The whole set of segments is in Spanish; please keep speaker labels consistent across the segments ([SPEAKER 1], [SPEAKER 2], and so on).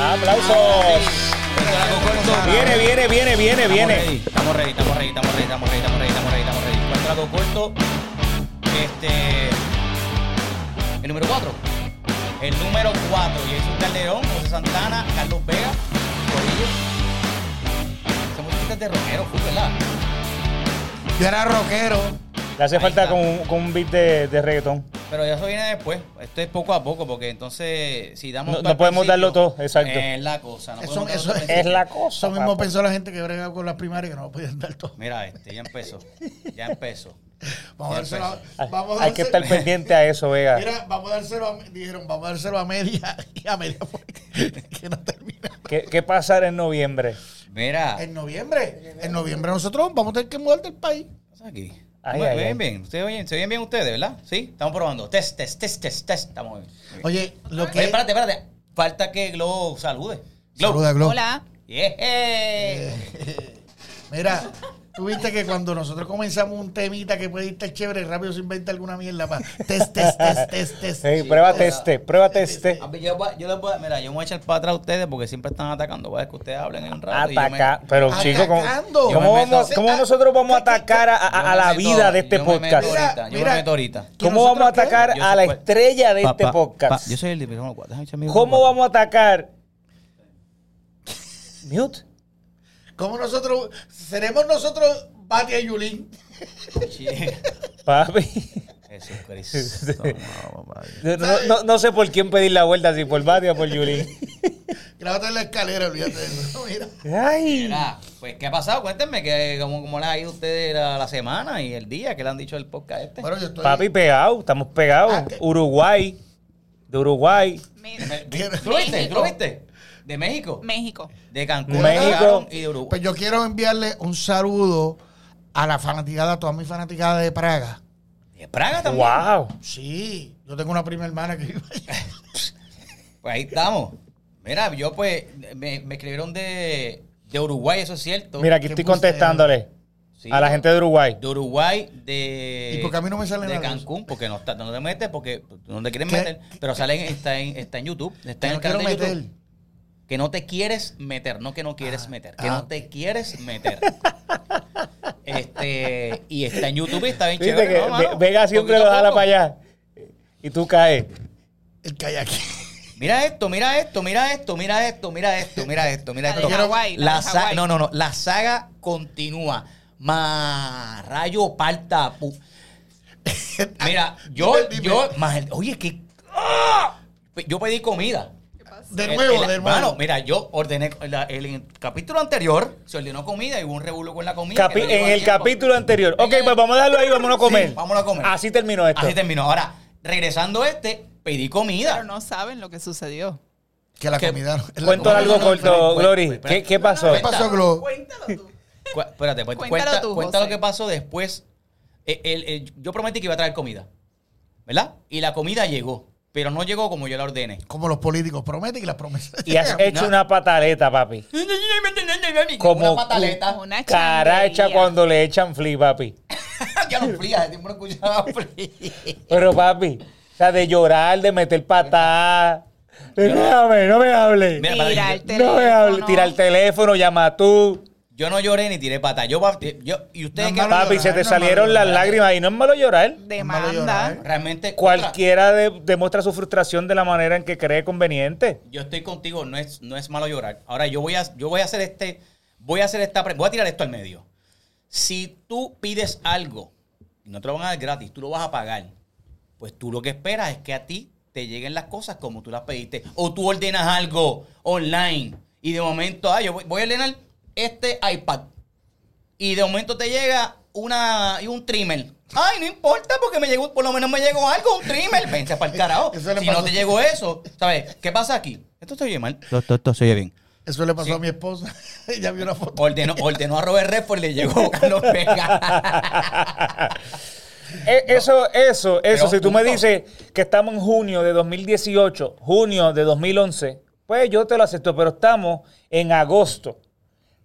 [SPEAKER 1] ¡Aplausos! Viene, viene, viene, viene, viene.
[SPEAKER 2] Estamos ready, estamos ready, estamos ready, estamos ready, estamos ready, estamos ready, estamos ready. Cuarto lado corto. Este. El número 4. El número 4. Jason Calderón, José Santana, Carlos Vega, Corillo. Son músicas de rockero, full, ¿verdad?
[SPEAKER 3] Yo era rockero.
[SPEAKER 1] Le hace
[SPEAKER 2] Ahí
[SPEAKER 1] falta
[SPEAKER 2] está.
[SPEAKER 1] con, un- con un beat de, de reggaetón.
[SPEAKER 2] Pero eso viene después. Esto es poco a poco, porque entonces, si damos.
[SPEAKER 1] No-
[SPEAKER 2] para
[SPEAKER 1] no podemos
[SPEAKER 2] el principio,
[SPEAKER 1] darlo todo, exacto.
[SPEAKER 2] Es la cosa. no
[SPEAKER 3] Eso,
[SPEAKER 2] podemos darlo
[SPEAKER 3] eso-
[SPEAKER 2] todo al
[SPEAKER 1] Ah, Es la
[SPEAKER 3] eso
[SPEAKER 1] cosa.
[SPEAKER 3] mismo
[SPEAKER 1] papo.
[SPEAKER 3] pensó la gente que bregaba con las primarias que no podían dar todo.
[SPEAKER 2] Mira, este, ya empezó. Ya empezó.
[SPEAKER 3] Vamos a dárselo a,
[SPEAKER 1] Hay-
[SPEAKER 3] vamos a
[SPEAKER 1] Hay que estar
[SPEAKER 3] dárselo-
[SPEAKER 1] pendiente a eso, Vega.
[SPEAKER 3] Mira, vamos a dárselo a, dijeron, vamos a dárselo a media y a media fue que no termina.
[SPEAKER 1] ¿Qué, qué pasará en noviembre?
[SPEAKER 2] Mira.
[SPEAKER 3] En noviembre, en noviembre nosotros vamos a tener que mudar del país.
[SPEAKER 2] ¿Qué pasa aquí?
[SPEAKER 1] Ay,
[SPEAKER 2] Bueno,
[SPEAKER 1] ay,
[SPEAKER 2] bien,
[SPEAKER 1] ay.
[SPEAKER 2] bien. Ustedes oyen- ¿Se oyen bien ustedes, verdad? Sí, estamos probando. Test, test, test, test, test. Estamos bien. Muy bien.
[SPEAKER 3] Oye, lo
[SPEAKER 2] Oye,
[SPEAKER 3] que
[SPEAKER 2] espérate, espérate. Falta que Glow salude. Glow.
[SPEAKER 3] Saluda, Glo.
[SPEAKER 4] Hola.
[SPEAKER 2] Yeah.
[SPEAKER 3] Mira, tú viste que cuando nosotros comenzamos un temita que puede estar chévere, rápido se inventa alguna mierda más. Test, test, test, test, test.
[SPEAKER 1] Hey, pruébate este, pruébate este.
[SPEAKER 2] A ver, Ah, pues Yo, voy- yo les voy a- mira, yo me voy a echar para atrás a ustedes porque siempre están atacando. Voy a ver que ustedes hablen en un rato. y yo me-
[SPEAKER 1] Ataca, Ah, pero chicos, ¿cómo,
[SPEAKER 3] Atacando.
[SPEAKER 1] cómo
[SPEAKER 2] Yo me meto.
[SPEAKER 1] vamos- cómo nosotros vamos a atacar a, a- a
[SPEAKER 2] yo
[SPEAKER 1] la
[SPEAKER 2] me meto-
[SPEAKER 1] vida de este
[SPEAKER 2] yo me meto
[SPEAKER 1] podcast?
[SPEAKER 2] ahorita, yo me meto ahorita.
[SPEAKER 3] ¿que
[SPEAKER 1] ¿Cómo vamos a
[SPEAKER 3] nosotros qué?
[SPEAKER 1] atacar
[SPEAKER 2] Yo
[SPEAKER 1] a
[SPEAKER 2] sé
[SPEAKER 1] la
[SPEAKER 2] cuál-
[SPEAKER 1] estrella de
[SPEAKER 2] Pa-
[SPEAKER 1] este
[SPEAKER 2] pa-
[SPEAKER 1] podcast?
[SPEAKER 2] pa- yo soy el micrófono cuatro. Déjame echar mi
[SPEAKER 1] ¿Cómo
[SPEAKER 2] micrófono
[SPEAKER 1] vamos a atacar? Mute.
[SPEAKER 3] ¿Cómo nosotros seremos nosotros Batia y Yulín?
[SPEAKER 2] cuatro. Sí.
[SPEAKER 1] Papi.
[SPEAKER 2] Jesucristo. no, papá.
[SPEAKER 1] No, no- no sé por quién pedir la vuelta, si por Batia o por Yulín.
[SPEAKER 3] Grábate en la escalera, olvídate de eso. Mira.
[SPEAKER 1] Ay.
[SPEAKER 2] Mira, pues, ¿qué ha pasado? Cuéntenme que, cómo, cómo les ha ido a ustedes la, la semana y el día que le han dicho el podcast este.
[SPEAKER 3] Bueno, yo estoy.
[SPEAKER 1] Papi, pegado, estamos pegados.
[SPEAKER 3] Ah, que-
[SPEAKER 1] Uruguay, de Uruguay.
[SPEAKER 4] Me-
[SPEAKER 2] ¿Tú lo viste? ¿Tú lo viste? De México,
[SPEAKER 4] México.
[SPEAKER 2] de Cancún,
[SPEAKER 1] México.
[SPEAKER 2] llegaron y de Uruguay.
[SPEAKER 3] Pues yo quiero enviarle un saludo a la fanaticada, a toda mi fanaticada de Praga.
[SPEAKER 2] De Praga también.
[SPEAKER 1] Wow.
[SPEAKER 3] Sí, yo tengo una prima hermana que vive allá.
[SPEAKER 2] Pues ahí estamos. Mira, yo pues me, me escribieron de, de Uruguay, eso es cierto.
[SPEAKER 1] Mira, aquí
[SPEAKER 3] Qué
[SPEAKER 1] estoy
[SPEAKER 3] bustero.
[SPEAKER 1] contestándole
[SPEAKER 2] Sí,
[SPEAKER 1] a la gente de Uruguay.
[SPEAKER 2] De Uruguay, de.
[SPEAKER 3] ¿Y por qué a mí no me sale
[SPEAKER 2] De
[SPEAKER 3] nada de eso?
[SPEAKER 2] Cancún, porque no, está, no te metes, porque no te quieren
[SPEAKER 3] ¿Qué?
[SPEAKER 2] meter. Pero salen, está en, está en YouTube. Está en
[SPEAKER 3] Que
[SPEAKER 2] el
[SPEAKER 3] no quiero
[SPEAKER 2] canal de YouTube.
[SPEAKER 3] meter.
[SPEAKER 2] Que no te quieres meter, no que no quieres meter, que
[SPEAKER 3] ah,
[SPEAKER 2] no te quieres meter. este, y está en YouTube y está bien
[SPEAKER 1] Viste
[SPEAKER 2] chévere.
[SPEAKER 1] que
[SPEAKER 2] ¿no,
[SPEAKER 1] Ve-
[SPEAKER 2] mano?
[SPEAKER 1] Vega siempre lo
[SPEAKER 2] Poquito a
[SPEAKER 1] jala
[SPEAKER 2] poco.
[SPEAKER 1] para allá. Y tú caes.
[SPEAKER 3] El kayaki.
[SPEAKER 2] Mira esto, mira esto, mira esto, mira esto, mira esto, mira esto, mira
[SPEAKER 4] La de
[SPEAKER 2] esto.
[SPEAKER 4] Hawái, la
[SPEAKER 2] La
[SPEAKER 4] de
[SPEAKER 2] sa-
[SPEAKER 4] Hawái.
[SPEAKER 2] no, no, no, la saga continúa. Ma, rayo parta. pu- Mira, yo,
[SPEAKER 3] Dime, dime.
[SPEAKER 2] yo, ma, oye, que ¡Ah! yo pedí comida.
[SPEAKER 3] De
[SPEAKER 2] El-
[SPEAKER 3] nuevo,
[SPEAKER 2] Eh, el-
[SPEAKER 3] de
[SPEAKER 2] Mano,
[SPEAKER 3] nuevo.
[SPEAKER 2] mira, yo ordené. la- el, en el capítulo anterior se ordenó comida y hubo un revuelo con la comida.
[SPEAKER 1] Capi-
[SPEAKER 2] que no
[SPEAKER 1] en
[SPEAKER 2] llegó a
[SPEAKER 1] el
[SPEAKER 2] tiempo.
[SPEAKER 1] capítulo anterior. Ok,
[SPEAKER 2] Venga,
[SPEAKER 1] pues vamos a dejarlo ahí, vámonos a comer.
[SPEAKER 2] Sí, vámonos a comer.
[SPEAKER 1] Así terminó esto.
[SPEAKER 2] Así terminó. Ahora, regresando a este, pedí comida.
[SPEAKER 4] Pero no saben lo que sucedió.
[SPEAKER 3] Que la
[SPEAKER 2] ¿Qué?
[SPEAKER 3] comida. la
[SPEAKER 1] Cuento
[SPEAKER 3] comida
[SPEAKER 1] algo
[SPEAKER 3] no-
[SPEAKER 1] corto,
[SPEAKER 2] cu- cu-
[SPEAKER 1] Glory.
[SPEAKER 2] espérate.
[SPEAKER 1] ¿Qué, qué pasó?
[SPEAKER 3] ¿Qué pasó, Glo?
[SPEAKER 4] Cuéntalo tú.
[SPEAKER 2] Cu- espérate, pues,
[SPEAKER 4] Cuéntalo
[SPEAKER 2] cuenta,
[SPEAKER 4] tú,
[SPEAKER 2] cuenta lo
[SPEAKER 4] José.
[SPEAKER 2] que pasó después. Eh, el- el- yo prometí que iba a traer comida, ¿verdad? Y la comida llegó, pero no llegó como yo la ordené.
[SPEAKER 3] Como los políticos prometen y las promesas.
[SPEAKER 1] Y has hecho una pataleta, papi. Como
[SPEAKER 2] Una pataleta.
[SPEAKER 4] Una
[SPEAKER 1] Caracha
[SPEAKER 4] changuería.
[SPEAKER 1] cuando le echan flea, papi.
[SPEAKER 2] ya no fría, ese tiempo no escuchaba fría.
[SPEAKER 1] Pero, papi, o sea, de llorar, de meter patada. De, Déjame, no me hables.
[SPEAKER 2] Mira, para-
[SPEAKER 4] Tirar
[SPEAKER 1] No me hables.
[SPEAKER 4] teléfono.
[SPEAKER 1] Tira el teléfono, llama tú.
[SPEAKER 2] Yo no lloré ni tiré pata. Yo, yo- y ustedes
[SPEAKER 3] No,
[SPEAKER 2] que
[SPEAKER 3] malo
[SPEAKER 1] Papi,
[SPEAKER 3] llorar,
[SPEAKER 1] se te
[SPEAKER 3] no es
[SPEAKER 1] salieron
[SPEAKER 3] malo
[SPEAKER 1] las
[SPEAKER 3] llorar.
[SPEAKER 1] lágrimas y no es malo llorar.
[SPEAKER 3] malo llorar,
[SPEAKER 4] Demanda.
[SPEAKER 2] realmente
[SPEAKER 1] Cualquiera de- demuestra su frustración de la manera en que cree conveniente.
[SPEAKER 2] Yo estoy contigo, no es, no es malo llorar. Ahora yo voy a, yo voy a hacer este, voy a hacer esta, pre- voy a tirar esto al medio. Si tú pides algo, y no te lo van a dar gratis, tú lo vas a pagar, pues tú lo que esperas es que a ti te lleguen las cosas como tú las pediste. O tú ordenas algo online y de momento, ah, yo voy, voy a ordenar este iPad. Y de momento te llega una, y un trimmer. Ay, no importa porque me llegó, por lo menos me llegó algo, un trimmer. Vente para el carajo.
[SPEAKER 3] Eso le
[SPEAKER 2] Si no
[SPEAKER 3] pasó.
[SPEAKER 2] te llegó eso, ¿sabes? ¿Qué pasa aquí? Esto se oye mal. Esto, se oye bien.
[SPEAKER 3] Eso le pasó
[SPEAKER 2] Sí.
[SPEAKER 3] a mi esposa. Ella vio una foto.
[SPEAKER 2] Ordenó, ordenó a Robert Redford y le llegó Carlos Vega.
[SPEAKER 1] E- Eso, eso, eso.
[SPEAKER 2] Pero
[SPEAKER 1] si tú me
[SPEAKER 2] punto.
[SPEAKER 1] dices que estamos en junio de 2018, junio de 2011, pues yo te lo acepto, pero estamos en agosto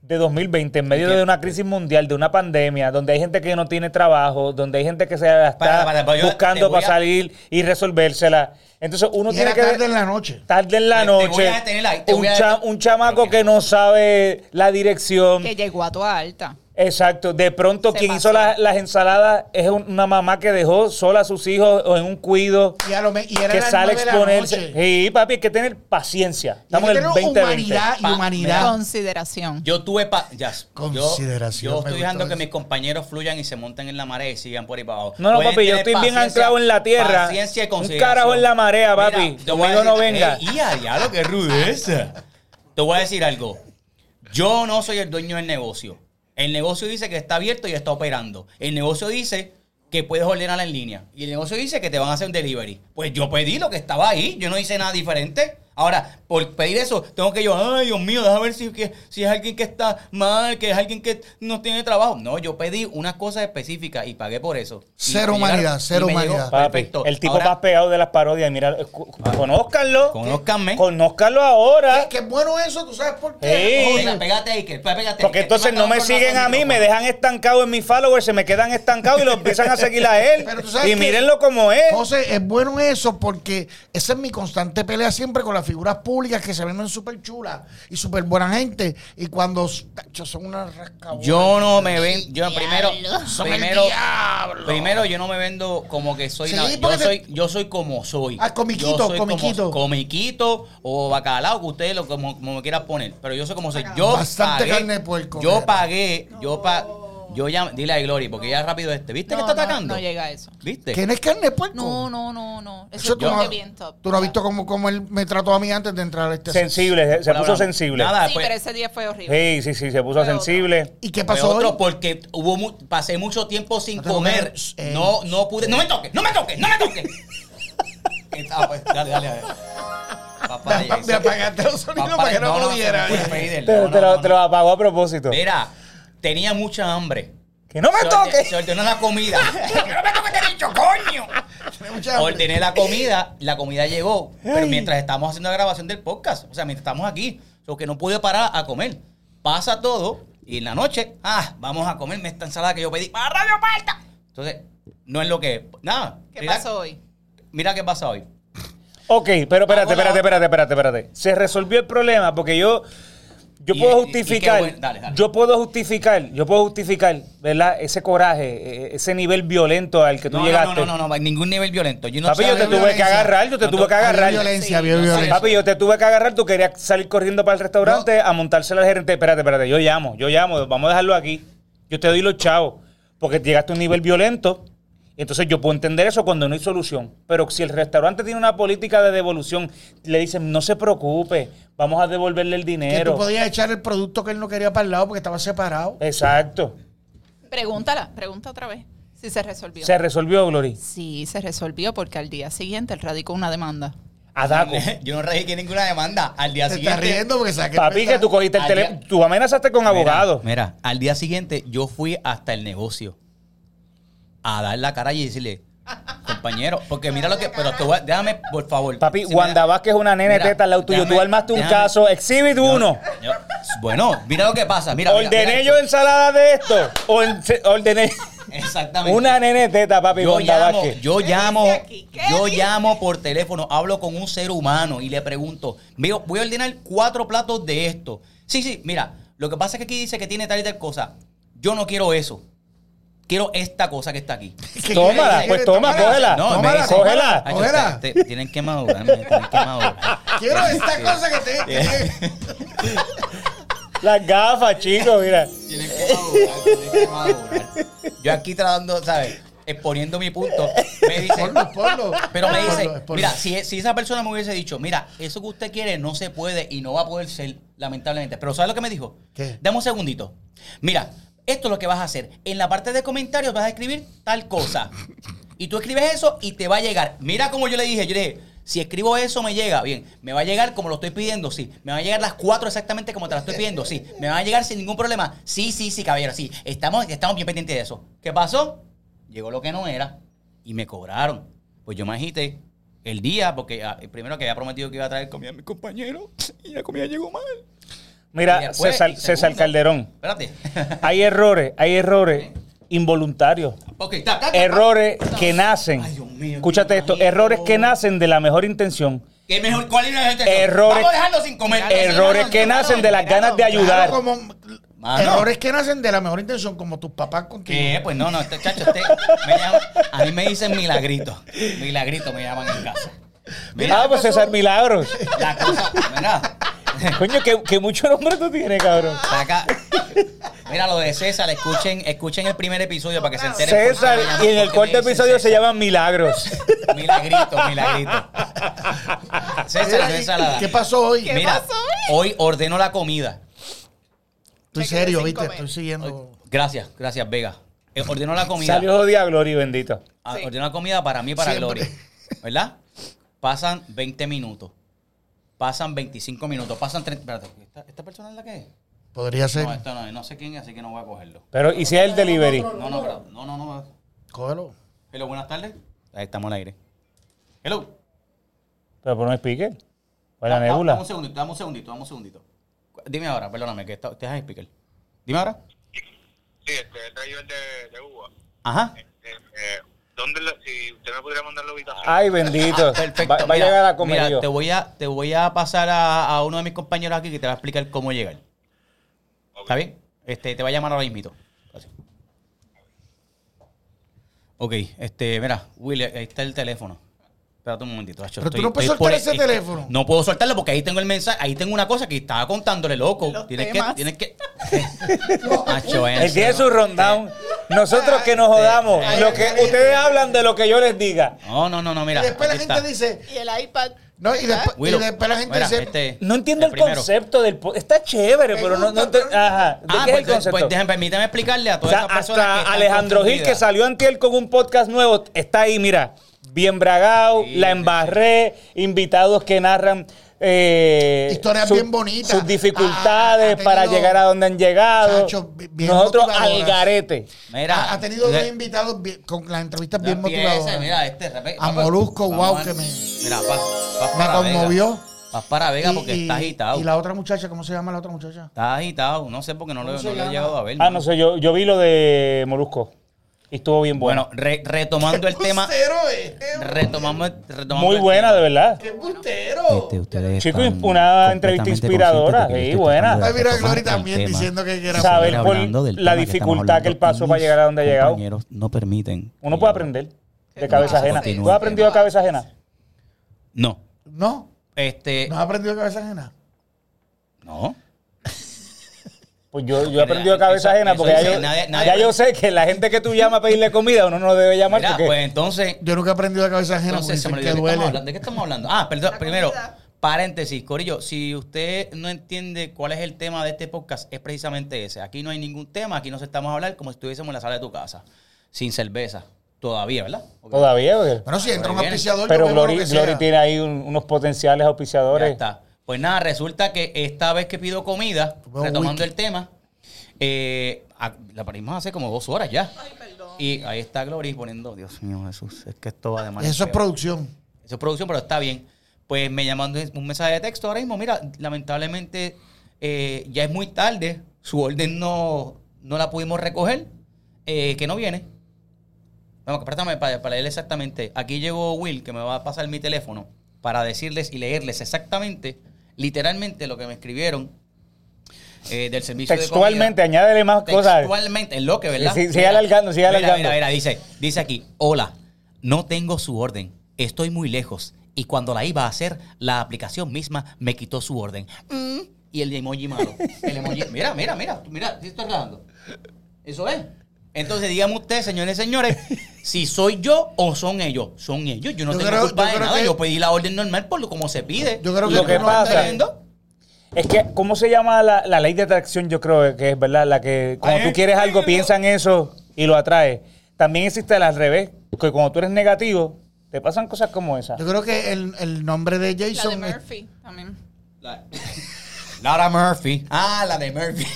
[SPEAKER 1] de 2020, en medio
[SPEAKER 2] Entiendo.
[SPEAKER 1] de una crisis mundial, de una pandemia, donde hay gente que no tiene trabajo, donde hay gente que se está
[SPEAKER 2] Para- para- para- yo te
[SPEAKER 1] buscando
[SPEAKER 2] voy
[SPEAKER 1] para
[SPEAKER 2] a-
[SPEAKER 1] salir y resolvérsela. Entonces uno
[SPEAKER 3] Y
[SPEAKER 1] tiene
[SPEAKER 3] era
[SPEAKER 1] que...
[SPEAKER 3] tarde en la noche.
[SPEAKER 1] tarde en la
[SPEAKER 2] Te- te
[SPEAKER 1] noche.
[SPEAKER 2] voy a detener ahí, te
[SPEAKER 1] un,
[SPEAKER 2] voy a-
[SPEAKER 1] cha- un chamaco que no sabe la dirección.
[SPEAKER 4] Que llegó a toda alta.
[SPEAKER 1] Exacto. De pronto,
[SPEAKER 4] Se
[SPEAKER 1] quien
[SPEAKER 4] pasó.
[SPEAKER 1] hizo la- las ensaladas es un- una mamá que dejó sola a sus hijos o en un cuido.
[SPEAKER 3] Y, a lo me- y era
[SPEAKER 1] Que
[SPEAKER 3] las
[SPEAKER 1] sale a
[SPEAKER 3] nueve de la
[SPEAKER 1] exponerse.
[SPEAKER 3] noche.
[SPEAKER 1] Sí, papi, hay que tener paciencia. Estamos en
[SPEAKER 3] Hay
[SPEAKER 1] el
[SPEAKER 3] que tener
[SPEAKER 1] 2020.
[SPEAKER 3] humanidad y
[SPEAKER 2] Pa-
[SPEAKER 3] humanidad.
[SPEAKER 4] Consideración.
[SPEAKER 2] Yo tuve pa ya, yo-
[SPEAKER 3] Consideración,
[SPEAKER 2] Yo,
[SPEAKER 3] me
[SPEAKER 2] estoy
[SPEAKER 3] gustó
[SPEAKER 2] dejando que
[SPEAKER 3] eso.
[SPEAKER 2] mis compañeros fluyan y se monten en la marea y sigan por ahí para abajo.
[SPEAKER 1] No, no,
[SPEAKER 2] Pueden
[SPEAKER 1] papi, yo
[SPEAKER 2] tener
[SPEAKER 1] estoy bien
[SPEAKER 2] paciencia-
[SPEAKER 1] anclado en la tierra.
[SPEAKER 2] Paciencia y
[SPEAKER 1] Un
[SPEAKER 2] consideración.
[SPEAKER 1] carajo en la marea, papi.
[SPEAKER 2] te voy a
[SPEAKER 1] Conmigo no
[SPEAKER 2] decir-
[SPEAKER 1] venga.
[SPEAKER 2] Ey, y a diablo, qué rudeza. Te voy a decir algo. Yo no soy el dueño del negocio. El negocio dice que está abierto y está operando. El negocio dice que puedes ordenar en línea. Y el negocio dice que te van a hacer un delivery. Pues yo pedí lo que estaba ahí. Yo no hice nada diferente. Ahora, por pedir eso, tengo que yo, ay, Dios mío, déjame ver si, que- si es alguien que está mal, que es alguien que no tiene trabajo. No, yo pedí unas cosas específicas y pagué por eso. Y
[SPEAKER 3] Cero
[SPEAKER 2] me llegaron-
[SPEAKER 3] humanidad,
[SPEAKER 2] y
[SPEAKER 3] cero
[SPEAKER 2] me llegó
[SPEAKER 3] humanidad.
[SPEAKER 1] Papi,
[SPEAKER 2] perfecto.
[SPEAKER 1] el tipo
[SPEAKER 2] Ahora-
[SPEAKER 1] más pegado de las parodias. Mira, eh, cu- conózcanlo.
[SPEAKER 2] Conózcanme.
[SPEAKER 1] Conózcanlo ahora.
[SPEAKER 3] Es que es bueno eso, tú sabes por qué.
[SPEAKER 1] Sí.
[SPEAKER 3] Oye,
[SPEAKER 2] Venga, pégate ahí, que pégate este ahí,
[SPEAKER 1] Porque
[SPEAKER 2] que
[SPEAKER 1] entonces
[SPEAKER 2] tú
[SPEAKER 1] no me
[SPEAKER 2] estás
[SPEAKER 1] siguen a
[SPEAKER 2] hablando
[SPEAKER 1] mí,
[SPEAKER 2] con
[SPEAKER 1] me
[SPEAKER 3] pues.
[SPEAKER 1] dejan estancado en mis followers, se me quedan estancados y lo empiezan a seguir a él.
[SPEAKER 3] Pero tú sabes
[SPEAKER 1] Y
[SPEAKER 3] que-
[SPEAKER 1] mírenlo como es.
[SPEAKER 3] José, es bueno eso porque esa es mi constante pelea siempre con las figuras públicas que se venden súper chulas y súper buena gente. Y cuando tacho, son una rascabona.
[SPEAKER 2] Yo no me vendo. Yo primero.
[SPEAKER 3] Son el
[SPEAKER 2] Primero.
[SPEAKER 3] diablo.
[SPEAKER 2] Primero, yo no me vendo como que soy
[SPEAKER 3] Sí,
[SPEAKER 2] nada.
[SPEAKER 3] porque
[SPEAKER 2] Yo
[SPEAKER 3] te-
[SPEAKER 2] soy, yo soy como soy.
[SPEAKER 3] Ah, comiquito,
[SPEAKER 2] Yo soy como-
[SPEAKER 3] comiquito.
[SPEAKER 2] comiquito o bacalao, que ustedes lo como, como me quieran poner. Pero yo soy como soy. Yo
[SPEAKER 3] Bastante
[SPEAKER 2] pagué,
[SPEAKER 3] carne de puerco,
[SPEAKER 2] Yo
[SPEAKER 3] mira.
[SPEAKER 2] pagué. Yo pa, yo ya. Dile a Glory, porque ya rápido este. ¿Viste que
[SPEAKER 4] No,
[SPEAKER 2] está
[SPEAKER 4] no,
[SPEAKER 2] atacando?
[SPEAKER 4] No, llega a eso.
[SPEAKER 2] ¿Viste?
[SPEAKER 3] ¿Quién es carne de puerco?
[SPEAKER 4] No, no, no, no. Eso,
[SPEAKER 3] Eso
[SPEAKER 4] es
[SPEAKER 3] tú, no,
[SPEAKER 4] como
[SPEAKER 3] has-
[SPEAKER 4] que bien top.
[SPEAKER 3] tú no has visto cómo, cómo él me trató a mí antes de entrar a este
[SPEAKER 1] Sensible, se, se
[SPEAKER 2] Ahora
[SPEAKER 1] puso
[SPEAKER 2] hablamos.
[SPEAKER 1] sensible.
[SPEAKER 2] Nada,
[SPEAKER 4] Sí,
[SPEAKER 2] pues,
[SPEAKER 4] pero ese día fue horrible.
[SPEAKER 1] Sí, sí, sí, se puso
[SPEAKER 4] Fue otro.
[SPEAKER 1] sensible.
[SPEAKER 3] ¿Y qué
[SPEAKER 2] Fue
[SPEAKER 3] pasó
[SPEAKER 2] otro
[SPEAKER 3] hoy?
[SPEAKER 2] porque hubo mu- pasé mucho tiempo sin
[SPEAKER 3] No te
[SPEAKER 2] comer.
[SPEAKER 3] toques, eh.
[SPEAKER 2] No, no pude. ¡No me toques! ¡No me toques! ¡No me toques! ah, pues, dale, dale, dale. Papá,
[SPEAKER 3] Me, me apagaste los sonidos
[SPEAKER 2] Papá,
[SPEAKER 3] para que no, lo viera.
[SPEAKER 2] se me fue Fidel,
[SPEAKER 1] Te,
[SPEAKER 2] no,
[SPEAKER 1] te
[SPEAKER 2] no,
[SPEAKER 1] lo,
[SPEAKER 2] no,
[SPEAKER 1] te
[SPEAKER 2] no.
[SPEAKER 1] lo apagó a propósito.
[SPEAKER 2] Mira, tenía mucha hambre.
[SPEAKER 1] ¡Que no me
[SPEAKER 2] Se orde-
[SPEAKER 1] toques!
[SPEAKER 2] Se ordenó la comida. ¡No me toques, te he dicho, coño! Ordené la comida, la comida llegó, pero
[SPEAKER 1] Ay.
[SPEAKER 2] mientras estamos haciendo la grabación del podcast, o sea, mientras estamos aquí, lo que no pude parar a comer. Pasa todo y en la noche, ah, vamos a comerme esta ensalada que yo pedí. ¡Para radio Parta! Entonces, no es lo que. Nada.
[SPEAKER 4] ¿Qué
[SPEAKER 2] Mira-
[SPEAKER 4] pasó hoy?
[SPEAKER 2] Mira qué pasa hoy.
[SPEAKER 1] Ok, pero espérate,
[SPEAKER 2] Hago la
[SPEAKER 1] espérate,
[SPEAKER 2] otra.
[SPEAKER 1] espérate, espérate, espérate. Se resolvió el problema porque yo yo
[SPEAKER 2] Y-
[SPEAKER 1] puedo
[SPEAKER 2] y- y qué
[SPEAKER 1] justificar,
[SPEAKER 2] bueno. Dale, dale.
[SPEAKER 1] yo puedo justificar, yo puedo justificar, ¿verdad? Ese coraje, eh, ese nivel violento al que tú
[SPEAKER 2] No, no, no,
[SPEAKER 1] llegaste.
[SPEAKER 2] no, no, no, ningún nivel violento. Yo no
[SPEAKER 1] Papi,
[SPEAKER 2] sé
[SPEAKER 1] yo
[SPEAKER 2] hablar
[SPEAKER 1] te
[SPEAKER 2] de
[SPEAKER 1] tuve que
[SPEAKER 2] violencia.
[SPEAKER 1] agarrar, yo te
[SPEAKER 2] No
[SPEAKER 1] tuve que
[SPEAKER 3] Había
[SPEAKER 1] agarrar.
[SPEAKER 3] violencia, había
[SPEAKER 2] Sí, no sé.
[SPEAKER 3] violencia.
[SPEAKER 1] Papi, yo te tuve que agarrar, tú querías salir corriendo para el restaurante a montársela al gerente. Espérate, espérate, yo llamo, yo llamo, vamos a dejarlo aquí. Yo te doy los chavos, porque llegaste a un nivel violento. Entonces yo puedo entender eso cuando no hay solución. Pero si el restaurante tiene una política de devolución, le dicen, no se preocupe, vamos a devolverle el
[SPEAKER 3] Que tú
[SPEAKER 1] dinero.
[SPEAKER 3] podías echar el producto que él no quería para el lado porque estaba separado.
[SPEAKER 1] Exacto.
[SPEAKER 4] Pregúntala, pregunta otra vez. Si se resolvió.
[SPEAKER 1] Se resolvió, Glory.
[SPEAKER 4] Sí, se resolvió porque al día siguiente él radicó una demanda.
[SPEAKER 1] A Daco.
[SPEAKER 2] Yo no radiqué ninguna demanda. Al día
[SPEAKER 3] Te
[SPEAKER 2] siguiente.
[SPEAKER 3] estás riendo porque saqué.
[SPEAKER 1] Papi, que tú cogiste el
[SPEAKER 2] Allá-
[SPEAKER 1] teléfono, tú amenazaste con
[SPEAKER 2] Mira,
[SPEAKER 1] abogado.
[SPEAKER 2] Mira, al día siguiente yo fui hasta el negocio a dar la cara y decirle, compañero, porque mira lo que. Pero te voy a- Déjame, por favor.
[SPEAKER 1] Papi,
[SPEAKER 2] Si me
[SPEAKER 1] Wanda
[SPEAKER 2] da-
[SPEAKER 1] Vázquez es una nena de
[SPEAKER 2] Mira,
[SPEAKER 1] teta al lado tuyo.
[SPEAKER 2] déjame-
[SPEAKER 1] Tú armaste un
[SPEAKER 2] déjame-
[SPEAKER 1] caso. Exhibit
[SPEAKER 2] Yo-
[SPEAKER 1] uno.
[SPEAKER 2] yo- bueno, mira lo que pasa. Mira, mira, mira
[SPEAKER 1] ordené
[SPEAKER 2] esto.
[SPEAKER 1] yo ensalada de esto. Orden- Ordené
[SPEAKER 2] Exactamente.
[SPEAKER 1] una nene teta, papi,
[SPEAKER 2] yo
[SPEAKER 1] Wanda
[SPEAKER 2] llamo,
[SPEAKER 1] Vázquez.
[SPEAKER 2] yo
[SPEAKER 4] ¿Qué
[SPEAKER 2] llamo,
[SPEAKER 4] dice aquí? ¿Qué
[SPEAKER 2] yo
[SPEAKER 4] dice?
[SPEAKER 2] llamo por teléfono, hablo con un ser humano y le pregunto, "Veo, voy a ordenar cuatro platos de esto. Sí, sí, mira, lo que pasa es que aquí dice que tiene tal y tal cosa. Yo no quiero eso. Quiero esta cosa que está aquí.
[SPEAKER 1] Tómala, pues toma, cógela.
[SPEAKER 2] No,
[SPEAKER 1] Tómala,
[SPEAKER 2] me dice,
[SPEAKER 1] cógela.
[SPEAKER 2] "Ay,
[SPEAKER 3] Cógela.
[SPEAKER 2] ustedes- ustedes tienen que madurar, me tienen que madurar.
[SPEAKER 3] Quiero esta cosa que te. que-
[SPEAKER 1] Las gafas, chicos, mira.
[SPEAKER 2] Tienen que madurar, tienen que madurar. Yo aquí tratando, ¿sabes? Exponiendo mi punto. Me dice,
[SPEAKER 3] Ponlo, ponlo.
[SPEAKER 2] Pero me dice,
[SPEAKER 3] Ponlo, ponlo.
[SPEAKER 2] mira, si, si esa persona me hubiese dicho, mira, eso que usted quiere no se puede y no va a poder ser, lamentablemente. Pero ¿sabes lo que me dijo?
[SPEAKER 3] ¿Qué?
[SPEAKER 2] Dame un segundito. Mira, esto es lo que vas a hacer. En la parte de comentarios vas a escribir tal cosa. Y tú escribes eso y te va a llegar. Mira como yo le dije, yo le dije, si escribo eso me llega, bien, me va a llegar como lo estoy pidiendo, sí. Me va a llegar las cuatro exactamente como te las estoy pidiendo, sí. Me va a llegar sin ningún problema. Sí, sí, sí, caballero, sí. Estamos, estamos bien pendientes de eso. ¿Qué pasó? Llegó lo que no era y me cobraron. Pues yo me agité el día porque ah, primero que había prometido que iba a traer comida a mis compañeros y la comida llegó mal. Y
[SPEAKER 1] Mira,
[SPEAKER 2] después,
[SPEAKER 1] César,
[SPEAKER 2] y
[SPEAKER 1] César
[SPEAKER 2] segundo.
[SPEAKER 1] Calderón.
[SPEAKER 2] Espérate.
[SPEAKER 1] Hay errores, hay errores involuntarios.
[SPEAKER 2] ok, ta, ta, ta,
[SPEAKER 1] Errores
[SPEAKER 2] ta.
[SPEAKER 1] que nacen.
[SPEAKER 2] Ay, Dios mío,
[SPEAKER 1] Escúchate
[SPEAKER 2] qué
[SPEAKER 1] esto.
[SPEAKER 2] bajito.
[SPEAKER 1] Errores que nacen de la mejor intención.
[SPEAKER 2] ¿Qué mejor? ¿Cuál es la gente?
[SPEAKER 1] Errores-
[SPEAKER 2] Vamos a dejarlo sin comer.
[SPEAKER 1] Errores que nacen de las ganas de ayudar.
[SPEAKER 3] Claro, como
[SPEAKER 2] Mano.
[SPEAKER 3] errores que nacen de la mejor intención, como tus papás contigo.
[SPEAKER 2] Ah, ¿Qué? Pues no, no, este chacho, este, me llama- a mí me dicen milagrito. Milagrito me llaman en casa.
[SPEAKER 1] ah,
[SPEAKER 2] Mira,
[SPEAKER 1] pues César Milagros.
[SPEAKER 2] la cosa, mira,
[SPEAKER 1] Coño, que, que mucho nombre tú tienes, cabrón.
[SPEAKER 2] acá. Mira lo de César, escuchen, escuchen el primer episodio para que se enteren. por qué
[SPEAKER 1] César,
[SPEAKER 2] me llaman-
[SPEAKER 1] y en el
[SPEAKER 2] por qué
[SPEAKER 1] cuarto
[SPEAKER 2] me dicen
[SPEAKER 1] episodio se
[SPEAKER 2] César.
[SPEAKER 1] llaman Milagros.
[SPEAKER 2] Milagrito, milagrito. César,
[SPEAKER 3] Mira, ¿y-
[SPEAKER 2] César.
[SPEAKER 3] ¿Qué pasó hoy?
[SPEAKER 4] ¿Qué
[SPEAKER 2] Mira,
[SPEAKER 4] pasó?
[SPEAKER 2] hoy ordeno la comida.
[SPEAKER 3] Estoy
[SPEAKER 4] Me quedé
[SPEAKER 3] serio,
[SPEAKER 4] sin
[SPEAKER 3] viste,
[SPEAKER 4] comer.
[SPEAKER 3] estoy siguiendo.
[SPEAKER 2] Gracias, gracias, Vega. Eh, Ordeno la comida.
[SPEAKER 1] Salió jodida Gloria, bendito.
[SPEAKER 2] Ah,
[SPEAKER 4] Sí.
[SPEAKER 2] ordeno la comida para mí y para
[SPEAKER 3] Siempre.
[SPEAKER 2] Gloria. ¿Verdad? Pasan 20 minutos. Pasan 25 minutos. Pasan 30. Espérate, ¿esta, esta persona es la que es?
[SPEAKER 3] Podría ser.
[SPEAKER 2] No, eh. esta no es. No sé quién es, así que no voy a cogerlo.
[SPEAKER 1] Pero, ¿y si es el delivery?
[SPEAKER 2] No, no, pero- no, no, no.
[SPEAKER 3] Cógelo.
[SPEAKER 2] Hello, buenas tardes. Ahí estamos al aire. Hello.
[SPEAKER 1] Pero por un speaker. O la
[SPEAKER 2] Da- da- Dame
[SPEAKER 1] nebula.
[SPEAKER 2] un segundito, dame un segundito, dame un segundito. Dime ahora, perdóname, que está, te dejas speaker. Dime ahora.
[SPEAKER 5] Sí, este, el driver de, de Uva.
[SPEAKER 2] Ajá.
[SPEAKER 5] Eh, eh, ¿dónde la- si usted me pudiera mandar la ubicación?
[SPEAKER 1] Ay, bendito.
[SPEAKER 2] Ah, perfecto.
[SPEAKER 1] Va, va a
[SPEAKER 2] Mira,
[SPEAKER 1] llegar a
[SPEAKER 2] mira,
[SPEAKER 1] comer
[SPEAKER 2] te voy a, te voy a pasar a, a uno de mis compañeros aquí que te va a explicar cómo llegar.
[SPEAKER 5] Ok.
[SPEAKER 2] ¿Está bien? Este, te va a llamar ahora mismo. Ok, este, mira, Willy, ahí está el teléfono. Espérate un momentito. acho,
[SPEAKER 3] Pero tú
[SPEAKER 2] estoy-
[SPEAKER 3] no puedes
[SPEAKER 2] estoy por
[SPEAKER 3] soltar ese
[SPEAKER 2] ahí, es que
[SPEAKER 3] teléfono.
[SPEAKER 2] No puedo soltarlo porque ahí tengo el mensaje. Ahí tengo una cosa que estaba contándole, loco.
[SPEAKER 4] Los
[SPEAKER 2] tienes que,
[SPEAKER 4] temas.
[SPEAKER 2] tienes que. Acho, en
[SPEAKER 1] Él tiene su
[SPEAKER 2] serio.
[SPEAKER 1] rundown. Nosotros que nos jodamos. Lo que ustedes hablan de lo que yo les diga.
[SPEAKER 2] No, no, no, no, mira.
[SPEAKER 3] y después la
[SPEAKER 2] aquí
[SPEAKER 3] gente
[SPEAKER 2] está.
[SPEAKER 3] dice.
[SPEAKER 4] Y el iPad.
[SPEAKER 3] No, y después, y
[SPEAKER 2] Willow,
[SPEAKER 3] después la gente
[SPEAKER 2] mira,
[SPEAKER 3] dice.
[SPEAKER 2] este,
[SPEAKER 1] No entiendo el,
[SPEAKER 2] primero.
[SPEAKER 1] concepto del po- Está chévere,
[SPEAKER 3] Me
[SPEAKER 1] pero no,
[SPEAKER 3] gusta,
[SPEAKER 1] no te-
[SPEAKER 3] pero-
[SPEAKER 1] Ajá. ¿De
[SPEAKER 2] Ah,
[SPEAKER 1] qué es el
[SPEAKER 2] pues,
[SPEAKER 1] concepto?
[SPEAKER 2] pues, déjame- permítame explicarle a
[SPEAKER 1] o
[SPEAKER 2] todas
[SPEAKER 1] sea,
[SPEAKER 2] estas personas. que
[SPEAKER 1] hasta
[SPEAKER 2] están
[SPEAKER 1] Alejandro Gil, que
[SPEAKER 2] confundidas.
[SPEAKER 1] salió antier con un podcast nuevo, está ahí, mira. Bien bragado,
[SPEAKER 2] Sí,
[SPEAKER 1] la
[SPEAKER 2] sí, sí.
[SPEAKER 1] embarré, invitados que narran... eh,
[SPEAKER 3] Historias
[SPEAKER 1] sus-
[SPEAKER 3] bien bonitas.
[SPEAKER 1] Sus dificultades
[SPEAKER 3] Ha- ha tenido-
[SPEAKER 1] para llegar a donde han llegado.
[SPEAKER 3] Chacho, bi- bien
[SPEAKER 1] Nosotros
[SPEAKER 3] motivadoras.
[SPEAKER 1] al garete.
[SPEAKER 2] Mira,
[SPEAKER 3] ha, ha tenido dos
[SPEAKER 2] le-
[SPEAKER 3] invitados bien- con las entrevistas
[SPEAKER 2] no
[SPEAKER 3] bien
[SPEAKER 2] empieces,
[SPEAKER 3] motivadoras.
[SPEAKER 2] Mira, este repe-
[SPEAKER 3] A
[SPEAKER 2] papá,
[SPEAKER 3] Molusco,
[SPEAKER 2] vamos
[SPEAKER 3] wow,
[SPEAKER 2] a-
[SPEAKER 3] que me-
[SPEAKER 2] Mira, vas, vas
[SPEAKER 3] me
[SPEAKER 2] para Vega.
[SPEAKER 3] conmovió.
[SPEAKER 2] Vas para Vega porque
[SPEAKER 3] Y-
[SPEAKER 2] está agitado.
[SPEAKER 3] Y la otra muchacha, ¿cómo se llama la otra muchacha?
[SPEAKER 2] Está agitado. No sé por qué no lo,
[SPEAKER 3] ¿Cómo se
[SPEAKER 2] no lo he
[SPEAKER 3] llama?
[SPEAKER 2] llegado a ver.
[SPEAKER 1] Ah,
[SPEAKER 2] mano.
[SPEAKER 1] no sé, yo, yo vi lo de Molusco. Y estuvo bien bueno.
[SPEAKER 2] Bueno, re- retomando el tema.
[SPEAKER 3] Cero, eh.
[SPEAKER 2] Retomamos, retomamos
[SPEAKER 1] Muy
[SPEAKER 2] el
[SPEAKER 1] buena,
[SPEAKER 2] tema.
[SPEAKER 1] de verdad.
[SPEAKER 3] ¡Qué bustero!
[SPEAKER 2] Este,
[SPEAKER 1] Chico, una entrevista inspiradora, sí, buena.
[SPEAKER 3] Ay, mira,
[SPEAKER 2] este
[SPEAKER 3] Glory también diciendo que era
[SPEAKER 1] Sabe.
[SPEAKER 3] saber.
[SPEAKER 1] Saber por la dificultad que él pasó para llegar a donde ha llegado.
[SPEAKER 2] No permiten.
[SPEAKER 1] Uno
[SPEAKER 2] que
[SPEAKER 1] puede
[SPEAKER 2] yo-
[SPEAKER 1] aprender de cabeza ajena.
[SPEAKER 2] Continúa.
[SPEAKER 1] ¿Tú has aprendido de cabeza ajena?
[SPEAKER 2] No.
[SPEAKER 3] No,
[SPEAKER 2] Este.
[SPEAKER 3] no has aprendido de cabeza ajena.
[SPEAKER 2] No.
[SPEAKER 1] Pues yo, yo he aprendido de cabeza
[SPEAKER 2] Eso-
[SPEAKER 1] ajena
[SPEAKER 2] eso
[SPEAKER 1] porque ya,
[SPEAKER 2] dice,
[SPEAKER 1] yo,
[SPEAKER 2] nadie- nadie-
[SPEAKER 1] ya yo sé que la gente que tú llamas a pedirle comida, uno no lo debe llamar
[SPEAKER 2] Mira,
[SPEAKER 1] porque...
[SPEAKER 2] pues entonces.
[SPEAKER 3] Yo nunca he aprendido de cabeza ajena porque
[SPEAKER 2] Entonces, se
[SPEAKER 3] dicen
[SPEAKER 2] me olvidó
[SPEAKER 3] que
[SPEAKER 2] de qué estamos
[SPEAKER 3] duele.
[SPEAKER 2] hablando. ¿De qué estamos hablando? Ah, perdón,
[SPEAKER 4] La
[SPEAKER 2] primero,
[SPEAKER 4] comida.
[SPEAKER 2] paréntesis, Corillo, si usted no entiende cuál es el tema de este podcast, es precisamente ese. Aquí no hay ningún tema, aquí nos estamos a hablar como si estuviésemos en la sala de tu casa, sin cerveza, todavía, ¿verdad?
[SPEAKER 1] Todavía, porque-
[SPEAKER 3] Bueno, si entra un
[SPEAKER 2] Ahí viene.
[SPEAKER 3] auspiciador,
[SPEAKER 1] pero
[SPEAKER 3] yo bebo lo
[SPEAKER 1] Glory,
[SPEAKER 3] que sea.
[SPEAKER 1] Glory tiene ahí un- unos potenciales
[SPEAKER 2] Ya
[SPEAKER 1] auspiciadores.
[SPEAKER 2] está. Pues nada, resulta que esta vez que pido comida,
[SPEAKER 3] Vamos,
[SPEAKER 2] retomando
[SPEAKER 3] wiki.
[SPEAKER 2] el tema, eh, a- la parimos hace como dos horas ya.
[SPEAKER 4] Ay, perdón.
[SPEAKER 2] Y ahí está Glory poniendo, Dios mío, Jesús, es que esto además...
[SPEAKER 3] Eso es
[SPEAKER 2] peor.
[SPEAKER 3] producción.
[SPEAKER 2] Eso es producción, pero está bien. Pues me llamando un mensaje de texto ahora mismo. Mira, lamentablemente eh, ya es muy tarde. Su orden no, no la pudimos recoger. eh, que no viene. Vamos, préstame para, para leer exactamente. Aquí llegó Will, que me va a pasar mi teléfono, para decirles y leerles exactamente, literalmente, lo que me escribieron eh, del servicio
[SPEAKER 1] Textualmente,
[SPEAKER 2] de comida.
[SPEAKER 1] añádele más cosas.
[SPEAKER 2] Textualmente, es lo que, ¿verdad?
[SPEAKER 1] Sí, sí, sigue
[SPEAKER 2] Mira,
[SPEAKER 1] alargando, sigue
[SPEAKER 2] mira,
[SPEAKER 1] alargando.
[SPEAKER 2] mira, mira, dice, dice aquí, hola, no tengo su orden, estoy muy lejos. Y cuando la iba a hacer, la aplicación misma me quitó su orden. Mm, Y el emoji malo. El emoji, mira, mira, mira, mira, sí estoy grabando. Eso es. Entonces, dígame usted, señores y señores, si soy yo o son ellos. Son ellos. Yo no
[SPEAKER 3] Yo
[SPEAKER 2] tengo
[SPEAKER 3] creo-
[SPEAKER 2] culpa
[SPEAKER 3] yo
[SPEAKER 2] de
[SPEAKER 3] creo
[SPEAKER 2] nada.
[SPEAKER 3] que-
[SPEAKER 2] Yo pedí la orden normal por lo como se pide.
[SPEAKER 3] Yo creo que
[SPEAKER 1] Lo que
[SPEAKER 2] no
[SPEAKER 1] pasa-
[SPEAKER 2] está viendo.
[SPEAKER 1] Es que, ¿cómo se llama la, la ley de atracción? Yo creo que es, ¿verdad? La que cuando tú quieres algo, piensa en eso y lo atrae. También existe la al revés, que cuando tú eres negativo, te pasan cosas como esa.
[SPEAKER 3] Yo creo que el, el nombre de
[SPEAKER 4] La de
[SPEAKER 3] Jason es-
[SPEAKER 4] Murphy también.
[SPEAKER 2] La- Laura Murphy. Ah, la de Murphy.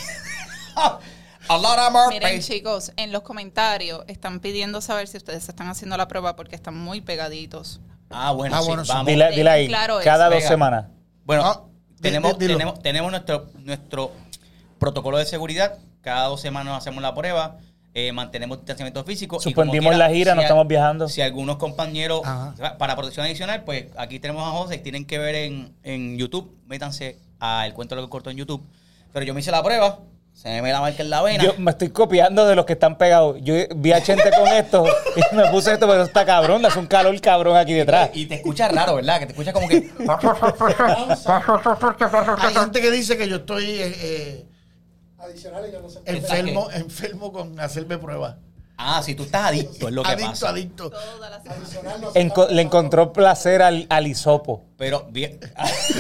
[SPEAKER 2] A Laura Murphy.
[SPEAKER 4] Miren, chicos, en los comentarios están pidiendo saber si ustedes están haciendo la prueba porque están muy pegaditos.
[SPEAKER 2] Ah, bueno,
[SPEAKER 3] Ah,
[SPEAKER 2] sí,
[SPEAKER 3] bueno, sí.
[SPEAKER 2] vamos.
[SPEAKER 1] Dile, dile ahí,
[SPEAKER 4] Claro,
[SPEAKER 1] cada
[SPEAKER 2] eso.
[SPEAKER 1] dos
[SPEAKER 2] Venga.
[SPEAKER 1] semanas.
[SPEAKER 2] Bueno,
[SPEAKER 3] Ah.
[SPEAKER 2] tenemos,
[SPEAKER 3] dilo.
[SPEAKER 2] tenemos, tenemos nuestro, nuestro protocolo de seguridad. Cada dos semanas hacemos la prueba. eh, mantenemos distanciamiento físico. y como
[SPEAKER 1] Suspendimos
[SPEAKER 2] quiera,
[SPEAKER 1] la gira, no
[SPEAKER 2] a-
[SPEAKER 1] estamos viajando.
[SPEAKER 2] Si algunos compañeros,
[SPEAKER 3] Ajá.
[SPEAKER 2] para protección adicional, pues aquí tenemos a José. Tienen que ver en, en YouTube. Métanse a El Cuento de lo que corto en YouTube. Pero yo me hice la prueba. Se me la marca en la vena.
[SPEAKER 1] Yo me estoy copiando de los que están pegados. Yo vi a gente con esto y me puse esto, pero está cabrón, hace un calor cabrón aquí detrás.
[SPEAKER 2] y te escuchas raro, ¿verdad? Que te escuchas como que...
[SPEAKER 3] Hay gente que dice que yo estoy eh, eh,
[SPEAKER 6] Adicional, yo no sé.
[SPEAKER 3] enfermo, enfermo con hacerme pruebas.
[SPEAKER 2] Ah, si tú estás adicto, es lo que
[SPEAKER 3] Adicto,
[SPEAKER 2] pasa.
[SPEAKER 3] adicto.
[SPEAKER 4] Toda la semana.
[SPEAKER 6] Adicional, no sé.
[SPEAKER 1] Enco- le encontró placer al, al hisopo.
[SPEAKER 2] Pero bien...
[SPEAKER 6] Ah, es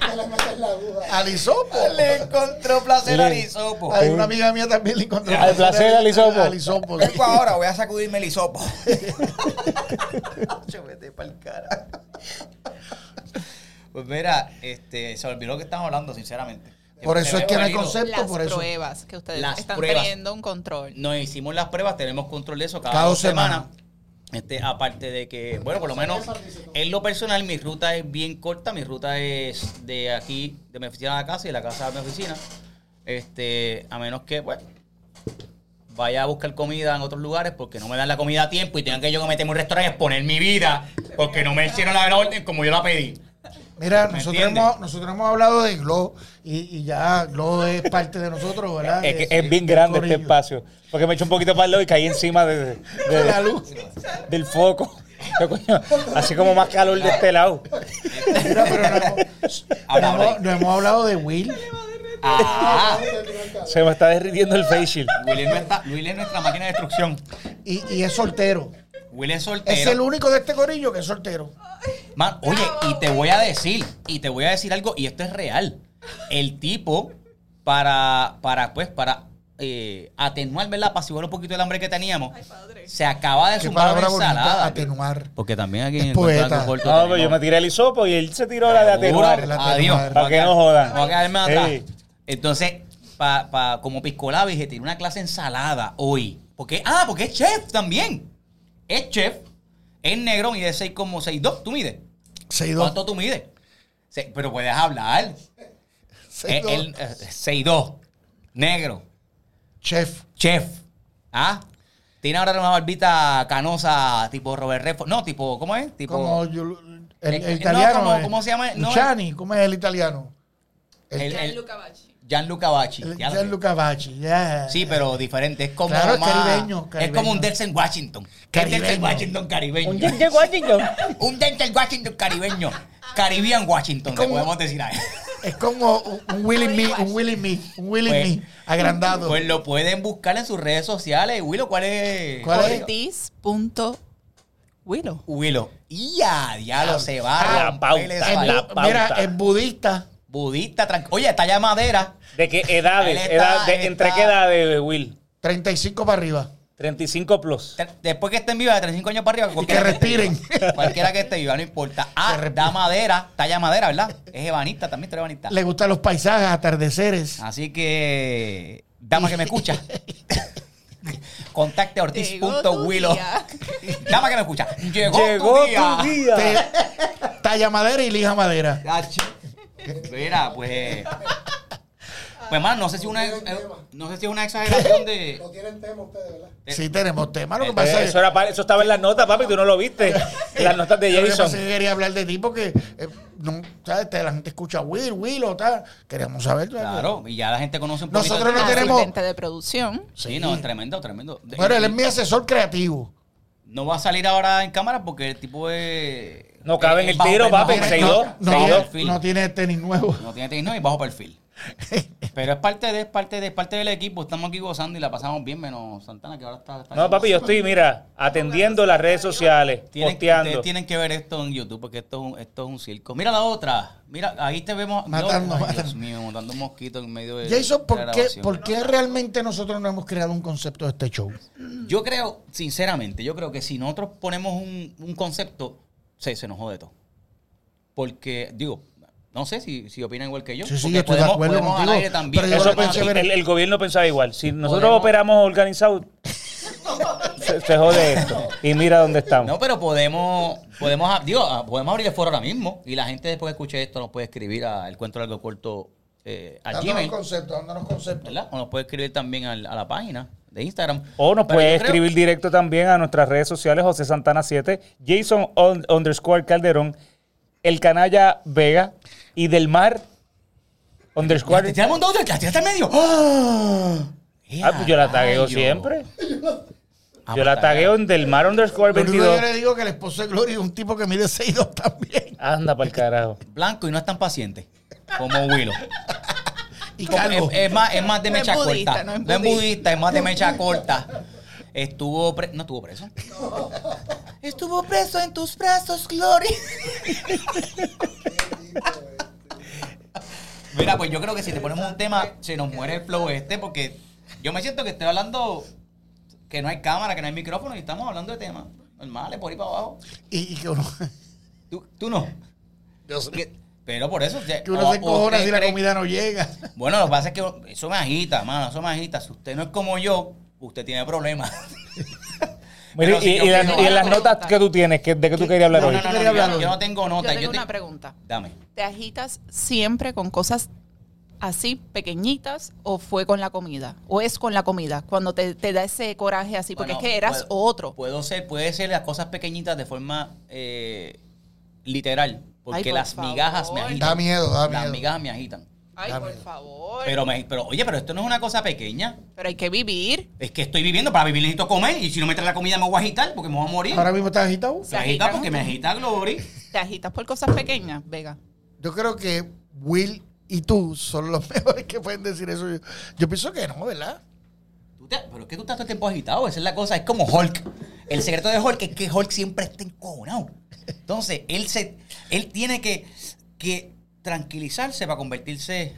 [SPEAKER 6] que le metes la duda.
[SPEAKER 3] Al hisopo.
[SPEAKER 2] Le encontró placer
[SPEAKER 1] Le-
[SPEAKER 2] al hisopo.
[SPEAKER 3] Hay una amiga mía también le encontró.
[SPEAKER 1] Al placer al hisopo.
[SPEAKER 3] Al hisopo. sí.
[SPEAKER 2] Vengo ahora, voy a sacudirme el hisopo. Yo vete pa'l cara. Pues mira, este, se olvidó lo que estamos hablando, sinceramente.
[SPEAKER 3] Por eso es que no hay
[SPEAKER 2] Hemos venido-
[SPEAKER 3] concepto.
[SPEAKER 4] Las
[SPEAKER 3] por eso.
[SPEAKER 4] pruebas que ustedes
[SPEAKER 2] Las
[SPEAKER 4] están
[SPEAKER 2] pruebas.
[SPEAKER 4] teniendo un control.
[SPEAKER 2] Nos hicimos las pruebas, tenemos control de eso cada,
[SPEAKER 3] Cada
[SPEAKER 2] dos
[SPEAKER 3] dos
[SPEAKER 2] semanas.
[SPEAKER 3] semanas.
[SPEAKER 2] Este, aparte de que, bueno, por lo menos en lo personal, mi ruta es bien corta. Mi ruta es de aquí, de mi oficina a la casa y de la casa a mi oficina. Este, a menos que, bueno, vaya a buscar comida en otros lugares porque no me dan la comida a tiempo y tengan que yo que meterme en un restaurante y exponer mi vida porque no me hicieron la orden como yo la pedí.
[SPEAKER 3] Mira,
[SPEAKER 2] ¿Me
[SPEAKER 3] nosotros
[SPEAKER 2] entiendes?
[SPEAKER 3] hemos, nosotros hemos hablado de Glow y, y ya Glow es parte de nosotros, ¿verdad?
[SPEAKER 1] Es, que es bien grande este espacio. Porque me eché un poquito para el lado y caí encima de, de-
[SPEAKER 3] La luz.
[SPEAKER 1] del foco. Yo, coño, así como más calor de este lado.
[SPEAKER 3] Mira, pero no hemos,
[SPEAKER 2] Habla,
[SPEAKER 3] no hemos-
[SPEAKER 2] habla.
[SPEAKER 3] no hemos hablado de Will.
[SPEAKER 2] Ah,
[SPEAKER 1] Se me está derritiendo el facial.
[SPEAKER 2] Willy no está- Willy es nuestra máquina de destrucción.
[SPEAKER 3] Y, y es soltero.
[SPEAKER 2] Willy es soltero.
[SPEAKER 3] Es el único de este corillo que es soltero.
[SPEAKER 2] Ah, Man, oye, y te voy a decir, y te voy a decir algo, y esto es real. El tipo, para, para pues, para eh, atenuar, ¿verdad? Pasivar un poquito el hambre que teníamos, se acaba de
[SPEAKER 3] Qué
[SPEAKER 2] sumar una
[SPEAKER 3] palabra bonita,
[SPEAKER 2] ensalada.
[SPEAKER 3] atenuar.
[SPEAKER 2] Porque también aquí
[SPEAKER 3] Es
[SPEAKER 2] en el Cuento de
[SPEAKER 3] poeta.
[SPEAKER 2] Algo Corto
[SPEAKER 1] No, pero yo me
[SPEAKER 2] tenemos-
[SPEAKER 1] tiré el hisopo y él se tiró la de atenuar.
[SPEAKER 3] Seguro.
[SPEAKER 2] Adiós.
[SPEAKER 3] Para
[SPEAKER 2] Voy a
[SPEAKER 1] que no
[SPEAKER 2] quedar-
[SPEAKER 1] jodan.
[SPEAKER 2] voy a quedarme atrás.
[SPEAKER 1] Sí.
[SPEAKER 2] Entonces, pa, pa- como piscola, dije, tiene una clase de ensalada hoy. Porque, ah, porque es chef también. Es chef. Es negro, mide 6,62. ¿Tú mides?
[SPEAKER 3] 6'2.
[SPEAKER 2] ¿Cuánto tú mides? Se- pero puedes hablar.
[SPEAKER 3] 6'2.
[SPEAKER 2] Eh, él, eh, 6'2. Negro.
[SPEAKER 3] Chef.
[SPEAKER 2] Chef. ¿Ah? Tiene ahora una barbita canosa tipo Robert Redford. No, tipo, ¿cómo es? Tipo.
[SPEAKER 3] Como yo- el, el
[SPEAKER 2] Eh, no,
[SPEAKER 3] italiano.
[SPEAKER 2] como-
[SPEAKER 3] eh.
[SPEAKER 2] ¿cómo se llama? No,
[SPEAKER 3] Luciani, ¿cómo es el italiano? El,
[SPEAKER 2] el- el-
[SPEAKER 4] Gianluca Bacci.
[SPEAKER 2] Gianluca Bacci.
[SPEAKER 3] el
[SPEAKER 2] Ya lo-
[SPEAKER 3] Gianluca Bacci. ya.
[SPEAKER 2] Sí, pero diferente. Es como
[SPEAKER 3] Claro, es
[SPEAKER 2] más-
[SPEAKER 3] caribeño,
[SPEAKER 2] Es como un
[SPEAKER 3] caribeño.
[SPEAKER 2] Denzel Washington.
[SPEAKER 3] Caribeño.
[SPEAKER 2] Un Denzel Washington caribeño.
[SPEAKER 1] Un Ginger Washington.
[SPEAKER 2] Un Denzel Washington caribeño. Caribbean Washington, le
[SPEAKER 3] Como-
[SPEAKER 2] podemos decir ahí.
[SPEAKER 3] Es como un un Willy Me, un Willy Me, un Willy
[SPEAKER 2] Pues-
[SPEAKER 3] Me, agrandado.
[SPEAKER 2] Pues lo pueden buscar en sus redes sociales. Willow, ¿cuál es?
[SPEAKER 3] ¿Cuál es?
[SPEAKER 4] Ortiz.willow.
[SPEAKER 2] Willow. Ya, diablo, se va.
[SPEAKER 1] La
[SPEAKER 2] romper
[SPEAKER 1] pauta,
[SPEAKER 2] eso
[SPEAKER 3] Es
[SPEAKER 2] ahí.
[SPEAKER 3] bu-
[SPEAKER 1] la pauta.
[SPEAKER 3] Mira, es budista.
[SPEAKER 2] Budista, tranquilo. Oye, está ya madera.
[SPEAKER 1] ¿De qué edades?
[SPEAKER 2] Él está-
[SPEAKER 1] Edad- de-
[SPEAKER 2] él
[SPEAKER 1] ¿Entre
[SPEAKER 2] está-
[SPEAKER 1] qué edades, Will?
[SPEAKER 3] 35 para arriba.
[SPEAKER 1] 35 plus.
[SPEAKER 2] Te- Después que estén vivas de 35 años para arriba,
[SPEAKER 3] Y que
[SPEAKER 2] cualquiera esté
[SPEAKER 3] respiren.
[SPEAKER 2] viva, cualquiera que esté viva, no importa. Ah,
[SPEAKER 3] Que
[SPEAKER 2] da madera, talla madera, ¿verdad? Es ebanista, también está ebanista.
[SPEAKER 3] Le gustan los paisajes, atardeceres.
[SPEAKER 2] Así que, dama que me escucha, contacte a ortiz.willow. Dama que me escucha, llegó,
[SPEAKER 1] Llegó
[SPEAKER 2] tu día.
[SPEAKER 1] tu día. Eh,
[SPEAKER 3] Te- talla madera y lija madera.
[SPEAKER 2] Ach. Mira, pues... Pues, man, no sé si una, eh, no sé si es una exageración de...
[SPEAKER 6] No tienen tema ustedes, ¿verdad?
[SPEAKER 2] Eh,
[SPEAKER 3] Sí, tenemos tema. Lo que
[SPEAKER 2] eh,
[SPEAKER 3] pasa
[SPEAKER 1] Eh,
[SPEAKER 3] es
[SPEAKER 1] Eso, era, pa- eso estaba en las notas, papi, tú no lo viste. En las notas de
[SPEAKER 3] lo que pasa
[SPEAKER 1] Jason.
[SPEAKER 3] es que quería hablar de ti porque eh, no, ¿sabes? Te- la gente escucha Will, Will o tal. Queríamos saber. ¿sabes?
[SPEAKER 2] Claro, y ya la gente conoce un poquito...
[SPEAKER 3] Nosotros no
[SPEAKER 2] de-
[SPEAKER 3] tenemos-
[SPEAKER 4] Asistente de producción.
[SPEAKER 2] Sí, no, tremendo, tremendo.
[SPEAKER 3] Bueno, él es mi asesor creativo.
[SPEAKER 2] No va a salir ahora en cámara porque el tipo es.
[SPEAKER 1] No cabe en
[SPEAKER 2] es
[SPEAKER 1] el
[SPEAKER 2] bajo
[SPEAKER 1] tiro,
[SPEAKER 2] perfil.
[SPEAKER 1] papi,
[SPEAKER 2] No,
[SPEAKER 1] se
[SPEAKER 2] no,
[SPEAKER 1] seguidor,
[SPEAKER 3] no,
[SPEAKER 2] bajo
[SPEAKER 1] seguidor.
[SPEAKER 2] perfil.
[SPEAKER 3] no tiene tenis nuevo.
[SPEAKER 2] No tiene tenis, no, y bajo perfil. Pero es parte de, es parte de, es parte del equipo. Estamos aquí gozando y la pasamos bien, menos Santana, que ahora está. está
[SPEAKER 1] No, papi, yo estoy, mira, atendiendo las redes sociales,
[SPEAKER 2] Tienen,
[SPEAKER 1] posteando.
[SPEAKER 2] ustedes tienen que ver esto en YouTube porque esto es un, esto es un circo. Mira la otra. Mira, ahí te vemos.
[SPEAKER 3] Matando,
[SPEAKER 2] Ay,
[SPEAKER 3] matando.
[SPEAKER 2] Dios mío, matando un mosquito en medio de.
[SPEAKER 3] Jason,
[SPEAKER 2] de
[SPEAKER 3] ¿por
[SPEAKER 2] la
[SPEAKER 3] qué,
[SPEAKER 2] grabación.
[SPEAKER 3] ¿por qué realmente nosotros no hemos creado un concepto de este show?
[SPEAKER 2] Yo creo, sinceramente, yo creo que si nosotros ponemos un, un concepto, se, se nos jode todo. Porque, digo, no sé si, si opinan igual que yo.
[SPEAKER 3] Sí, sí,
[SPEAKER 2] porque
[SPEAKER 3] yo estoy de acuerdo
[SPEAKER 2] podemos al
[SPEAKER 3] contigo,
[SPEAKER 2] aire también.
[SPEAKER 3] pero yo
[SPEAKER 1] Eso
[SPEAKER 3] lo pensé,
[SPEAKER 1] pensé,
[SPEAKER 3] pero-
[SPEAKER 1] el, el gobierno pensaba igual. Si nosotros
[SPEAKER 2] Podemos-
[SPEAKER 1] operamos organizado, se, se jode esto. Y mira dónde estamos.
[SPEAKER 2] No, pero podemos, podemos, ab- digo, ah, podemos abrir el foro ahora mismo y la gente después que escuche esto nos puede escribir a el cuento largo corto eh, a
[SPEAKER 3] Dándonos
[SPEAKER 2] Gmail,
[SPEAKER 3] conceptos, dándonos conceptos.
[SPEAKER 2] ¿verdad? O nos puede escribir también al- a la página de Instagram.
[SPEAKER 1] O nos
[SPEAKER 2] Pero
[SPEAKER 1] puede
[SPEAKER 2] yo creo-
[SPEAKER 1] escribir directo también a nuestras redes sociales, José Santana 7, Jason on- underscore Calderón, el canalla Vega y del mar
[SPEAKER 2] Ya,
[SPEAKER 1] underscore.
[SPEAKER 2] te tiramos este un dos, ya, tiraste al medio. ¡Ah!
[SPEAKER 1] Ah, pues yo la tagueo
[SPEAKER 2] Rayo.
[SPEAKER 1] siempre.
[SPEAKER 2] Ah,
[SPEAKER 1] Yo
[SPEAKER 2] pues
[SPEAKER 1] la
[SPEAKER 2] está
[SPEAKER 1] tagueo en del mar underscore
[SPEAKER 3] Lo único que yo
[SPEAKER 1] 22.
[SPEAKER 3] le digo es que el esposo de Gloria es un tipo que mide 6'2 también.
[SPEAKER 1] Anda para el carajo.
[SPEAKER 2] bien. Blanco y no es tan paciente como Willow.
[SPEAKER 3] Y
[SPEAKER 2] Como-
[SPEAKER 3] calvo.
[SPEAKER 2] Es, es más, es más de
[SPEAKER 4] No es
[SPEAKER 2] mecha
[SPEAKER 4] budista,
[SPEAKER 2] corta.
[SPEAKER 4] no es
[SPEAKER 2] No es
[SPEAKER 4] budista.
[SPEAKER 2] budista, es más de mecha corta. Estuvo pre- no estuvo preso. Estuvo preso en tus brazos, Glory. Mira, pues yo creo que si te ponemos un tema, se nos muere el flow este, porque yo me siento que estoy hablando que no hay cámara, que no hay micrófono y estamos hablando de temas normales por ahí para abajo.
[SPEAKER 3] Y, y que uno,
[SPEAKER 2] Tú, tú no. Que- Pero por eso. ya-
[SPEAKER 3] que uno
[SPEAKER 2] o-
[SPEAKER 3] se
[SPEAKER 2] o
[SPEAKER 3] cojona
[SPEAKER 2] ustedes
[SPEAKER 3] si la
[SPEAKER 2] creen-
[SPEAKER 3] comida no llega.
[SPEAKER 2] bueno, lo que pasa es que eso me agita, mano, eso me agita. Si usted no es como yo, usted tiene problemas.
[SPEAKER 1] Mira,
[SPEAKER 2] Pero
[SPEAKER 1] y,
[SPEAKER 2] si yo
[SPEAKER 1] y las-
[SPEAKER 2] quiero-
[SPEAKER 1] y en las notas que tú tienes, que- ¿de qué tú querías hablar
[SPEAKER 2] No, no,
[SPEAKER 1] hoy?
[SPEAKER 2] no, no,
[SPEAKER 3] Quería hablar
[SPEAKER 2] yo,
[SPEAKER 3] hoy.
[SPEAKER 2] yo no tengo
[SPEAKER 4] Yo
[SPEAKER 2] notas.
[SPEAKER 4] tengo
[SPEAKER 2] yo te-
[SPEAKER 4] una pregunta.
[SPEAKER 2] Dame.
[SPEAKER 4] ¿Te agitas siempre con cosas así, pequeñitas, o fue con la comida? ¿O es con la comida? Cuando te, te da ese coraje así, porque
[SPEAKER 2] Bueno,
[SPEAKER 4] es que eras
[SPEAKER 2] puedo-
[SPEAKER 4] otro.
[SPEAKER 2] Puedo ser, puede ser las cosas pequeñitas de forma eh, literal, porque
[SPEAKER 4] Ay, por
[SPEAKER 2] las migajas me
[SPEAKER 4] favor.
[SPEAKER 2] agitan.
[SPEAKER 3] Da miedo, da
[SPEAKER 2] Las
[SPEAKER 3] miedo.
[SPEAKER 2] migajas me agitan.
[SPEAKER 4] Ay,
[SPEAKER 3] Dame.
[SPEAKER 4] por favor. Pero,
[SPEAKER 2] Pero, me, pero, oye, pero esto no es una cosa pequeña.
[SPEAKER 4] hay que vivir.
[SPEAKER 2] Es que estoy viviendo, para vivir necesito comer, y si no me trae la comida me voy a agitar porque me voy a morir.
[SPEAKER 3] Ahora mismo estás agitado.
[SPEAKER 2] me agita porque me agita Glory.
[SPEAKER 4] Te agitas por cosas pequeñas, Vega.
[SPEAKER 3] Yo creo que Will y tú son los mejores que pueden decir eso. Yo, yo pienso que no, ¿verdad?
[SPEAKER 2] Tú te- pero es que tú estás todo el tiempo agitado, esa es la cosa, es como Hulk. El secreto de Hulk es que Hulk siempre está encojonado. Entonces, él se él tiene que, que tranquilizarse para convertirse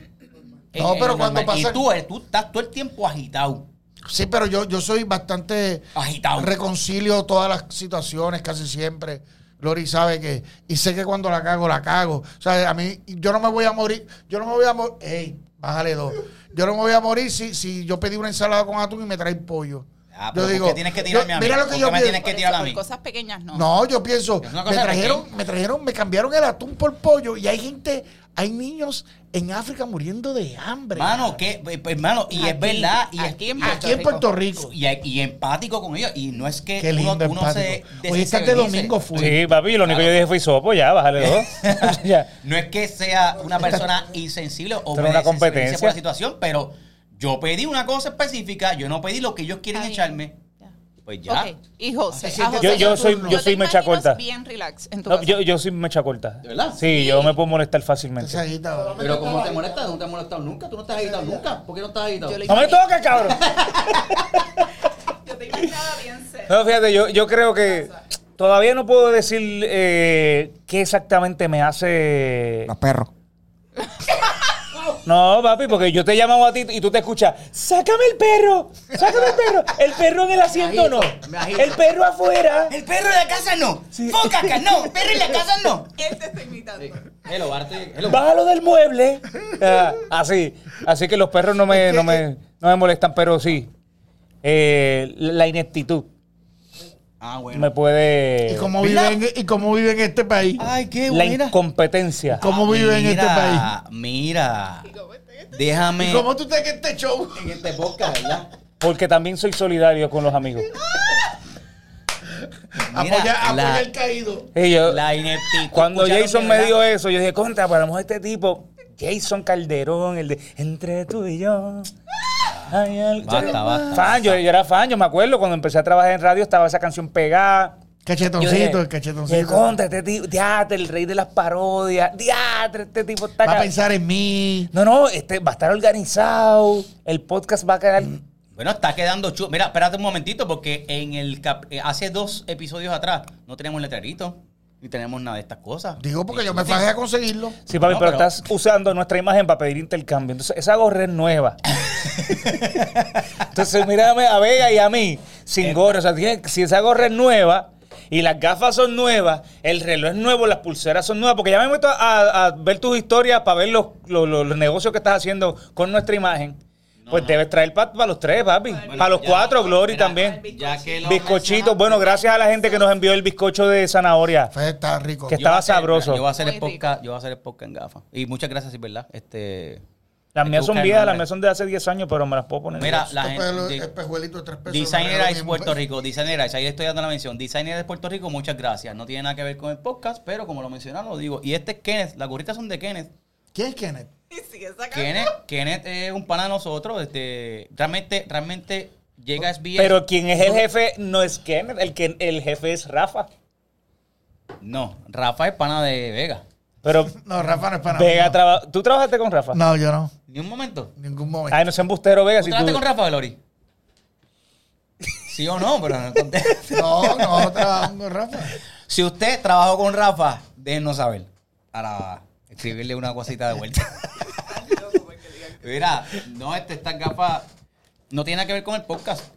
[SPEAKER 2] en
[SPEAKER 3] No, pero
[SPEAKER 2] en
[SPEAKER 3] cuando
[SPEAKER 2] normal.
[SPEAKER 3] pasa-
[SPEAKER 2] Y tú, eh, tú estás todo el tiempo agitado.
[SPEAKER 3] Sí, pero yo, yo soy bastante...
[SPEAKER 2] Agitado.
[SPEAKER 3] Reconcilio todas las situaciones casi siempre. Lori sabe que... Y sé que cuando la cago, la cago. O sea, a mí... Yo no me voy a morir. Yo no me voy a morir... ¡Ey! Bájale dos. Yo no me voy a morir si, si yo pedí una ensalada con atún y me traen pollo.
[SPEAKER 2] Ah,
[SPEAKER 3] yo
[SPEAKER 2] pero ¿por qué tienes que tirarme
[SPEAKER 3] yo-
[SPEAKER 2] a mí?
[SPEAKER 3] Mira lo
[SPEAKER 2] ¿Por
[SPEAKER 3] que yo
[SPEAKER 2] qué me
[SPEAKER 3] pienso.
[SPEAKER 2] tienes que
[SPEAKER 4] Por
[SPEAKER 2] tirar
[SPEAKER 4] eso,
[SPEAKER 2] a
[SPEAKER 4] por
[SPEAKER 2] mí?
[SPEAKER 4] cosas pequeñas no.
[SPEAKER 3] No, yo pienso,
[SPEAKER 2] Es una
[SPEAKER 3] me
[SPEAKER 2] cosa de
[SPEAKER 3] trajeron,
[SPEAKER 2] pequeño.
[SPEAKER 3] me trajeron, me cambiaron el atún por pollo y hay gente, hay niños en África muriendo de hambre.
[SPEAKER 2] Mano, que, eh, pues, hermano, y es
[SPEAKER 4] Aquí,
[SPEAKER 2] verdad, y es-
[SPEAKER 4] aquí en
[SPEAKER 2] y
[SPEAKER 4] Puerto
[SPEAKER 3] aquí en Puerto Rico.
[SPEAKER 2] y, y empático con ellos. Y no es que
[SPEAKER 3] Qué lindo,
[SPEAKER 2] uno, uno se
[SPEAKER 3] empático. Hoy estás de
[SPEAKER 2] desensibilice.
[SPEAKER 3] domingo full.
[SPEAKER 1] Sí, papi, lo único que yo dije fue sopo, ya, bájale dos. ya.
[SPEAKER 2] No es que sea una persona insensible o
[SPEAKER 1] Pero una competencia.
[SPEAKER 2] por la situación, pero yo pedí una cosa específica, yo no pedí lo que ellos quieren
[SPEAKER 4] Está bien.
[SPEAKER 2] echarme.
[SPEAKER 4] Ya.
[SPEAKER 2] Pues ya.
[SPEAKER 4] Ok, y José.
[SPEAKER 3] Ah, sí, sí,
[SPEAKER 4] a
[SPEAKER 3] yo-
[SPEAKER 4] José,
[SPEAKER 1] yo soy- yo
[SPEAKER 4] te
[SPEAKER 1] soy mecha
[SPEAKER 4] imaginas
[SPEAKER 1] corta.
[SPEAKER 4] bien relax en tu
[SPEAKER 1] No,
[SPEAKER 4] casa.
[SPEAKER 1] yo, yo soy mecha corta.
[SPEAKER 2] ¿De verdad?
[SPEAKER 1] Sí, yo me puedo molestar
[SPEAKER 3] Usted se
[SPEAKER 1] fácilmente.
[SPEAKER 3] agita ahora.
[SPEAKER 2] Pero como te molestas, no te has molestado nunca, tú no estás agitado nunca. ¿Por qué no estás agitado?
[SPEAKER 4] Yo le-
[SPEAKER 1] ¡No me toques, cabrón!
[SPEAKER 4] Yo te imaginaba bien serio.
[SPEAKER 1] No, fíjate, yo, yo creo que todavía no puedo decir eh, qué exactamente me hace.
[SPEAKER 7] Los perros.
[SPEAKER 1] No, papi, porque yo te llamo a ti y tú te escuchas, sácame el perro, sácame el perro, el perro en el asiento no,
[SPEAKER 2] me agito.
[SPEAKER 1] el perro afuera.
[SPEAKER 2] El perro de la casa no. Foca acá, no. El perro de la casa no.
[SPEAKER 1] ¿Eh?
[SPEAKER 4] Él te está imitando.
[SPEAKER 2] Hello, Arte. Hello.
[SPEAKER 1] Bájalo del mueble. Ah, así. Así que los perros no me, no me, no me molestan, pero sí. eh, la ineptitud
[SPEAKER 2] Ah,
[SPEAKER 1] me
[SPEAKER 2] bueno.
[SPEAKER 1] puede.
[SPEAKER 3] ¿Y cómo vive en, y cómo vive en este país?
[SPEAKER 2] Ay, ah, qué
[SPEAKER 1] La
[SPEAKER 2] buena.
[SPEAKER 1] incompetencia.
[SPEAKER 3] ¿Cómo vive en este país?
[SPEAKER 2] Mira.
[SPEAKER 4] este
[SPEAKER 2] Déjame.
[SPEAKER 3] ¿Y cómo tú te que este show?
[SPEAKER 2] En este podcast, ¿verdad?
[SPEAKER 1] Porque también soy solidario con los amigos.
[SPEAKER 2] Mira,
[SPEAKER 3] apoya apoya
[SPEAKER 2] la-
[SPEAKER 3] el caído.
[SPEAKER 1] Y yo-
[SPEAKER 2] La ineptitud.
[SPEAKER 1] cuando
[SPEAKER 2] Escucharon
[SPEAKER 1] Jason
[SPEAKER 2] que
[SPEAKER 1] me
[SPEAKER 2] era-
[SPEAKER 1] dio eso, yo dije, contra, para lo mejor este tipo, Jason Calderón, el de entre tú y yo. Hay algo-
[SPEAKER 2] Basta, basta,
[SPEAKER 1] Fan, yo, yo era fan, yo me acuerdo cuando empecé a trabajar en radio, estaba esa canción pegada.
[SPEAKER 3] Cachetoncito, el
[SPEAKER 1] El
[SPEAKER 3] cachetoncito.
[SPEAKER 1] contra, este tipo, diatre, el rey de las parodias, diatre, este tipo está
[SPEAKER 3] Va a
[SPEAKER 1] ca-
[SPEAKER 3] pensar en mí.
[SPEAKER 1] No, no, este va a estar organizado, el podcast va a quedar.
[SPEAKER 3] Mm.
[SPEAKER 2] Bueno, está quedando chulo. Mira, espérate un momentito, porque en el cap- eh, hace dos episodios atrás no teníamos letrerito ni tenemos nada de estas cosas.
[SPEAKER 3] Digo porque yo me fajé a conseguirlo.
[SPEAKER 1] Sí, papi,
[SPEAKER 2] No,
[SPEAKER 1] pero,
[SPEAKER 2] pero-
[SPEAKER 1] estás usando nuestra imagen para pedir intercambio. Entonces, esa gorra es nueva. Entonces, mírame a Vega y a mí,
[SPEAKER 2] Eh,
[SPEAKER 1] sin gorra. O sea, tiene- si esa gorra es nueva y las gafas son nuevas, el reloj es nuevo, las pulseras son nuevas, porque ya me meto a, a ver tus historias para ver los, los- los- los negocios que estás haciendo con nuestra imagen. Pues
[SPEAKER 2] no.
[SPEAKER 1] debes traer para los tres, papi.
[SPEAKER 2] Bueno,
[SPEAKER 1] para los
[SPEAKER 2] ya.
[SPEAKER 1] cuatro, Glory
[SPEAKER 2] Mira,
[SPEAKER 1] también.
[SPEAKER 2] Ya que lo
[SPEAKER 1] Bizcochitos. Bueno, gracias a la gente que nos envió el bizcocho de zanahoria.
[SPEAKER 3] Fede está rico.
[SPEAKER 1] Que
[SPEAKER 2] Yo voy a
[SPEAKER 1] estaba
[SPEAKER 2] hacer-
[SPEAKER 1] sabroso.
[SPEAKER 2] Yo voy a hacer el
[SPEAKER 4] Muy rico.
[SPEAKER 2] podcast, yo voy a hacer el podcast en gafas. Y muchas gracias, sí, ¿verdad? Este
[SPEAKER 1] Las mías son
[SPEAKER 2] Busca el
[SPEAKER 1] viejas, las
[SPEAKER 2] nombre.
[SPEAKER 1] mías son de hace 10 años, pero me las puedo poner.
[SPEAKER 2] Mira,
[SPEAKER 3] Estos
[SPEAKER 2] la
[SPEAKER 3] pelos-
[SPEAKER 2] gente
[SPEAKER 3] el pejuelito de tres pesos. me
[SPEAKER 2] Designer
[SPEAKER 3] dieron
[SPEAKER 2] Ice
[SPEAKER 3] bien
[SPEAKER 2] Puerto
[SPEAKER 3] peso.
[SPEAKER 2] Rico, Designer Ice, ahí estoy dando la mención. Designer Ice Puerto Rico, muchas gracias. No tiene nada que ver con el podcast, pero como lo mencionaron, lo digo. Y este es Kenneth, las gorritas son de Kenneth.
[SPEAKER 3] ¿Quién es Kenneth?
[SPEAKER 4] Y sigue sacando.
[SPEAKER 2] Kenneth, Kenneth es un pana de nosotros. Este, realmente, realmente llega a SBS.
[SPEAKER 1] Pero quien es el jefe no es Kenneth, el, que, el jefe es Rafa.
[SPEAKER 2] no, Rafa es pana de Vega.
[SPEAKER 1] Pero
[SPEAKER 3] No, Rafa no es para
[SPEAKER 1] Vega,
[SPEAKER 3] mí,
[SPEAKER 1] traba- ¿tú trabajaste con Rafa?
[SPEAKER 3] no. no, yo no.
[SPEAKER 2] Ni un momento.
[SPEAKER 3] Ningún momento.
[SPEAKER 1] Ay, no seas embustero, Vega.
[SPEAKER 2] ¿Tú
[SPEAKER 1] Si
[SPEAKER 2] trabajaste
[SPEAKER 1] tú-
[SPEAKER 2] con Rafa, Lori? Sí o no, pero no contestes.
[SPEAKER 3] No, no, trabajo con Rafa.
[SPEAKER 2] Si usted trabajó con Rafa, déjenos saber. Para escribirle una cosita de vuelta. Mira, no, este, estas gafas no tiene nada que ver con el podcast.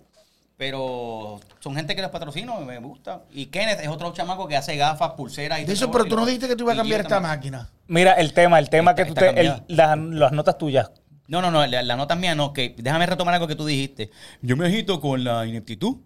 [SPEAKER 2] Pero son gente que las patrocino y me gusta. Y Kenneth es otro chamaco que hace gafas, pulseras y
[SPEAKER 3] De eso,
[SPEAKER 2] todo
[SPEAKER 3] pero
[SPEAKER 2] y
[SPEAKER 3] tú no
[SPEAKER 2] lo-
[SPEAKER 3] dijiste que tú ibas a
[SPEAKER 2] y
[SPEAKER 3] cambiar
[SPEAKER 2] yo
[SPEAKER 3] esta
[SPEAKER 2] también.
[SPEAKER 3] máquina.
[SPEAKER 1] Mira, el tema, el tema
[SPEAKER 2] Está-
[SPEAKER 1] que tú
[SPEAKER 2] está
[SPEAKER 1] te. el-
[SPEAKER 2] cambiado.
[SPEAKER 1] las, las notas tuyas.
[SPEAKER 2] No, no, no, la, la nota mía no, que déjame retomar algo que tú dijiste. Yo me agito con la ineptitud,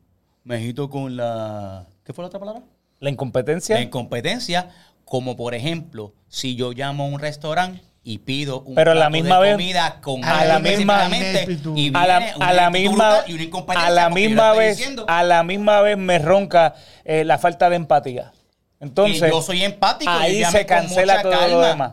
[SPEAKER 2] me agito con la... ¿Qué fue la otra palabra?
[SPEAKER 1] La incompetencia.
[SPEAKER 2] La incompetencia, como por ejemplo, si yo llamo a un restaurante y pido un
[SPEAKER 1] Pero a la
[SPEAKER 2] plato
[SPEAKER 1] misma
[SPEAKER 2] de
[SPEAKER 1] vez-
[SPEAKER 2] comida con
[SPEAKER 1] a
[SPEAKER 2] algo
[SPEAKER 1] la misma-
[SPEAKER 2] específicamente, y
[SPEAKER 1] a la, a
[SPEAKER 2] viene una
[SPEAKER 1] la
[SPEAKER 2] actitud
[SPEAKER 1] misma
[SPEAKER 2] brutal y una incompetencia,
[SPEAKER 1] a la
[SPEAKER 2] porque yo le
[SPEAKER 1] misma
[SPEAKER 2] estoy
[SPEAKER 1] vez
[SPEAKER 2] diciendo
[SPEAKER 1] a la misma vez me ronca eh, la falta de empatía
[SPEAKER 2] que
[SPEAKER 1] entonces
[SPEAKER 2] yo soy empático y
[SPEAKER 1] ahí
[SPEAKER 2] yo llamé
[SPEAKER 1] se
[SPEAKER 2] con
[SPEAKER 1] cancela
[SPEAKER 2] mucha
[SPEAKER 1] todo lo
[SPEAKER 2] calma.
[SPEAKER 1] demás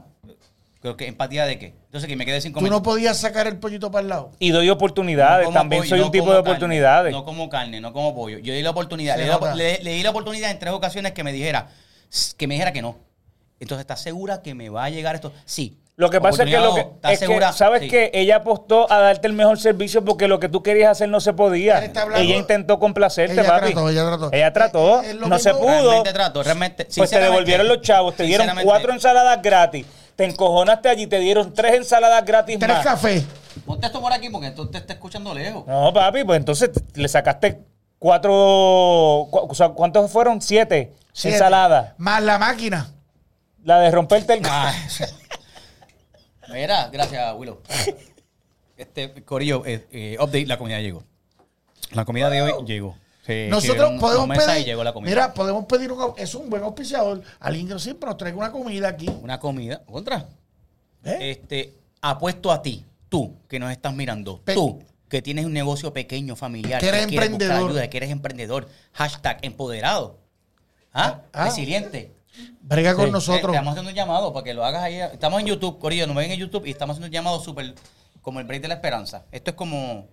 [SPEAKER 2] Creo que empatía de qué? Entonces que me quedé sin
[SPEAKER 3] Tú
[SPEAKER 2] comer.
[SPEAKER 3] no podías sacar el pollito para el lado.
[SPEAKER 1] y doy oportunidades
[SPEAKER 2] como
[SPEAKER 1] también
[SPEAKER 2] pollo,
[SPEAKER 1] soy
[SPEAKER 2] no
[SPEAKER 1] un tipo
[SPEAKER 2] como
[SPEAKER 1] de
[SPEAKER 2] carne,
[SPEAKER 1] oportunidades
[SPEAKER 2] No como carne, no como pollo. Yo di la oportunidad.
[SPEAKER 3] Se
[SPEAKER 2] Le, di la-
[SPEAKER 3] nota.
[SPEAKER 2] le- le di la oportunidad en tres ocasiones que me dijera que me dijera que no. Entonces, ¿estás segura que me va a llegar esto? Sí.
[SPEAKER 1] lo que pasa es que
[SPEAKER 2] Oportunidad
[SPEAKER 1] lo
[SPEAKER 2] o
[SPEAKER 1] que,
[SPEAKER 2] no, ¿estás
[SPEAKER 1] es que,
[SPEAKER 2] segura?
[SPEAKER 1] sabes
[SPEAKER 2] Sí.
[SPEAKER 1] que ella apostó a darte el mejor servicio porque lo que tú querías hacer no se podía
[SPEAKER 3] Él está hablando-
[SPEAKER 1] ella intentó complacerte
[SPEAKER 3] Ella
[SPEAKER 1] papi
[SPEAKER 3] trató, ella trató.
[SPEAKER 1] Ella trató,
[SPEAKER 3] Es- es lo
[SPEAKER 1] no se
[SPEAKER 3] mismo-
[SPEAKER 1] pudo
[SPEAKER 2] Realmente trato, realmente.
[SPEAKER 1] Pues te
[SPEAKER 2] sinceramente,
[SPEAKER 1] devolvieron los chavos, te dieron
[SPEAKER 2] sinceramente,
[SPEAKER 1] cuatro ensaladas gratis, te encojonaste allí, te dieron tres ensaladas gratis
[SPEAKER 3] Tres
[SPEAKER 1] más.
[SPEAKER 3] cafés.
[SPEAKER 2] Ponte esto por aquí porque entonces te está escuchando lejos.
[SPEAKER 1] No, papi, pues entonces t- le sacaste cuatro, cu- o sea, ¿cuántos fueron? Siete,
[SPEAKER 3] siete,
[SPEAKER 1] ensaladas.
[SPEAKER 3] Más la máquina.
[SPEAKER 1] La de romperte el...
[SPEAKER 2] Ah, Mira, gracias, Willow. Este, Corillo, eh, eh, update, la comida llegó. La comida de hoy llegó. Sí,
[SPEAKER 3] Nosotros
[SPEAKER 2] escribieron un-
[SPEAKER 3] podemos
[SPEAKER 2] un mensaje
[SPEAKER 3] pedir.
[SPEAKER 2] y llegó la comida.
[SPEAKER 3] Mira, podemos pedir un, es un buen auspiciador. Alguien que siempre nos traiga una comida aquí.
[SPEAKER 2] Una comida. Contra.
[SPEAKER 3] ¿eh?
[SPEAKER 2] Este, apuesto a ti, tú que nos estás mirando,
[SPEAKER 3] Pe-
[SPEAKER 2] tú que tienes un negocio pequeño, familiar,
[SPEAKER 3] Que eres
[SPEAKER 2] quieres buscar
[SPEAKER 3] emprendedor.
[SPEAKER 2] ayuda, que eres emprendedor. Hashtag empoderado. ¿Ah?
[SPEAKER 3] Ah.
[SPEAKER 2] Resiliente.
[SPEAKER 3] Brega con
[SPEAKER 1] sí.
[SPEAKER 3] nosotros.
[SPEAKER 2] Eh, estamos haciendo un llamado para que lo hagas ahí. Estamos en YouTube, Corillo, nos ven en YouTube y estamos haciendo un llamado súper como el break de la esperanza. Esto es como.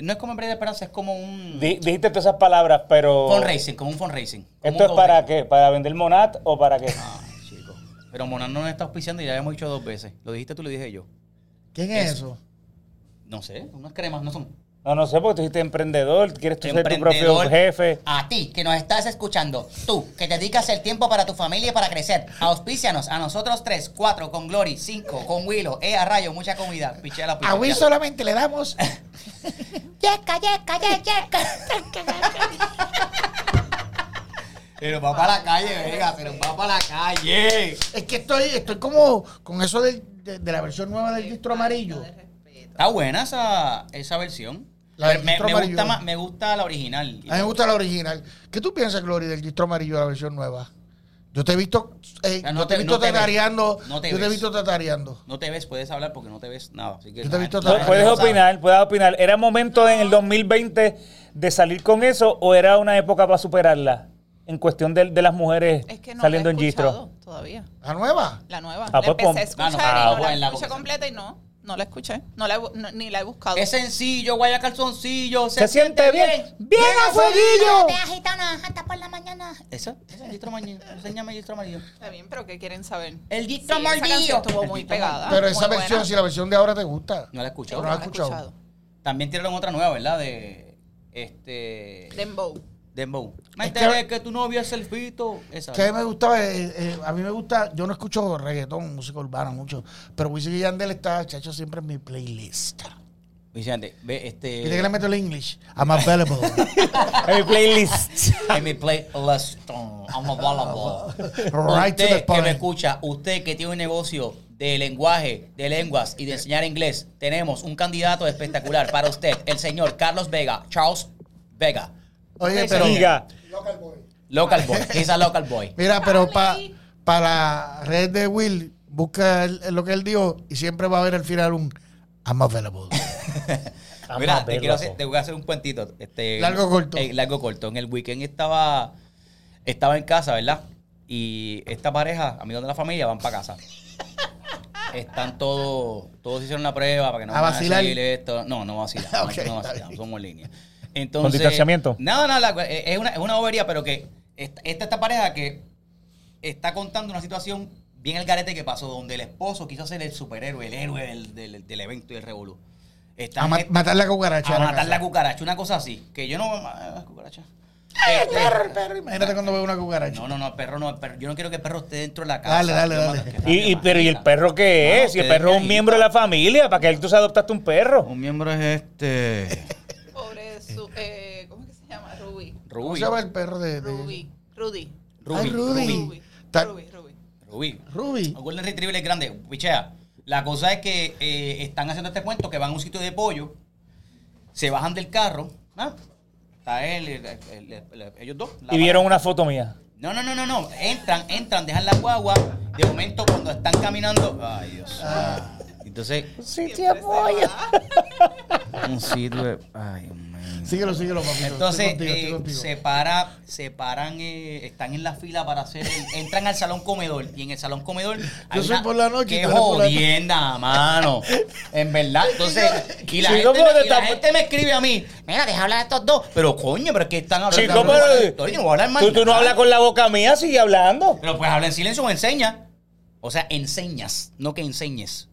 [SPEAKER 2] No es como el break de la esperanza, es como un
[SPEAKER 1] Di- dijiste todas esas palabras, pero...
[SPEAKER 2] fundraising, como un fundraising. como
[SPEAKER 1] ¿Esto
[SPEAKER 2] un
[SPEAKER 1] es para
[SPEAKER 2] GoFundMe.
[SPEAKER 1] qué? ¿Para vender Monat o para qué?
[SPEAKER 2] Ah, chico. Pero Monan no nos está auspiciando y ya lo hemos dicho dos veces. Lo dijiste tú, lo dije yo.
[SPEAKER 3] ¿Quién es
[SPEAKER 2] es-
[SPEAKER 3] eso?
[SPEAKER 2] No sé, unas cremas no son.
[SPEAKER 1] No, no sé, porque tú dijiste emprendedor, quieres tú ser tu propio
[SPEAKER 2] Emprendedor.
[SPEAKER 1] jefe.
[SPEAKER 2] A ti que nos estás escuchando, tú que te dedicas el tiempo para tu familia y para crecer, auspícianos a nosotros tres, cuatro con Glory, cinco con Willow, eh, a rayo, mucha comida. Piché la
[SPEAKER 3] A Will solamente le damos.
[SPEAKER 7] Yeca, yeca, yeca, yeca. yeca, yeca.
[SPEAKER 2] Se nos va para la calle, venga, se nos va para la calle.
[SPEAKER 3] Es que estoy, estoy como con eso del- de, de la versión nueva del distro amarillo.
[SPEAKER 2] Está buena esa, esa versión.
[SPEAKER 3] La del
[SPEAKER 2] Pero me,
[SPEAKER 3] Distro
[SPEAKER 2] me
[SPEAKER 3] Amarillo.
[SPEAKER 2] gusta más, me gusta la original.
[SPEAKER 3] A mí me gusta la original. ¿Qué tú piensas, Glory, del distro amarillo de la versión nueva? Yo te he visto, eh,
[SPEAKER 2] Ah, no
[SPEAKER 3] yo te he
[SPEAKER 2] te-
[SPEAKER 3] visto
[SPEAKER 2] no te ves.
[SPEAKER 3] tatareando.
[SPEAKER 2] No te
[SPEAKER 3] yo te he
[SPEAKER 2] ves.
[SPEAKER 3] visto tatareando.
[SPEAKER 2] No te ves, puedes hablar porque no te ves nada. Así que
[SPEAKER 3] Yo te he
[SPEAKER 2] nada,
[SPEAKER 3] visto
[SPEAKER 2] nada,
[SPEAKER 1] Pu-
[SPEAKER 3] Ah,
[SPEAKER 1] Puedes
[SPEAKER 2] no sabes.
[SPEAKER 1] opinar, puedes opinar. ¿Era momento en el 2020 de salir con eso o era una época para superarla? En cuestión de, de las mujeres
[SPEAKER 4] Es que no
[SPEAKER 1] saliendo
[SPEAKER 4] la he
[SPEAKER 1] en gistro.
[SPEAKER 4] escuchado todavía.
[SPEAKER 3] ¿La nueva?
[SPEAKER 4] La nueva.
[SPEAKER 1] Ah,
[SPEAKER 4] la
[SPEAKER 1] pues, pon-
[SPEAKER 4] empecé a
[SPEAKER 2] Ah,
[SPEAKER 4] escuchar
[SPEAKER 2] no,
[SPEAKER 4] y
[SPEAKER 2] ah,
[SPEAKER 4] no
[SPEAKER 2] bueno,
[SPEAKER 4] la
[SPEAKER 2] la
[SPEAKER 4] escuché
[SPEAKER 2] boca.
[SPEAKER 4] completa y no, no la escuché. No la, he bu- no- ni la he buscado.
[SPEAKER 2] Es sencillo, guaya calzoncillo.
[SPEAKER 1] Se siente bien. ¡Bien a fueguillo!
[SPEAKER 7] Te agitana hasta por la mañana.
[SPEAKER 2] Eso, eso es el distro amarillo. Enséñame el distro amarillo.
[SPEAKER 4] Está bien, pero ¿qué quieren saber?
[SPEAKER 2] El
[SPEAKER 4] Sí,
[SPEAKER 2] distro
[SPEAKER 4] esa
[SPEAKER 2] amarillo.
[SPEAKER 4] canción estuvo
[SPEAKER 2] El
[SPEAKER 4] muy
[SPEAKER 2] distro
[SPEAKER 4] pegada.
[SPEAKER 3] Pero
[SPEAKER 4] Ah, muy
[SPEAKER 3] esa versión,
[SPEAKER 4] buena.
[SPEAKER 3] si la versión de ahora te gusta.
[SPEAKER 2] No la he escuchado.
[SPEAKER 3] No la he
[SPEAKER 4] he
[SPEAKER 3] escuchado.
[SPEAKER 2] También tiraron otra nueva, ¿verdad? De. Este.
[SPEAKER 4] Dembow.
[SPEAKER 2] Dembow.
[SPEAKER 3] Es
[SPEAKER 2] Me
[SPEAKER 3] que-
[SPEAKER 2] enteré que tu novio es el fito. Esa.
[SPEAKER 3] Que a mí me gustaba, eh, eh, a mí me gusta, yo no escucho reggaetón, música urbana mucho, pero Wisin y Yandel está, chacho, siempre en mi playlist.
[SPEAKER 2] Eh. Vicente, ve este.
[SPEAKER 3] Viste que le meto el English, I'm available.
[SPEAKER 1] En mi playlist.
[SPEAKER 2] Let me play Leston. I'm a volleyball.
[SPEAKER 3] right to
[SPEAKER 2] Usted que
[SPEAKER 3] the
[SPEAKER 2] me
[SPEAKER 3] point.
[SPEAKER 2] escucha, usted que tiene un negocio de lenguaje, de lenguas y de enseñar inglés, tenemos un candidato espectacular para usted, el señor Carlos Vega, Charles Vega.
[SPEAKER 3] Oye,
[SPEAKER 2] Ustedes
[SPEAKER 3] pero.
[SPEAKER 2] son
[SPEAKER 1] Diga.
[SPEAKER 6] Local boy.
[SPEAKER 2] Local boy, he's a local boy.
[SPEAKER 3] Mira, pero pa-
[SPEAKER 4] Dale.
[SPEAKER 3] para la red de Will, busca el- el- lo que él dijo y siempre va a haber al final un I'm available.
[SPEAKER 1] Vamos a
[SPEAKER 2] Mira, te
[SPEAKER 1] verlo,
[SPEAKER 2] quiero hacer,
[SPEAKER 1] po.
[SPEAKER 2] te voy a hacer un cuentito. Este,
[SPEAKER 3] Largo o corto.
[SPEAKER 2] eh, largo o corto. En el weekend estaba, estaba en casa, ¿verdad? Y esta pareja, amigos de la familia, van para casa. Están todos, todos hicieron una prueba para que no
[SPEAKER 3] ¿A
[SPEAKER 2] van
[SPEAKER 3] vacilar?
[SPEAKER 2] decir esto. No, no vacilan. no
[SPEAKER 3] Ok, está
[SPEAKER 2] vacilan,
[SPEAKER 3] bien.
[SPEAKER 2] somos en línea. Entonces,
[SPEAKER 1] distanciamiento?
[SPEAKER 2] No, no, la- eh, es, una, es una bobería, pero que esta, esta, esta pareja que está contando una situación bien el garete que pasó, donde el esposo quiso ser el superhéroe, el héroe del, del- del evento y el revolú. Están-
[SPEAKER 3] a ma- matar la
[SPEAKER 2] a
[SPEAKER 3] cucaracha. de la
[SPEAKER 2] matar
[SPEAKER 3] casa.
[SPEAKER 2] la cucaracha, una cosa así. Que yo no. ah, las cucarachas. Este,
[SPEAKER 3] Pero Imagínate cuando veo una cucaracha.
[SPEAKER 2] no, no, no, el perro no. el perro- yo no quiero que el perro esté dentro de la casa.
[SPEAKER 3] Dale, dale,
[SPEAKER 2] Yo, mano,
[SPEAKER 3] dale.
[SPEAKER 2] es que
[SPEAKER 1] Y, y-
[SPEAKER 2] está
[SPEAKER 1] pero ¿y el
[SPEAKER 2] bajita.
[SPEAKER 1] perro qué
[SPEAKER 2] Mano,
[SPEAKER 1] es? Si el
[SPEAKER 2] ustedes
[SPEAKER 1] perro es un
[SPEAKER 2] bajita.
[SPEAKER 1] miembro de la familia, ¿para que tú se adoptaste un perro?
[SPEAKER 2] Un miembro es este.
[SPEAKER 4] Pobre su, eh, ¿cómo es que se llama? Ruby.
[SPEAKER 3] ¿Cómo
[SPEAKER 2] Ruby.
[SPEAKER 3] se llama el perro de, de-
[SPEAKER 4] Ruby. Rudy.
[SPEAKER 2] Ruby.
[SPEAKER 3] Ay, Rudy.
[SPEAKER 4] Ruby.
[SPEAKER 3] Ta-
[SPEAKER 4] Ruby. Ruby.
[SPEAKER 2] Ruby.
[SPEAKER 3] Ruby.
[SPEAKER 2] Un Golden Retriever es grande. Pichea. La cosa es que eh, están haciendo este cuento que van a un sitio de pollo, se bajan del carro. ¿ah? Está él, el- el- el- el- ellos dos. la
[SPEAKER 1] Y vieron una foto mía.
[SPEAKER 2] No, no, no, no, no. Entran, entran, dejan la guagua. De momento, cuando están caminando. Ay, Dios.
[SPEAKER 3] Ah.
[SPEAKER 2] Entonces, un sitio de. Ay, man.
[SPEAKER 3] Síguelo, síguelo, papito. Estoy
[SPEAKER 2] Entonces,
[SPEAKER 3] contigo, estoy
[SPEAKER 2] eh,
[SPEAKER 3] contigo.
[SPEAKER 2] se para, se paran, eh, están en la fila para hacer. el- entran al salón comedor. Y en el salón comedor. hay
[SPEAKER 3] soy por la noche y
[SPEAKER 2] Qué
[SPEAKER 3] tú eres por la-
[SPEAKER 2] jodienda, mano. En verdad. Entonces, y la,
[SPEAKER 1] Chico,
[SPEAKER 2] gente,
[SPEAKER 1] pero
[SPEAKER 2] me, y la
[SPEAKER 1] tampoco-
[SPEAKER 2] gente me escribe a mí. Mira, deja hablar a estos dos. Pero coño, pero es que están hablando.
[SPEAKER 1] Chico, pero
[SPEAKER 2] Oye, no voy a hablar más
[SPEAKER 1] tú, tú no
[SPEAKER 2] nada.
[SPEAKER 1] hablas con la boca mía, sigue hablando.
[SPEAKER 2] Pero pues habla en silencio o enseña. O sea, enseñas, no que enseñes.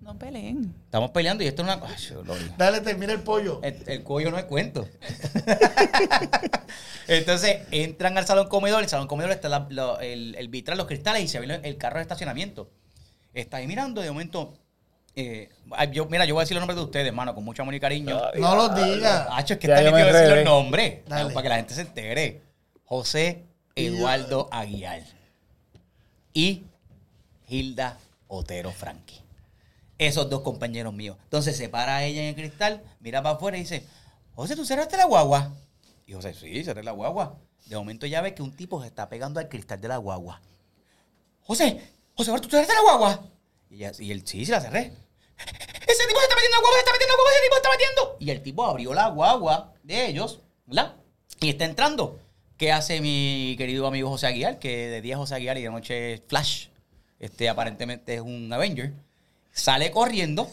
[SPEAKER 4] No peleen.
[SPEAKER 2] Estamos peleando y esto es una. Ay, yo lo odio.
[SPEAKER 3] Dale, termina el pollo.
[SPEAKER 2] el, el cuello no es cuento. Entonces entran al salón comedor. El salón comedor está la- la- el, el vitral, los cristales y se ve el carro de estacionamiento. Está ahí mirando. De momento, eh, ay, yo, mira, yo voy a decir los nombres de ustedes, hermano, con mucho amor y cariño.
[SPEAKER 3] No lo
[SPEAKER 2] eh,
[SPEAKER 3] digas.
[SPEAKER 2] Hacho, Ah, es que
[SPEAKER 1] Ya yo
[SPEAKER 2] está
[SPEAKER 1] me
[SPEAKER 2] nítido decir
[SPEAKER 1] enredé.
[SPEAKER 2] los nombres.
[SPEAKER 3] Dale.
[SPEAKER 2] Para que la gente se entere. José Eduardo Aguilar. Y Hilda Otero Franqui. Esos dos compañeros míos. Entonces se para ella en el cristal, mira para afuera y dice, José, ¿tú cerraste la guagua? Y José, sí, cerré la guagua. De momento ya ve que un tipo se está pegando al cristal de la guagua. José, José, ¿tú cerraste la guagua? Y, ella- y él, sí, sí la cerré. Ese tipo se está metiendo a guagua, se está metiendo a guagua, ese tipo se está metiendo. Y el tipo abrió la guagua de ellos, ¿verdad? Y está entrando. ¿Qué hace mi querido amigo José Aguilar? Que de día es José Aguilar y de noche es Flash. Este aparentemente es un Avenger. Sale corriendo,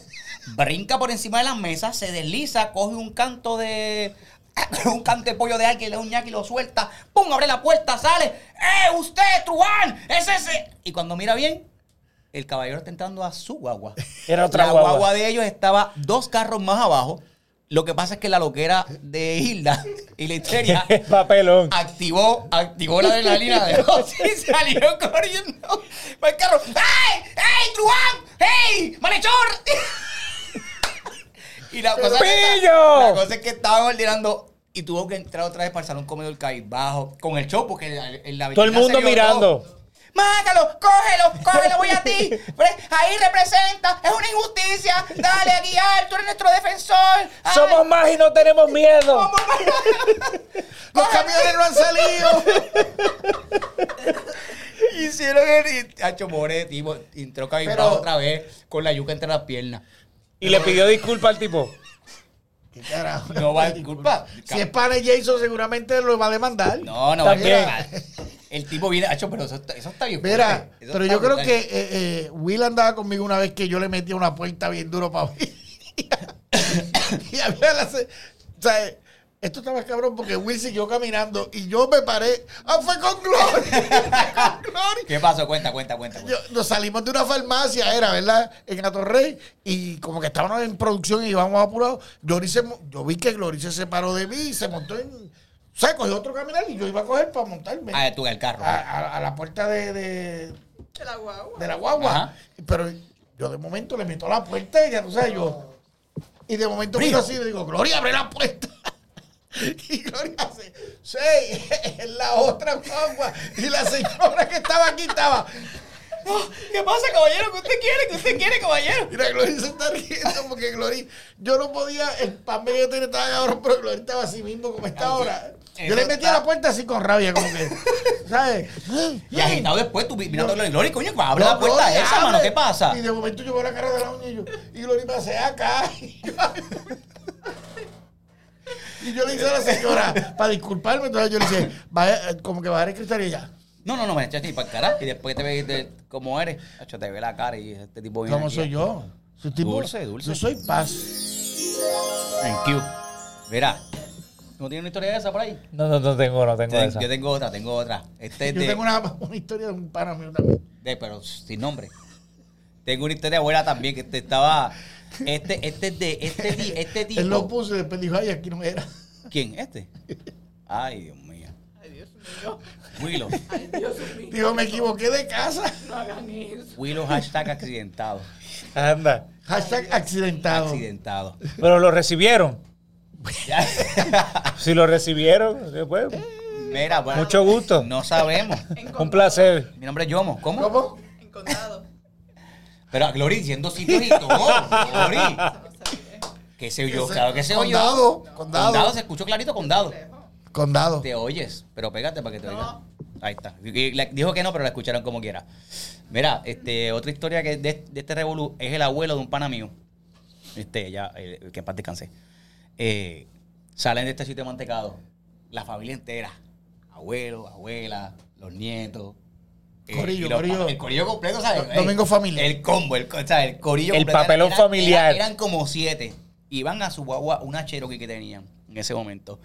[SPEAKER 2] brinca por encima de las mesas, se desliza, coge un canto de. Un canto de pollo de alguien, le da un ñaki y lo suelta. ¡Pum! Abre la puerta, sale. ¡Eh, usted, Truán! ¡Es ese! Y cuando mira bien, el caballero está entrando a su guagua.
[SPEAKER 1] Era otra
[SPEAKER 2] la
[SPEAKER 1] guagua.
[SPEAKER 2] de ellos estaba dos carros más abajo. Lo que pasa es que la loquera de Hilda y la histeria
[SPEAKER 1] Papelón.
[SPEAKER 2] activó, activó la adrenalina de José y salió corriendo para el carro. ¡Ey! ¡Ey, Truán! ¡Ey! ¡Malhechor! y la cosa, es que,
[SPEAKER 1] ¡Pillo!
[SPEAKER 2] la cosa es que estaba ordenando y tuvo que entrar otra vez para el salón comedor bajo con el show porque en la, en la
[SPEAKER 1] Todo el
[SPEAKER 2] vitrina
[SPEAKER 1] mundo
[SPEAKER 2] se vio
[SPEAKER 1] mirando.
[SPEAKER 2] todo. Mátalo, cógelo, cógelo, voy a ti. Pre- Ahí representa, es una injusticia. Dale, Aguiar, tú eres nuestro defensor. Ay,
[SPEAKER 1] Somos más y no tenemos miedo.
[SPEAKER 2] somos más. eh.
[SPEAKER 3] Los camiones no han salido.
[SPEAKER 2] Hicieron el. Hacho, pobre tipo. Entró cabizbajo
[SPEAKER 3] Pero-
[SPEAKER 2] otra vez con la yuca entre las piernas.
[SPEAKER 1] Y le pidió disculpas al tipo.
[SPEAKER 3] ¿Qué carajo?
[SPEAKER 2] No va a disculpar.
[SPEAKER 3] Si es para Jason, seguramente lo va a demandar.
[SPEAKER 2] No, no va a
[SPEAKER 1] También.
[SPEAKER 2] disculpar. El tipo viene. Hacho, pero eso, está- eso está bien.
[SPEAKER 3] Mira,
[SPEAKER 2] fuerte. Eso
[SPEAKER 3] pero
[SPEAKER 2] está
[SPEAKER 3] yo creo
[SPEAKER 2] brutal.
[SPEAKER 3] que eh, eh, Will andaba conmigo una vez que yo le metía una puerta bien duro para mí. y había la... se- O sea, eh, esto estaba cabrón porque Will siguió caminando y yo me paré. ¡Ah, fue con Gloria! ¡Fue con Gloria!
[SPEAKER 2] ¿Qué pasó? Cuenta, cuenta, cuenta. cuenta.
[SPEAKER 3] Yo- nos salimos de una farmacia, era, ¿verdad? En Atorrey. Y como que estábamos en producción y íbamos apurados. Glory se mo- yo vi que Glory se separó de mí y se montó en... O sea, cogió otro caminar y yo iba a coger para montarme
[SPEAKER 2] Ah, tú en el carro.
[SPEAKER 3] a, a- a la puerta de, de,
[SPEAKER 4] De la guagua.
[SPEAKER 3] de la guagua.
[SPEAKER 2] Ajá.
[SPEAKER 3] Pero yo de momento le meto la puerta y ya tú sabes, yo. Y de momento miro así y le digo, Gloria, abre la puerta. Y Gloria hace, sí, es la otra guagua. Y la señora que estaba aquí estaba.
[SPEAKER 2] Oh, ¿Qué pasa, caballero? ¿Qué usted quiere? ¿Qué usted quiere, caballero?
[SPEAKER 3] Mira, Gloria se está riendo porque Gloria, yo no podía, el pan medio tenía estaba cabrón, pero Gloria estaba así mismo como está ahora. Yo le metí a la puerta así con rabia, como que, ¿sabes?
[SPEAKER 2] Y agitado después, tú mirando
[SPEAKER 3] No.
[SPEAKER 2] a Glory, coño, abre la
[SPEAKER 3] No,
[SPEAKER 2] puerta
[SPEAKER 3] Gloria,
[SPEAKER 2] esa, mano,
[SPEAKER 3] abre.
[SPEAKER 2] ¿qué pasa?
[SPEAKER 3] Y de momento yo veo la cara de la uña y yo, y Gloria pasé acá. Y yo le hice a la señora, para disculparme, entonces yo le dije, "Vaya, como que bajar el cristal y ya.
[SPEAKER 2] No, no, no, me echaste ni para el carajo. Y después que te ve de- cómo eres, acho, te ve la cara y este tipo viene.
[SPEAKER 3] ¿Cómo
[SPEAKER 2] aquí.
[SPEAKER 3] soy yo? Soy tipo-
[SPEAKER 2] Dulce, dulce.
[SPEAKER 3] Yo soy paz.
[SPEAKER 2] Thank you. Mira, ¿no tienes una historia de esa por ahí?
[SPEAKER 1] No, no, no tengo, no tengo
[SPEAKER 2] Ten-
[SPEAKER 1] esa.
[SPEAKER 2] yo tengo otra, tengo otra. Este es
[SPEAKER 3] Yo
[SPEAKER 2] de,
[SPEAKER 3] tengo una, una historia de un pana mío también.
[SPEAKER 2] de- pero sin nombre. Tengo una historia buena también que este estaba. Este, este es de, este, di- este tipo.
[SPEAKER 3] Él lo puso y después dijo, ay, aquí no era.
[SPEAKER 2] ¿Quién? ¿Este? Ay, Dios mío. Willow.
[SPEAKER 3] Dijo, me equivoqué de casa.
[SPEAKER 2] Willow hashtag accidentado.
[SPEAKER 1] Anda.
[SPEAKER 3] Hashtag accidentado.
[SPEAKER 2] Accidentado.
[SPEAKER 1] Pero lo recibieron.
[SPEAKER 2] Ya.
[SPEAKER 1] Si lo recibieron, eh, pues,
[SPEAKER 2] Mira, bueno,
[SPEAKER 1] mucho gusto.
[SPEAKER 2] No sabemos.
[SPEAKER 1] Un placer.
[SPEAKER 2] Mi nombre es Yomo. ¿Cómo?
[SPEAKER 3] ¿Cómo?
[SPEAKER 4] Encontrado.
[SPEAKER 2] Pero a Glory diciendo sitios y todo. Glory. ¿Qué sé yo? Claro que sé yo.
[SPEAKER 3] Condado, condado.
[SPEAKER 2] Condado, se escuchó clarito, condado.
[SPEAKER 3] Condado.
[SPEAKER 2] Te oyes, pero pégate para que te oiga. Ahí está. Y la- Dijo que no, pero la escucharon como quiera. Mira, este, otra historia que de, de este revolú es el abuelo de un pana mío. Este, ya, eh, que en paz descanse. Eh, salen de este sitio de mantecado. La familia entera. Abuelo, abuela, los nietos. eh,
[SPEAKER 3] Corillo,
[SPEAKER 2] y los-
[SPEAKER 3] corillo.
[SPEAKER 2] El corillo completo, ¿sabes?
[SPEAKER 3] Do- domingo
[SPEAKER 2] Eh,
[SPEAKER 3] familiar.
[SPEAKER 2] El combo, el, co- o sea, el corillo
[SPEAKER 1] El
[SPEAKER 2] completo.
[SPEAKER 1] papelón familiar.
[SPEAKER 2] eran como siete. Iban a su guagua, una Cherokee que tenían en ese momento.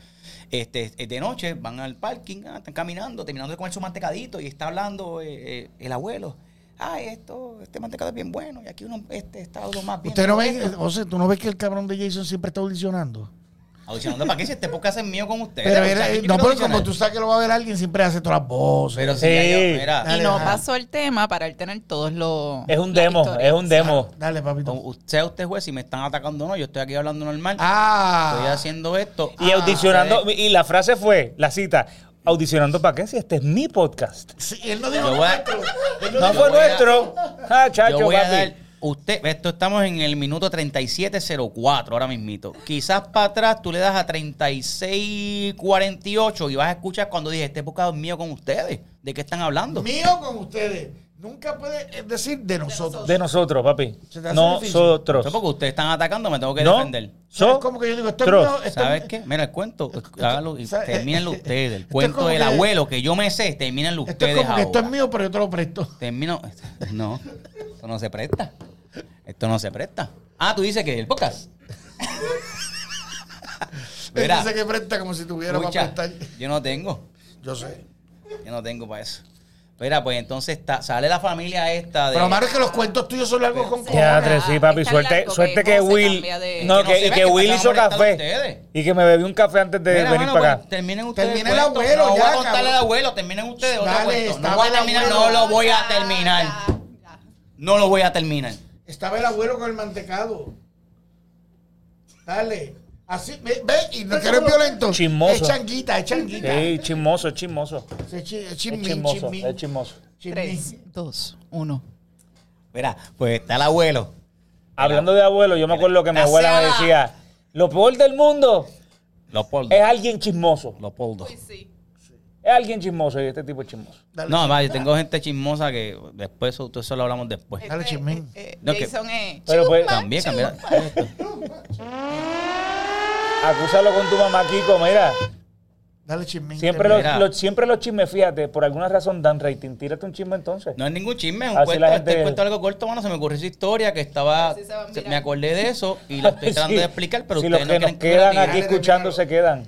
[SPEAKER 2] Este, eh, de noche van al parking, ah, están caminando, terminando de comer su mantecadito y está hablando eh, eh, el abuelo. Ah, esto, este mantecado es bien bueno y aquí uno este, está lo más bien.
[SPEAKER 3] Usted no ve, José, tú no ves que el cabrón de Jason siempre está audicionando.
[SPEAKER 2] Audicionando para qué si este podcast es mío con ustedes.
[SPEAKER 3] Pero
[SPEAKER 2] O sea,
[SPEAKER 3] era-
[SPEAKER 2] ¿qué quieren
[SPEAKER 3] no, pero como
[SPEAKER 2] audicionar?
[SPEAKER 3] tú sabes que lo va a ver alguien, siempre hace todas las voces.
[SPEAKER 2] Pero sí,
[SPEAKER 1] Sí.
[SPEAKER 2] ya yo, mira.
[SPEAKER 3] Dale,
[SPEAKER 4] y no
[SPEAKER 3] ajá.
[SPEAKER 4] pasó el tema para él tener todos los.
[SPEAKER 1] Es un
[SPEAKER 4] las
[SPEAKER 1] demo,
[SPEAKER 4] historias.
[SPEAKER 1] es un demo.
[SPEAKER 3] Dale, papito.
[SPEAKER 2] Como usted, sea usted juez, si me están atacando o no, yo estoy aquí hablando normal.
[SPEAKER 3] Ah.
[SPEAKER 2] Estoy haciendo esto.
[SPEAKER 1] Y
[SPEAKER 2] Ah,
[SPEAKER 1] audicionando,
[SPEAKER 2] ustedes-
[SPEAKER 1] y la frase fue, la cita, audicionando para qué si este es mi podcast.
[SPEAKER 3] Sí, él no dijo
[SPEAKER 2] Yo
[SPEAKER 3] que
[SPEAKER 2] voy a-
[SPEAKER 3] nuestro. Él no
[SPEAKER 1] No
[SPEAKER 2] Yo
[SPEAKER 1] fue
[SPEAKER 2] voy a-
[SPEAKER 1] nuestro. Ah, chacho,
[SPEAKER 2] Yo voy a
[SPEAKER 1] papi.
[SPEAKER 2] dar. Usted, esto estamos en el minuto 3704 ahora mismito. Quizás para atrás tú le das a 3648 y vas a escuchar cuando dije, este bocado es mío con ustedes. ¿De qué están hablando?
[SPEAKER 3] Mío con ustedes. Nunca puede eh, decir de nosotros.
[SPEAKER 1] De nosotros, papi.
[SPEAKER 3] Se te hace
[SPEAKER 1] Nosotros.
[SPEAKER 2] No, porque ustedes están atacando, me tengo que
[SPEAKER 1] No,
[SPEAKER 2] defender.
[SPEAKER 1] so-
[SPEAKER 3] como que yo digo, esto es
[SPEAKER 1] tros.
[SPEAKER 3] mío, esto
[SPEAKER 2] ¿Sabes
[SPEAKER 3] es-
[SPEAKER 2] qué? Mira, el cuento, hágalo y
[SPEAKER 3] ¿sabes?
[SPEAKER 2] termínenlo ustedes. El
[SPEAKER 3] Esto es
[SPEAKER 2] cuento
[SPEAKER 3] como
[SPEAKER 2] del
[SPEAKER 3] que-
[SPEAKER 2] abuelo que yo me sé, termínenlo
[SPEAKER 3] Esto es
[SPEAKER 2] ustedes
[SPEAKER 3] como que esto es
[SPEAKER 2] ahora.
[SPEAKER 3] mío, pero yo te lo presto.
[SPEAKER 2] Termino. No, esto no se presta. Esto no se presta. Ah, tú dices que el podcast.
[SPEAKER 3] Él
[SPEAKER 2] Mira,
[SPEAKER 3] dice que presta como si tuviera
[SPEAKER 2] escucha,
[SPEAKER 3] para prestar.
[SPEAKER 2] yo no tengo.
[SPEAKER 3] Yo sé.
[SPEAKER 2] Yo no tengo para eso. Mira, pues entonces está, sale la familia esta de.
[SPEAKER 3] Pero lo malo es que los cuentos tuyos son largos con
[SPEAKER 4] Ya,
[SPEAKER 1] Ya,
[SPEAKER 3] cojones.
[SPEAKER 1] tres, sí,
[SPEAKER 4] Hola,
[SPEAKER 1] papi.
[SPEAKER 4] está
[SPEAKER 1] Suerte,
[SPEAKER 4] blanco,
[SPEAKER 1] suerte
[SPEAKER 4] que
[SPEAKER 1] que
[SPEAKER 4] no se
[SPEAKER 1] Will.
[SPEAKER 4] cambia de-
[SPEAKER 1] No,
[SPEAKER 2] que no
[SPEAKER 1] que,
[SPEAKER 2] se
[SPEAKER 1] y
[SPEAKER 2] ve,
[SPEAKER 1] que
[SPEAKER 2] que
[SPEAKER 1] Will
[SPEAKER 2] estamos
[SPEAKER 1] hizo café.
[SPEAKER 2] molestando ustedes.
[SPEAKER 1] Y que me bebí un café antes de
[SPEAKER 2] Mira,
[SPEAKER 1] venir
[SPEAKER 2] mano,
[SPEAKER 1] para
[SPEAKER 2] pues,
[SPEAKER 1] acá.
[SPEAKER 2] terminen ustedes.
[SPEAKER 3] Terminen
[SPEAKER 2] el
[SPEAKER 3] el
[SPEAKER 2] cuento.
[SPEAKER 3] abuelo,
[SPEAKER 2] No
[SPEAKER 3] ya,
[SPEAKER 2] voy a contarle
[SPEAKER 3] cabrón.
[SPEAKER 2] al abuelo, terminen ustedes otro
[SPEAKER 3] Dale,
[SPEAKER 2] cuento. No
[SPEAKER 3] estaba
[SPEAKER 2] voy a
[SPEAKER 3] el
[SPEAKER 2] terminar, no
[SPEAKER 3] abuelo.
[SPEAKER 2] lo voy a terminar. No lo voy a terminar.
[SPEAKER 3] Estaba el abuelo con el mantecado. Dale. Así, ve, ve, y no que eres violento.
[SPEAKER 1] Chismoso.
[SPEAKER 3] Es changuita, es changuita.
[SPEAKER 1] Sí, chismoso, es chismoso.
[SPEAKER 3] Es, chi- es
[SPEAKER 1] Es
[SPEAKER 3] chismín,
[SPEAKER 1] chismoso,
[SPEAKER 3] chismín,
[SPEAKER 1] es chismoso.
[SPEAKER 3] chismín.
[SPEAKER 4] Tres, dos, uno.
[SPEAKER 2] Mira, pues está el abuelo.
[SPEAKER 1] Hablando de abuelo, yo me acuerdo que mi
[SPEAKER 2] La
[SPEAKER 1] abuela me
[SPEAKER 2] seada.
[SPEAKER 1] decía, lo peor del mundo
[SPEAKER 2] Los poldos.
[SPEAKER 3] Eh,
[SPEAKER 1] es alguien chismoso.
[SPEAKER 2] Los poldos.
[SPEAKER 1] Es alguien chismoso y este tipo es chismoso.
[SPEAKER 3] Dale,
[SPEAKER 2] No, además, yo tengo gente chismosa que después eso, todo eso lo hablamos después.
[SPEAKER 3] Dale, chismín.
[SPEAKER 4] Eh,
[SPEAKER 2] No, que-
[SPEAKER 4] Jason es.
[SPEAKER 1] Pero pues,
[SPEAKER 2] También cambiar.
[SPEAKER 1] acúsalo con tu mamá, Kiko, mira.
[SPEAKER 3] Dale, chismín.
[SPEAKER 1] Siempre
[SPEAKER 3] Te-
[SPEAKER 1] los,
[SPEAKER 2] Mira.
[SPEAKER 1] los- siempre los chismes, fíjate, por alguna razón dan rating. Tírate un chisme entonces.
[SPEAKER 2] No es ningún chisme, es un
[SPEAKER 1] Así
[SPEAKER 2] cuento,
[SPEAKER 1] la
[SPEAKER 2] este
[SPEAKER 1] gente-
[SPEAKER 2] cuento algo corto, mano, se me ocurrió esa historia que estaba,
[SPEAKER 4] Así se van
[SPEAKER 2] se- me
[SPEAKER 4] viral.
[SPEAKER 2] acordé de eso y lo estoy tratando
[SPEAKER 1] Sí.
[SPEAKER 2] de explicar, pero
[SPEAKER 1] Si los
[SPEAKER 2] ustedes no
[SPEAKER 1] que nos
[SPEAKER 2] quieren que
[SPEAKER 1] quedan
[SPEAKER 2] lo diga.
[SPEAKER 1] aquí escuchando se quedan.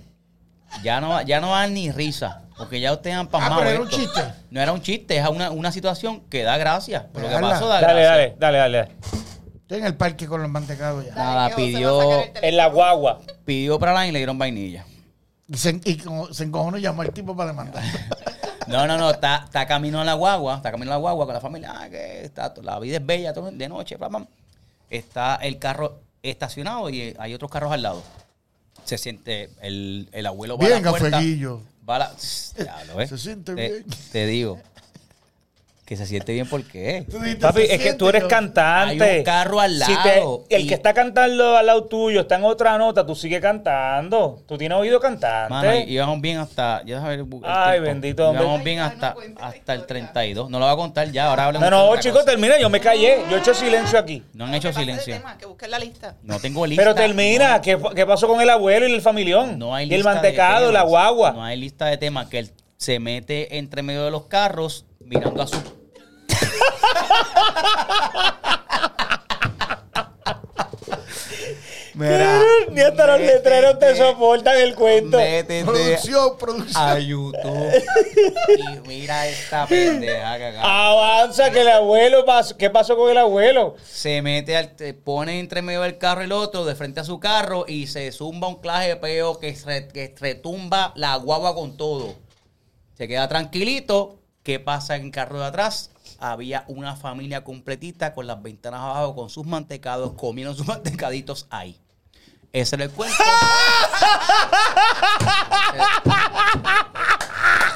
[SPEAKER 2] Ya no, ya no dan ni risa, porque ya ustedes han pasado.
[SPEAKER 3] Ah, pero era un chiste.
[SPEAKER 2] No era un chiste, es una, una situación que da gracia. Pero lo que
[SPEAKER 3] Dale,
[SPEAKER 2] pasó da
[SPEAKER 1] Dale,
[SPEAKER 2] gracia.
[SPEAKER 1] dale, dale, dale. dale.
[SPEAKER 3] Estoy en el parque con los mantecados ya.
[SPEAKER 2] Nada,
[SPEAKER 4] José va a
[SPEAKER 2] pidió,
[SPEAKER 4] sacar el
[SPEAKER 1] Ah, En la guagua.
[SPEAKER 2] pidió para la y le dieron vainilla.
[SPEAKER 3] Y se, y como se encojonó y llamó al tipo para demandar.
[SPEAKER 2] No, no, no, está, está camino a la guagua, está camino a la guagua con la familia, ah, que está, la vida es bella todo- de noche, pam, pam. Está el carro estacionado y hay otros carros al lado. Se siente el, el abuelo va a
[SPEAKER 3] Bien,
[SPEAKER 2] la puerta.
[SPEAKER 3] Gafueguillo.
[SPEAKER 2] va a la- Ya lo ves.
[SPEAKER 3] Se siente
[SPEAKER 2] Te-
[SPEAKER 3] bien.
[SPEAKER 2] Te digo. Que se siente bien, ¿por qué?
[SPEAKER 3] Tú dijiste,
[SPEAKER 1] Papi,
[SPEAKER 3] se
[SPEAKER 1] es que
[SPEAKER 3] siente,
[SPEAKER 1] tú eres
[SPEAKER 3] yo-
[SPEAKER 1] cantante.
[SPEAKER 2] Hay un carro al
[SPEAKER 1] Si
[SPEAKER 2] lado
[SPEAKER 1] te- el
[SPEAKER 2] y-
[SPEAKER 1] que está cantando al lado tuyo está en otra nota, tú sigues cantando. Tú tienes oído cantante.
[SPEAKER 2] Mano, y- íbamos bien hasta. Ya sabes, el bu- el
[SPEAKER 1] Ay,
[SPEAKER 2] tiempo.
[SPEAKER 1] bendito hombre.
[SPEAKER 2] Íbamos bien
[SPEAKER 8] Ay, ya no
[SPEAKER 2] hasta,
[SPEAKER 8] cuentes la
[SPEAKER 2] hasta el
[SPEAKER 8] historia.
[SPEAKER 2] 32. No lo voy a contar ya, ahora hablemos.
[SPEAKER 1] no, no,
[SPEAKER 2] de otra
[SPEAKER 1] chicos,
[SPEAKER 2] cosa.
[SPEAKER 1] termina. Yo me callé. Yo he hecho silencio aquí.
[SPEAKER 2] No han hecho silencio.
[SPEAKER 8] que busquen la lista.
[SPEAKER 2] No tengo lista.
[SPEAKER 1] Pero termina. ¿Qué, qué pasó con el abuelo y el familión?
[SPEAKER 2] No hay
[SPEAKER 1] y
[SPEAKER 2] lista
[SPEAKER 1] el
[SPEAKER 2] de
[SPEAKER 1] mantecado,
[SPEAKER 2] temas.
[SPEAKER 1] la guagua.
[SPEAKER 2] No hay lista de temas que él se mete entre medio de los carros mirando a su.
[SPEAKER 1] Mira, Ni hasta los
[SPEAKER 2] métete,
[SPEAKER 1] letreros te soportan el cuento.
[SPEAKER 2] Métete
[SPEAKER 3] Producción, producción.
[SPEAKER 2] a YouTube y mira esta pendeja que acaba-
[SPEAKER 1] Avanza que el abuelo pasó. ¿Qué pasó con el abuelo?
[SPEAKER 2] Se mete al, te pone entre medio del carro y el otro, de frente a su carro, y se zumba un claje de peo que, re- que retumba la guagua con todo. Se queda tranquilito. ¿Qué pasa en el carro de atrás? Había una familia completita con las ventanas abajo, con sus mantecados, comieron sus mantecaditos ahí. Ese era el cuento.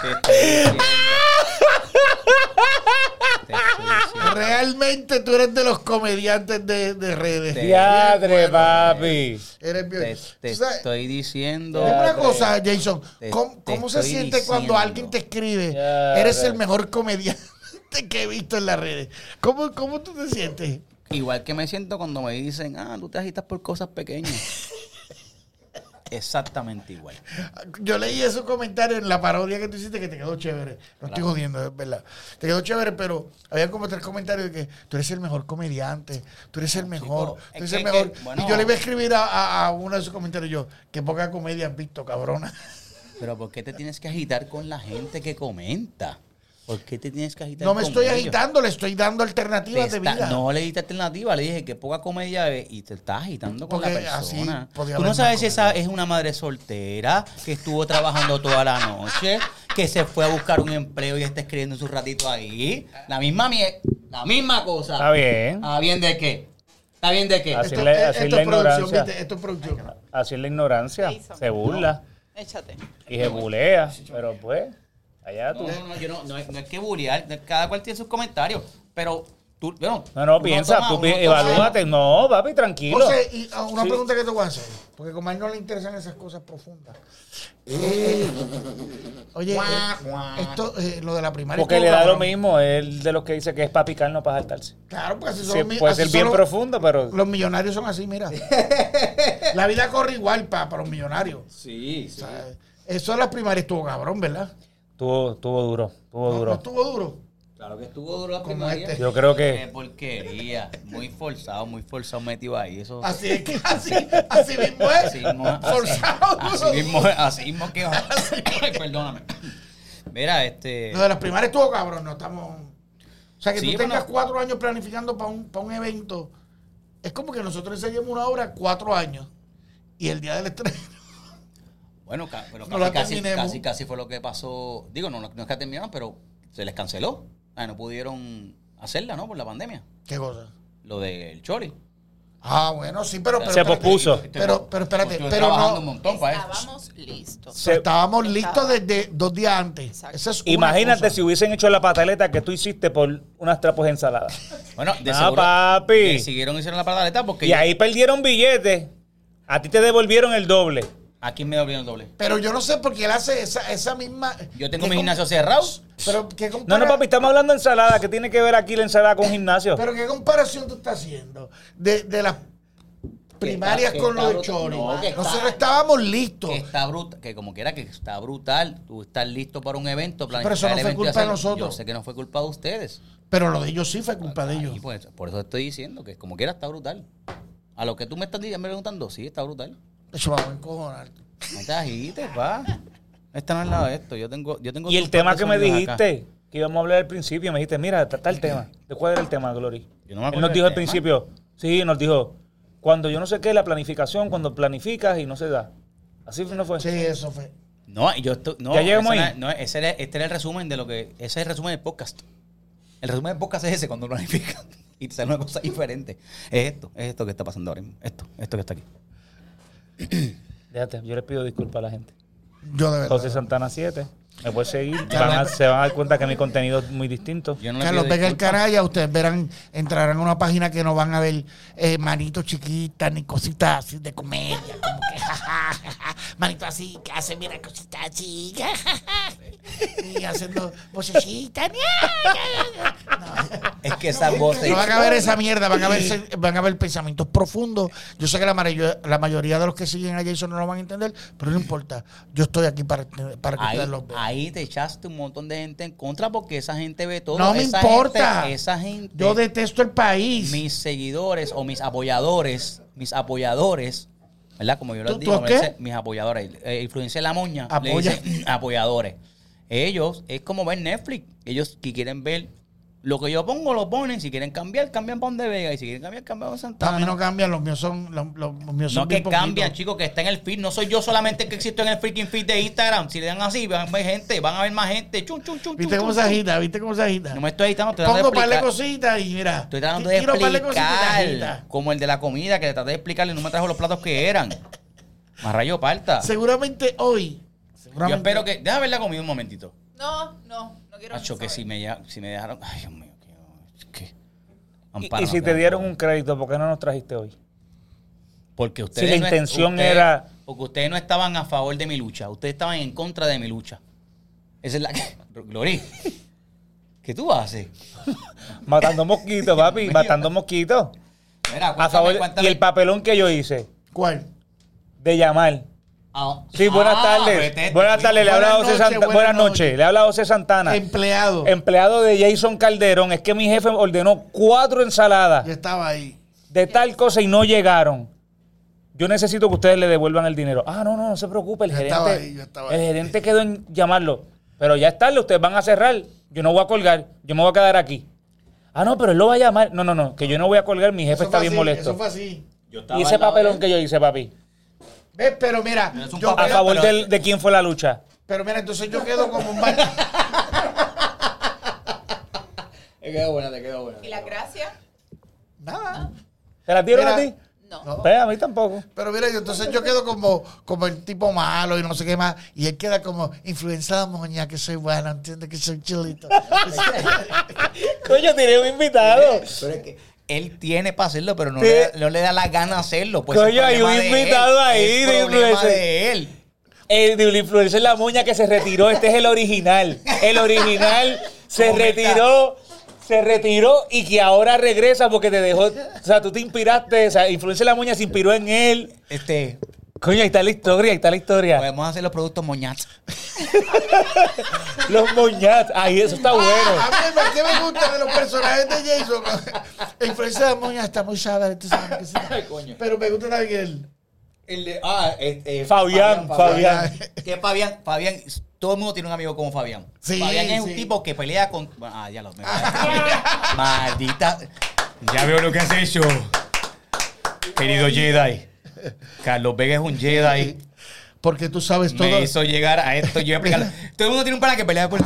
[SPEAKER 2] Te estoy diciendo. Te estoy diciendo.
[SPEAKER 3] Realmente tú eres de los comediantes de, de redes.
[SPEAKER 2] Te-
[SPEAKER 1] Diadre,
[SPEAKER 3] Bien, bueno.
[SPEAKER 1] papi.
[SPEAKER 3] Eres bien.
[SPEAKER 2] Te, te
[SPEAKER 3] Tú sabes,
[SPEAKER 2] estoy diciendo.
[SPEAKER 3] Dime una cosa, Jason.
[SPEAKER 2] Te-
[SPEAKER 3] ¿Cómo,
[SPEAKER 2] te
[SPEAKER 3] cómo se
[SPEAKER 2] estoy
[SPEAKER 3] siente cuando
[SPEAKER 2] diciendo.
[SPEAKER 3] alguien te escribe?
[SPEAKER 1] Ya,
[SPEAKER 3] Eres
[SPEAKER 1] ya.
[SPEAKER 3] el mejor comediante que he visto en las redes. ¿Cómo, cómo tú te sientes?
[SPEAKER 2] Igual que me siento cuando me dicen, ah, tú te agitas por cosas pequeñas. Exactamente igual.
[SPEAKER 3] Yo leí esos comentarios en la parodia que tú hiciste que te quedó chévere. No estoy jodiendo, es verdad. Te quedó chévere, pero había como tres comentarios de que tú eres el mejor comediante, tú eres el mejor,
[SPEAKER 2] chico,
[SPEAKER 3] tú eres
[SPEAKER 2] es
[SPEAKER 3] el
[SPEAKER 2] que-
[SPEAKER 3] mejor.
[SPEAKER 2] que- bueno.
[SPEAKER 3] Y yo le iba a escribir a, a- a uno de esos comentarios yo, qué poca comedia has visto, cabrona.
[SPEAKER 2] Pero ¿por qué te tienes que agitar con la gente que comenta? ¿Por qué te tienes que agitar
[SPEAKER 3] No me
[SPEAKER 2] con
[SPEAKER 3] estoy
[SPEAKER 2] ellos?
[SPEAKER 3] agitando, le estoy dando
[SPEAKER 2] Te
[SPEAKER 3] alternativas de
[SPEAKER 2] está-
[SPEAKER 3] vida.
[SPEAKER 2] no le diste alternativa, le dije que poca comedia es, y te estás agitando con
[SPEAKER 3] Porque
[SPEAKER 2] la persona.
[SPEAKER 3] así podía
[SPEAKER 2] Tú no
[SPEAKER 3] haber
[SPEAKER 2] sabes
[SPEAKER 3] más
[SPEAKER 2] si esa es una madre soltera que estuvo trabajando toda la noche, que se fue a buscar un empleo y está escribiendo en su ratito ahí. La misma mie la misma cosa.
[SPEAKER 1] Está bien.
[SPEAKER 2] ¿Está Ah, bien de qué? ¿Está bien de qué?
[SPEAKER 1] Así es la-
[SPEAKER 3] eh,
[SPEAKER 1] así es
[SPEAKER 3] esto
[SPEAKER 1] la
[SPEAKER 3] es producción,
[SPEAKER 1] ignorancia.
[SPEAKER 3] ¿viste? Esto es producción.
[SPEAKER 1] Así es la ignorancia.
[SPEAKER 8] Jason.
[SPEAKER 1] Se burla
[SPEAKER 8] Échate.
[SPEAKER 1] y se bulea. Pero pues, allá
[SPEAKER 2] No,
[SPEAKER 1] tú.
[SPEAKER 2] no, no, yo no, no, es- no es que bullear, cada cual tiene sus comentarios, pero tú, bueno,
[SPEAKER 1] No, no,
[SPEAKER 2] uno
[SPEAKER 1] piensa,
[SPEAKER 2] toma-
[SPEAKER 1] tú
[SPEAKER 2] uno
[SPEAKER 1] pi-
[SPEAKER 2] toma-
[SPEAKER 1] evalúate. No, papi, tranquilo.
[SPEAKER 3] José, y ah, una
[SPEAKER 1] Sí.
[SPEAKER 3] pregunta que te voy a hacer, porque como a él no le interesan esas cosas profundas. Eh, Oye, eh, esto, eh, lo de la primaria.
[SPEAKER 1] Porque
[SPEAKER 3] estuvo
[SPEAKER 1] le da lo
[SPEAKER 3] cabrón.
[SPEAKER 1] mismo. Él de los que dice que es para picar, no para saltarse.
[SPEAKER 3] Claro, pues así son
[SPEAKER 1] Sí,
[SPEAKER 3] mi-
[SPEAKER 1] puede
[SPEAKER 3] así
[SPEAKER 1] ser
[SPEAKER 3] son
[SPEAKER 1] bien
[SPEAKER 3] los-
[SPEAKER 1] profundo, pero.
[SPEAKER 3] Los millonarios son así, mira. la vida corre igual para para los millonarios.
[SPEAKER 2] Sí,
[SPEAKER 3] O
[SPEAKER 2] sí.
[SPEAKER 3] sea, eso de las primarias estuvo cabrón, ¿verdad?
[SPEAKER 1] Tuvo, tuvo duro, tuvo
[SPEAKER 3] No-
[SPEAKER 1] duro.
[SPEAKER 3] No estuvo duro.
[SPEAKER 2] Claro que estuvo duro la
[SPEAKER 3] Como
[SPEAKER 2] primaria.
[SPEAKER 3] este.
[SPEAKER 1] Yo creo
[SPEAKER 2] Qué
[SPEAKER 1] que.
[SPEAKER 2] porquería, muy forzado, muy forzado metido ahí, eso.
[SPEAKER 3] Así es que así, así mismo es.
[SPEAKER 2] Así mismo, así-
[SPEAKER 3] Forzado.
[SPEAKER 2] así
[SPEAKER 3] duro.
[SPEAKER 2] mismo, así mismo que Ay, perdóname. Mira, este
[SPEAKER 3] Lo de las primarias estuvo cabrón, no estamos. O sea, que
[SPEAKER 2] Sí,
[SPEAKER 3] tú
[SPEAKER 2] pero
[SPEAKER 3] tengas
[SPEAKER 2] no-
[SPEAKER 3] cuatro años planificando para un, para un evento. Es como que nosotros enseñamos una obra cuatro años y el día del estreno.
[SPEAKER 2] Bueno, ca- pero
[SPEAKER 3] No
[SPEAKER 2] casi,
[SPEAKER 3] la
[SPEAKER 2] casi,
[SPEAKER 3] terminemos.
[SPEAKER 2] casi, casi fue lo que pasó. Digo, no, no no es que terminaron, pero se les canceló. Ah, no pudieron hacerla, ¿no? Por la pandemia.
[SPEAKER 3] ¿Qué cosa?
[SPEAKER 2] Lo del Chori.
[SPEAKER 3] Ah, bueno, sí, pero. pero
[SPEAKER 1] Se
[SPEAKER 3] espérate.
[SPEAKER 1] pospuso.
[SPEAKER 3] Pero- pero espérate,
[SPEAKER 2] Estuve
[SPEAKER 3] pero
[SPEAKER 2] trabajando
[SPEAKER 3] no-
[SPEAKER 2] un montón para eso.
[SPEAKER 4] Estábamos listos.
[SPEAKER 3] O sea,
[SPEAKER 1] Se-
[SPEAKER 3] estábamos listos
[SPEAKER 4] Estaba.
[SPEAKER 3] desde dos días antes.
[SPEAKER 4] Exacto.
[SPEAKER 3] Esa es una
[SPEAKER 1] Imagínate
[SPEAKER 3] cosa.
[SPEAKER 1] si hubiesen hecho la pataleta que tú hiciste por unas trapos de ensalada.
[SPEAKER 2] Bueno, de
[SPEAKER 1] No,
[SPEAKER 2] seguro
[SPEAKER 1] Ah, papi.
[SPEAKER 2] decidieron hicieron la pataleta porque
[SPEAKER 1] y ahí perdieron billetes. A ti te devolvieron el doble.
[SPEAKER 2] ¿a quién me dolieron el doble?
[SPEAKER 3] Pero yo no sé por qué él hace esa, esa misma.
[SPEAKER 2] Yo tengo
[SPEAKER 3] ¿Qué
[SPEAKER 2] mi
[SPEAKER 3] com-
[SPEAKER 2] gimnasio cerrado.
[SPEAKER 3] Pero ¿qué
[SPEAKER 1] No, no,
[SPEAKER 3] compara-
[SPEAKER 1] papi, estamos hablando de ensalada. ¿Qué tiene que ver aquí la ensalada con gimnasio?
[SPEAKER 3] Pero ¿qué comparación tú estás haciendo de, de las primarias
[SPEAKER 2] que
[SPEAKER 3] con
[SPEAKER 2] está
[SPEAKER 3] los
[SPEAKER 2] brutal.
[SPEAKER 3] choros?
[SPEAKER 2] No, que está-
[SPEAKER 3] Nosotros estábamos listos.
[SPEAKER 2] Que está brutal, que como quiera que está brutal, tú estás listo para un evento,
[SPEAKER 3] pero eso
[SPEAKER 2] planificar
[SPEAKER 3] no
[SPEAKER 2] el evento
[SPEAKER 3] fue
[SPEAKER 2] y
[SPEAKER 3] culpa de
[SPEAKER 2] hacerlo.
[SPEAKER 3] nosotros.
[SPEAKER 2] Yo sé que no fue culpa de ustedes.
[SPEAKER 3] Pero lo de ellos sí fue culpa de ellos.
[SPEAKER 2] Ahí, pues, por eso estoy diciendo que como quiera está brutal. A lo que tú me estás di- me preguntando, sí, está brutal.
[SPEAKER 3] Eso vamos a encojonar.
[SPEAKER 2] No te agites, pa. Esta no es la de esto. Yo tengo, yo tengo
[SPEAKER 1] Y el
[SPEAKER 2] tus
[SPEAKER 1] tema
[SPEAKER 2] propios
[SPEAKER 1] que me
[SPEAKER 2] sonidos acá.
[SPEAKER 1] dijiste, que íbamos a hablar al principio, me dijiste, mira, está el tema. ¿De cuál era el tema, Glory?
[SPEAKER 2] Yo no me
[SPEAKER 1] Él
[SPEAKER 2] acuerdo
[SPEAKER 1] nos
[SPEAKER 2] del
[SPEAKER 1] dijo al
[SPEAKER 2] tema.
[SPEAKER 1] principio, sí, nos dijo, cuando yo no sé qué, la planificación, cuando planificas y no se da. Así fue, no fue.
[SPEAKER 3] Sí, eso fue.
[SPEAKER 2] No, yo estoy, no,
[SPEAKER 1] Ya llegamos
[SPEAKER 2] ese
[SPEAKER 1] ahí.
[SPEAKER 2] era- no, ese era- este era el resumen de lo que. Ese es el resumen del podcast. El resumen del podcast es ese cuando lo planifica y te sale una cosa diferente. Es esto, es esto que está pasando ahora mismo. Esto, esto que está aquí.
[SPEAKER 1] Déjate, yo les pido disculpas a la gente.
[SPEAKER 3] Yo de verdad.
[SPEAKER 1] José Santana 7, Me puedes seguir. Van a- se van a dar cuenta que mi contenido es muy distinto.
[SPEAKER 2] Yo no le
[SPEAKER 3] Carlos
[SPEAKER 2] pido
[SPEAKER 3] Vega el
[SPEAKER 2] disculpas.
[SPEAKER 3] Canalla, ustedes verán, entrarán a una página que no van a ver eh, manitos chiquitas ni cositas así de comedia. Como que, ja, ja, ja, ja, manito así, que hace, mira, cositas así. ja, ja, ja, y haciendo vocecitas.
[SPEAKER 2] Es que esas voces.
[SPEAKER 3] No van a ver esa mierda, van a ver, sen- van a ver pensamientos profundos. Yo sé que la, marayo- la mayoría de los que siguen a Jason no lo van a entender, pero no importa. Yo estoy aquí para, para que
[SPEAKER 2] Ahí,
[SPEAKER 3] ustedes los vean.
[SPEAKER 2] ahí te echaste un montón de gente en contra porque esa gente ve todo.
[SPEAKER 3] No me
[SPEAKER 2] Esa
[SPEAKER 3] importa.
[SPEAKER 2] gente- esa gente.
[SPEAKER 3] Yo detesto el país.
[SPEAKER 2] mis seguidores o mis apoyadores, mis apoyadores, ¿verdad? Como yo les
[SPEAKER 3] ¿Tú-
[SPEAKER 2] digo,
[SPEAKER 3] tú
[SPEAKER 2] me
[SPEAKER 3] qué?
[SPEAKER 2] dice- mis apoyadores, eh, influencia de la moña, le
[SPEAKER 3] Apoya.
[SPEAKER 2] dicen apoyadores. Ellos es como ver Netflix, ellos que quieren ver lo que yo pongo lo ponen, si quieren cambiar, cambian para donde Vega y si quieren cambiar, cambian para
[SPEAKER 3] A mí
[SPEAKER 2] Santana.
[SPEAKER 3] no
[SPEAKER 2] No,
[SPEAKER 3] cambian, los míos son. Los, los míos son
[SPEAKER 2] que
[SPEAKER 3] bien poquitos.
[SPEAKER 2] cambian, chicos, que está en el feed. No soy yo solamente el que existo en el freaking feed de Instagram. Si le dan así, van a ver gente, van a ver más gente. Chun, chun, chun,
[SPEAKER 3] ¿Viste
[SPEAKER 2] chun,
[SPEAKER 3] cómo
[SPEAKER 2] chun,
[SPEAKER 3] se
[SPEAKER 2] chun.
[SPEAKER 3] agita? ¿Viste cómo se agita?
[SPEAKER 2] No me estoy agitando, estoy tratando
[SPEAKER 3] Pongo
[SPEAKER 2] de
[SPEAKER 3] par de
[SPEAKER 2] explicar.
[SPEAKER 3] cositas y mira.
[SPEAKER 2] Estoy tratando de
[SPEAKER 3] tiro par cositas y
[SPEAKER 2] explicar.
[SPEAKER 3] agita.
[SPEAKER 2] Como el de la comida, que le traté de explicarle y no me trajo los platos que eran. Más rayo parta.
[SPEAKER 3] Seguramente hoy.
[SPEAKER 2] Yo
[SPEAKER 3] seguramente-
[SPEAKER 2] espero que. Déjame ver la comida un momentito.
[SPEAKER 4] No, no, no quiero.
[SPEAKER 2] Nacho, que
[SPEAKER 4] saber.
[SPEAKER 2] si me, ya- si me dejaron. Ay, Dios mío, que. que-
[SPEAKER 1] Y,
[SPEAKER 2] Amparo,
[SPEAKER 1] y
[SPEAKER 2] no
[SPEAKER 1] si te
[SPEAKER 2] queda.
[SPEAKER 1] dieron un crédito, ¿por qué no nos trajiste hoy?
[SPEAKER 2] Porque ustedes.
[SPEAKER 1] la
[SPEAKER 2] no es-
[SPEAKER 1] intención
[SPEAKER 2] ustedes-
[SPEAKER 1] era-
[SPEAKER 2] Porque ustedes no estaban a favor de mi lucha. Ustedes estaban en contra de mi lucha. Esa es la. Glory. ¿Qué tú haces?
[SPEAKER 1] Matando mosquitos, papi. matando mosquitos.
[SPEAKER 2] Mira,
[SPEAKER 1] A
[SPEAKER 2] cuéntame,
[SPEAKER 1] favor.
[SPEAKER 2] cuéntame.
[SPEAKER 1] Y el papelón que yo hice
[SPEAKER 3] ¿Cuál?
[SPEAKER 1] de llamar.
[SPEAKER 2] Ah,
[SPEAKER 1] Sí, buenas
[SPEAKER 2] ah,
[SPEAKER 1] tardes.
[SPEAKER 2] vete,
[SPEAKER 1] buenas
[SPEAKER 2] tú-
[SPEAKER 1] tardes, le habla
[SPEAKER 3] Buenas
[SPEAKER 1] José
[SPEAKER 3] noches,
[SPEAKER 1] Santana.
[SPEAKER 3] buenas
[SPEAKER 1] Buenas noches,
[SPEAKER 3] noches. Em,
[SPEAKER 1] le habla José Santana.
[SPEAKER 3] Empleado.
[SPEAKER 2] Em-
[SPEAKER 1] Empleado de Jason Calderón. Es que mi jefe ordenó cuatro ensaladas
[SPEAKER 3] Yo estaba ahí.
[SPEAKER 1] de tal cosa y no llegaron. Yo necesito que ustedes le devuelvan el dinero. Ah, no, no, no se preocupe. El
[SPEAKER 3] Yo
[SPEAKER 1] gerente,
[SPEAKER 3] estaba ahí, yo estaba
[SPEAKER 1] el
[SPEAKER 3] ahí.
[SPEAKER 1] gerente quedó en llamarlo. Pero ya es tarde, ustedes van a cerrar. Yo no voy a colgar, yo me voy a quedar aquí. Ah, no, pero él lo va a llamar. No, no, no, que yo no voy a colgar, mi jefe
[SPEAKER 3] Eso
[SPEAKER 1] está
[SPEAKER 3] fue
[SPEAKER 1] bien
[SPEAKER 3] así,
[SPEAKER 1] molesto.
[SPEAKER 3] Eso fue así.
[SPEAKER 2] Yo estaba
[SPEAKER 1] Y
[SPEAKER 2] al
[SPEAKER 1] ese
[SPEAKER 2] lado de
[SPEAKER 1] papelón
[SPEAKER 2] él.
[SPEAKER 1] que yo hice, papi.
[SPEAKER 3] ¿Ves? Pero mira.
[SPEAKER 2] No es un
[SPEAKER 3] Yo
[SPEAKER 1] A
[SPEAKER 2] papel.
[SPEAKER 3] quedo-
[SPEAKER 1] favor
[SPEAKER 2] pero-
[SPEAKER 1] del- de quién fue la lucha.
[SPEAKER 3] pero mira, entonces yo quedo como un mal.
[SPEAKER 2] Te quedó buena, te quedó buena.
[SPEAKER 4] ¿Y las gracias?
[SPEAKER 3] Nada.
[SPEAKER 1] ¿Te la dieron
[SPEAKER 3] Mira,
[SPEAKER 1] a ti?
[SPEAKER 4] No.
[SPEAKER 3] no.
[SPEAKER 1] Pues a mí tampoco.
[SPEAKER 3] Pero mira, yo entonces yo quedo como, como el tipo malo y no sé qué más. Y él queda como influenciada moña, que soy buena, entiende que soy chilito.
[SPEAKER 1] Coño, tiene un invitado.
[SPEAKER 2] Pero es que él tiene para hacerlo, pero no,
[SPEAKER 1] Sí.
[SPEAKER 2] le, da, no le da la gana hacerlo. Pues
[SPEAKER 1] Coño,
[SPEAKER 2] es problema
[SPEAKER 1] hay un
[SPEAKER 2] de él,
[SPEAKER 1] invitado ahí,
[SPEAKER 2] Es
[SPEAKER 1] de
[SPEAKER 2] problema
[SPEAKER 1] influencer.
[SPEAKER 2] de él.
[SPEAKER 1] El de la influencer La Moña que se retiró. Este es el original. El original se
[SPEAKER 2] ¿Cómo está?
[SPEAKER 1] retiró. Se retiró y que ahora regresa porque te dejó. O sea, tú te inspiraste. O sea, Influencer La Moña se inspiró en él.
[SPEAKER 2] Este,
[SPEAKER 1] Coño, ahí está la historia, ahí está la historia.
[SPEAKER 2] podemos hacer los productos moñats.
[SPEAKER 1] Los moñas. Ay, eso está
[SPEAKER 3] A
[SPEAKER 1] bueno.
[SPEAKER 3] mí me- ¿qué me gusta de los personajes de Jason. La influencia de Moña está muy chada, tú sabes que sí.
[SPEAKER 2] coño.
[SPEAKER 3] Pero me gusta también él.
[SPEAKER 2] El de, ah, este,
[SPEAKER 1] eh, Fabián, Fabián.
[SPEAKER 2] Que Fabián, Fabián, todo el mundo tiene un amigo como Fabián.
[SPEAKER 3] Sí,
[SPEAKER 2] Fabián es un
[SPEAKER 3] sí.
[SPEAKER 2] tipo que pelea con. bueno, ah, ya lo. me- Maldita. Ya veo lo que has hecho. Querido Jedi. Carlos Vega es un Jedi.
[SPEAKER 3] Porque tú sabes todo.
[SPEAKER 2] Me hizo llegar a esto. Yo voy a explicarlo. Todo el mundo tiene un para que pelea por.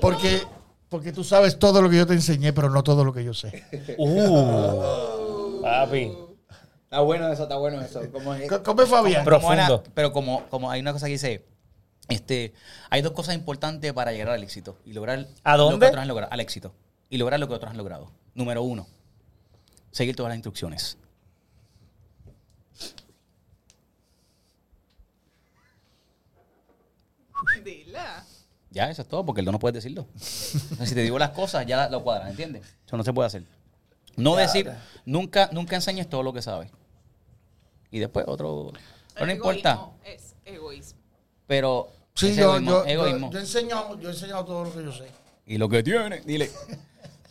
[SPEAKER 3] Porque, porque tú sabes todo lo que yo te enseñé, pero no todo lo que yo sé.
[SPEAKER 1] Uh, papi.
[SPEAKER 2] Está bueno eso, está bueno eso. Como es-
[SPEAKER 3] Co- Come Fabián.
[SPEAKER 1] Pero-
[SPEAKER 2] como era-
[SPEAKER 1] Profundo.
[SPEAKER 2] Eh, pero como, como hay una cosa que dice, este, hay dos cosas importantes para llegar al éxito y lograr
[SPEAKER 1] ¿A
[SPEAKER 2] lo
[SPEAKER 1] dónde?
[SPEAKER 2] que otros han logrado, al éxito y lograr lo que otros han logrado. Número uno, seguir todas las instrucciones.
[SPEAKER 4] Dila.
[SPEAKER 2] Ya, eso es todo, porque él no puede decirlo. si te digo las cosas, ya la- lo cuadras, ¿entiendes? Eso no se puede hacer. No decir, nunca, nunca enseñes todo lo que sabes. Y después otro. No,
[SPEAKER 4] El
[SPEAKER 2] importa.
[SPEAKER 4] egoísmo Es egoísmo.
[SPEAKER 2] Pero
[SPEAKER 3] Sí,
[SPEAKER 2] es
[SPEAKER 3] yo,
[SPEAKER 2] egoísmo,
[SPEAKER 3] yo,
[SPEAKER 2] egoísmo.
[SPEAKER 3] yo, yo he enseñado, yo he enseñado todo lo que yo sé.
[SPEAKER 2] Y lo que tiene, dile.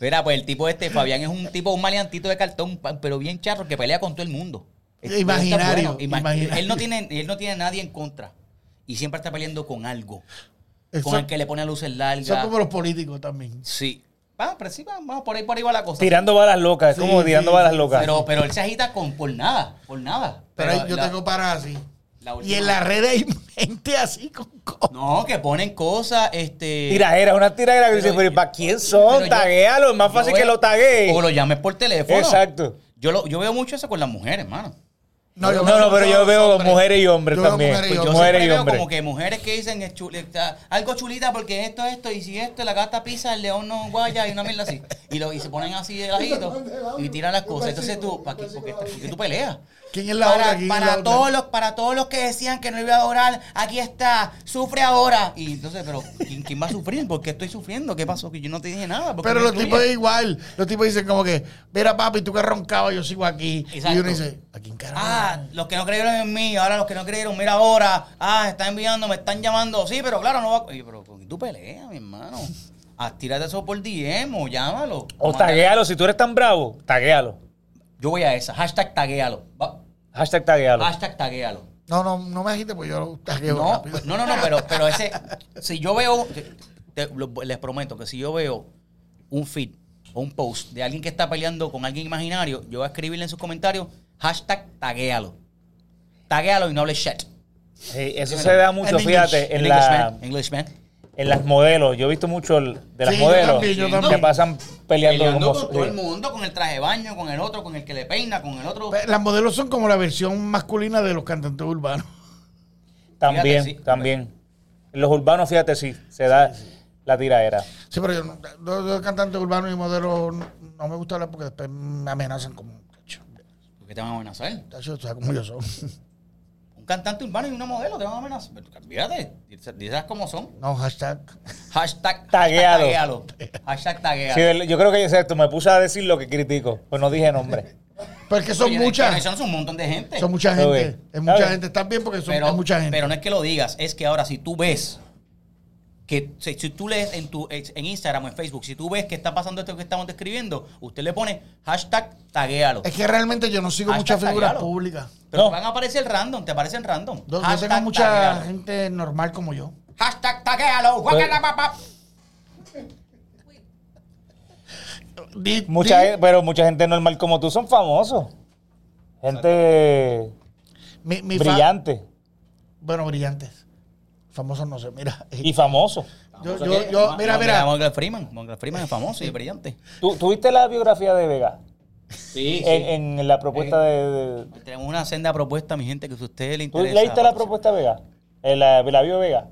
[SPEAKER 2] Mira, pues el tipo este, Fabián, es un tipo, un maleantito de cartón, pa- pero bien charro, que pelea con todo el mundo. El tipo está
[SPEAKER 3] Imaginario,
[SPEAKER 2] Ima-
[SPEAKER 3] imaginario.
[SPEAKER 2] Él no tiene, él no tiene a nadie en contra. Y siempre está peleando con algo. Con
[SPEAKER 3] Son,
[SPEAKER 2] el que le pone luces largas.
[SPEAKER 3] son como los políticos también.
[SPEAKER 2] Sí. Va, pero sí, va- vamos por ahí, por ahí va la cosa.
[SPEAKER 1] Tirando balas locas, es
[SPEAKER 3] Sí,
[SPEAKER 1] como tirando
[SPEAKER 3] sí,
[SPEAKER 1] balas
[SPEAKER 3] sí,
[SPEAKER 1] locas.
[SPEAKER 2] Pero, pero él se agita con, por nada, por nada.
[SPEAKER 3] Pero, ahí yo
[SPEAKER 2] la-
[SPEAKER 3] tengo para así.
[SPEAKER 2] la
[SPEAKER 3] Y
[SPEAKER 2] última-
[SPEAKER 3] en las redes hay gente así con co-
[SPEAKER 2] No, que ponen cosas, este...
[SPEAKER 1] Tiradera, una tiradera que
[SPEAKER 2] Pero
[SPEAKER 1] dice, pero
[SPEAKER 2] yo-
[SPEAKER 1] ¿para quién
[SPEAKER 2] pero
[SPEAKER 1] son?
[SPEAKER 2] yo-
[SPEAKER 1] Taguéalo, es más
[SPEAKER 2] yo
[SPEAKER 1] fácil
[SPEAKER 2] veo-
[SPEAKER 1] que lo taguee.
[SPEAKER 2] O lo llames por teléfono.
[SPEAKER 1] Exacto.
[SPEAKER 2] Yo, lo, yo veo mucho eso con las mujeres, mano.
[SPEAKER 3] No, yo
[SPEAKER 1] No, no, pero yo
[SPEAKER 3] todos
[SPEAKER 1] veo
[SPEAKER 3] hombres.
[SPEAKER 1] mujeres y hombres
[SPEAKER 3] Yo veo
[SPEAKER 1] también.
[SPEAKER 3] mujeres y
[SPEAKER 1] Pues
[SPEAKER 3] hombres.
[SPEAKER 2] Yo
[SPEAKER 1] Mujeres
[SPEAKER 2] siempre
[SPEAKER 1] y
[SPEAKER 2] veo
[SPEAKER 1] hombres.
[SPEAKER 2] como que mujeres que dicen es chulita, algo chulita porque esto, esto, y si esto, la gata pisa, el león no guaya y una mierda así. Y, lo, y se ponen así de lajito y tiran las cosas. Entonces tú, ¿para qué? Porque, porque tú peleas.
[SPEAKER 3] ¿Quién es la
[SPEAKER 2] para,
[SPEAKER 3] otra? ¿Quién es
[SPEAKER 2] para
[SPEAKER 3] la otra?
[SPEAKER 2] todos los para todos los que decían que no iba a orar, aquí está, sufre ahora. Y entonces, pero ¿quién, quién va a sufrir? ¿Por qué estoy sufriendo? ¿Qué pasó? Que yo no te dije nada. ¿por qué
[SPEAKER 3] Pero
[SPEAKER 2] me
[SPEAKER 3] los
[SPEAKER 2] incluyes?
[SPEAKER 3] tipos es igual. Los tipos dicen como que, mira papi, tú que roncabas, yo sigo aquí. Y
[SPEAKER 2] Exacto.
[SPEAKER 3] uno dice, ¿a quién carajo?
[SPEAKER 2] Ah, los que no creyeron en mí, ahora los que no creyeron, mira ahora, ah, están enviando, me están llamando, sí, pero claro, no va. Oye, pero ¿con quién tú peleas, mi hermano? Ah, Tírate eso por DM o llámalo.
[SPEAKER 1] O
[SPEAKER 2] Manda-
[SPEAKER 1] taguéalo, si tú eres tan bravo, taguéalo.
[SPEAKER 2] Yo voy a esa, hashtag taguéalo. Va-
[SPEAKER 1] Hashtag taguéalo.
[SPEAKER 2] Hashtag taguéalo.
[SPEAKER 3] No, no, no me agites, pues yo lo tagueo
[SPEAKER 2] No,
[SPEAKER 3] rápido.
[SPEAKER 2] no, no, no, pero, pero ese, si yo veo, te- lo- les prometo que si yo veo un feed o un post de alguien que está peleando con alguien imaginario, yo voy a escribirle en sus comentarios, hashtag taguéalo. Taguéalo y no hable shit.
[SPEAKER 1] Sí, eso se da mucho,
[SPEAKER 3] En
[SPEAKER 1] fíjate,
[SPEAKER 2] English-
[SPEAKER 1] en,
[SPEAKER 2] en
[SPEAKER 1] la,
[SPEAKER 2] Englishman, Englishman.
[SPEAKER 1] en las modelos. Yo he visto mucho el- de las
[SPEAKER 3] Sí, yo
[SPEAKER 1] modelos
[SPEAKER 3] también, yo
[SPEAKER 1] que
[SPEAKER 3] también.
[SPEAKER 1] pasan peleando,
[SPEAKER 2] Peleando
[SPEAKER 1] con
[SPEAKER 2] con todo el
[SPEAKER 1] sí.
[SPEAKER 2] mundo, con el traje de baño, con el otro, con el que le peina, con el otro.
[SPEAKER 3] Las modelos son como la versión masculina de los cantantes urbanos.
[SPEAKER 1] También,
[SPEAKER 2] Fíjate, sí.
[SPEAKER 1] también. En los urbanos, fíjate, sí, se da la tiraera.
[SPEAKER 3] Sí, pero yo no, yo- yo cantante urbano y modelo no, no me gusta hablar porque después me amenazan como, tacho,
[SPEAKER 2] ¿Por qué te van a amenazar?
[SPEAKER 3] tacho, tú sabes cómo yo soy.
[SPEAKER 2] Un cantante urbano y una modelo te van a amenazar. Pero Fíjate, dices cómo son.
[SPEAKER 3] No, hashtag.
[SPEAKER 2] Hashtag
[SPEAKER 1] Taguealo.
[SPEAKER 2] taguealo. Hashtag taguealo.
[SPEAKER 1] Sí, del- yo creo que es esto, me puse a decir lo que critico, pues no dije nombre.
[SPEAKER 3] Pero es que son
[SPEAKER 2] Oye, pero
[SPEAKER 3] muchas.
[SPEAKER 2] Eso no es un montón de gente.
[SPEAKER 3] Son mucha
[SPEAKER 1] Ok.
[SPEAKER 3] gente. Es
[SPEAKER 1] Está
[SPEAKER 3] mucha
[SPEAKER 1] bien.
[SPEAKER 3] gente. Están bien porque son
[SPEAKER 2] pero,
[SPEAKER 3] es mucha gente.
[SPEAKER 2] pero no es que lo digas, es que ahora si tú ves que si, si tú lees en tu en Instagram o en Facebook, si tú ves que está pasando esto que estamos describiendo, usted le pone hashtag taguealo.
[SPEAKER 3] es que realmente yo no sigo
[SPEAKER 2] Hashtag
[SPEAKER 3] muchas figuras
[SPEAKER 2] taguealo.
[SPEAKER 3] públicas.
[SPEAKER 2] Pero
[SPEAKER 1] No.
[SPEAKER 2] te van a aparecer random, te aparecen random.
[SPEAKER 3] Yo, yo
[SPEAKER 2] Hashtag
[SPEAKER 3] tengo mucha Pues-
[SPEAKER 2] taguealo.
[SPEAKER 3] gente normal como yo.
[SPEAKER 2] Hashtag taguealo. guácala, papá.
[SPEAKER 3] Di-
[SPEAKER 1] Mucha,
[SPEAKER 3] di-
[SPEAKER 1] gen- pero mucha gente normal como tú son famosos. Gente
[SPEAKER 3] mi- mi fa-
[SPEAKER 1] brillante
[SPEAKER 3] bueno, brillantes. Famosos no sé, mira.
[SPEAKER 1] y famoso.
[SPEAKER 3] Yo,
[SPEAKER 2] Famoso
[SPEAKER 3] yo,
[SPEAKER 2] que-
[SPEAKER 3] yo-
[SPEAKER 2] Ma-
[SPEAKER 3] mira,
[SPEAKER 2] Ma-
[SPEAKER 3] mira.
[SPEAKER 2] Morgan Freeman. Morgan Freeman es famoso y es brillante.
[SPEAKER 1] ¿Tú, tú viste la biografía de Vega?
[SPEAKER 2] Sí,
[SPEAKER 1] En, en la propuesta de... de-
[SPEAKER 2] Eh, Tenemos una senda propuesta, mi gente, que si a usted le
[SPEAKER 1] ¿Tú
[SPEAKER 2] interesa.
[SPEAKER 1] leíste la propuesta de Vega? Eh, la, la bio de Vega.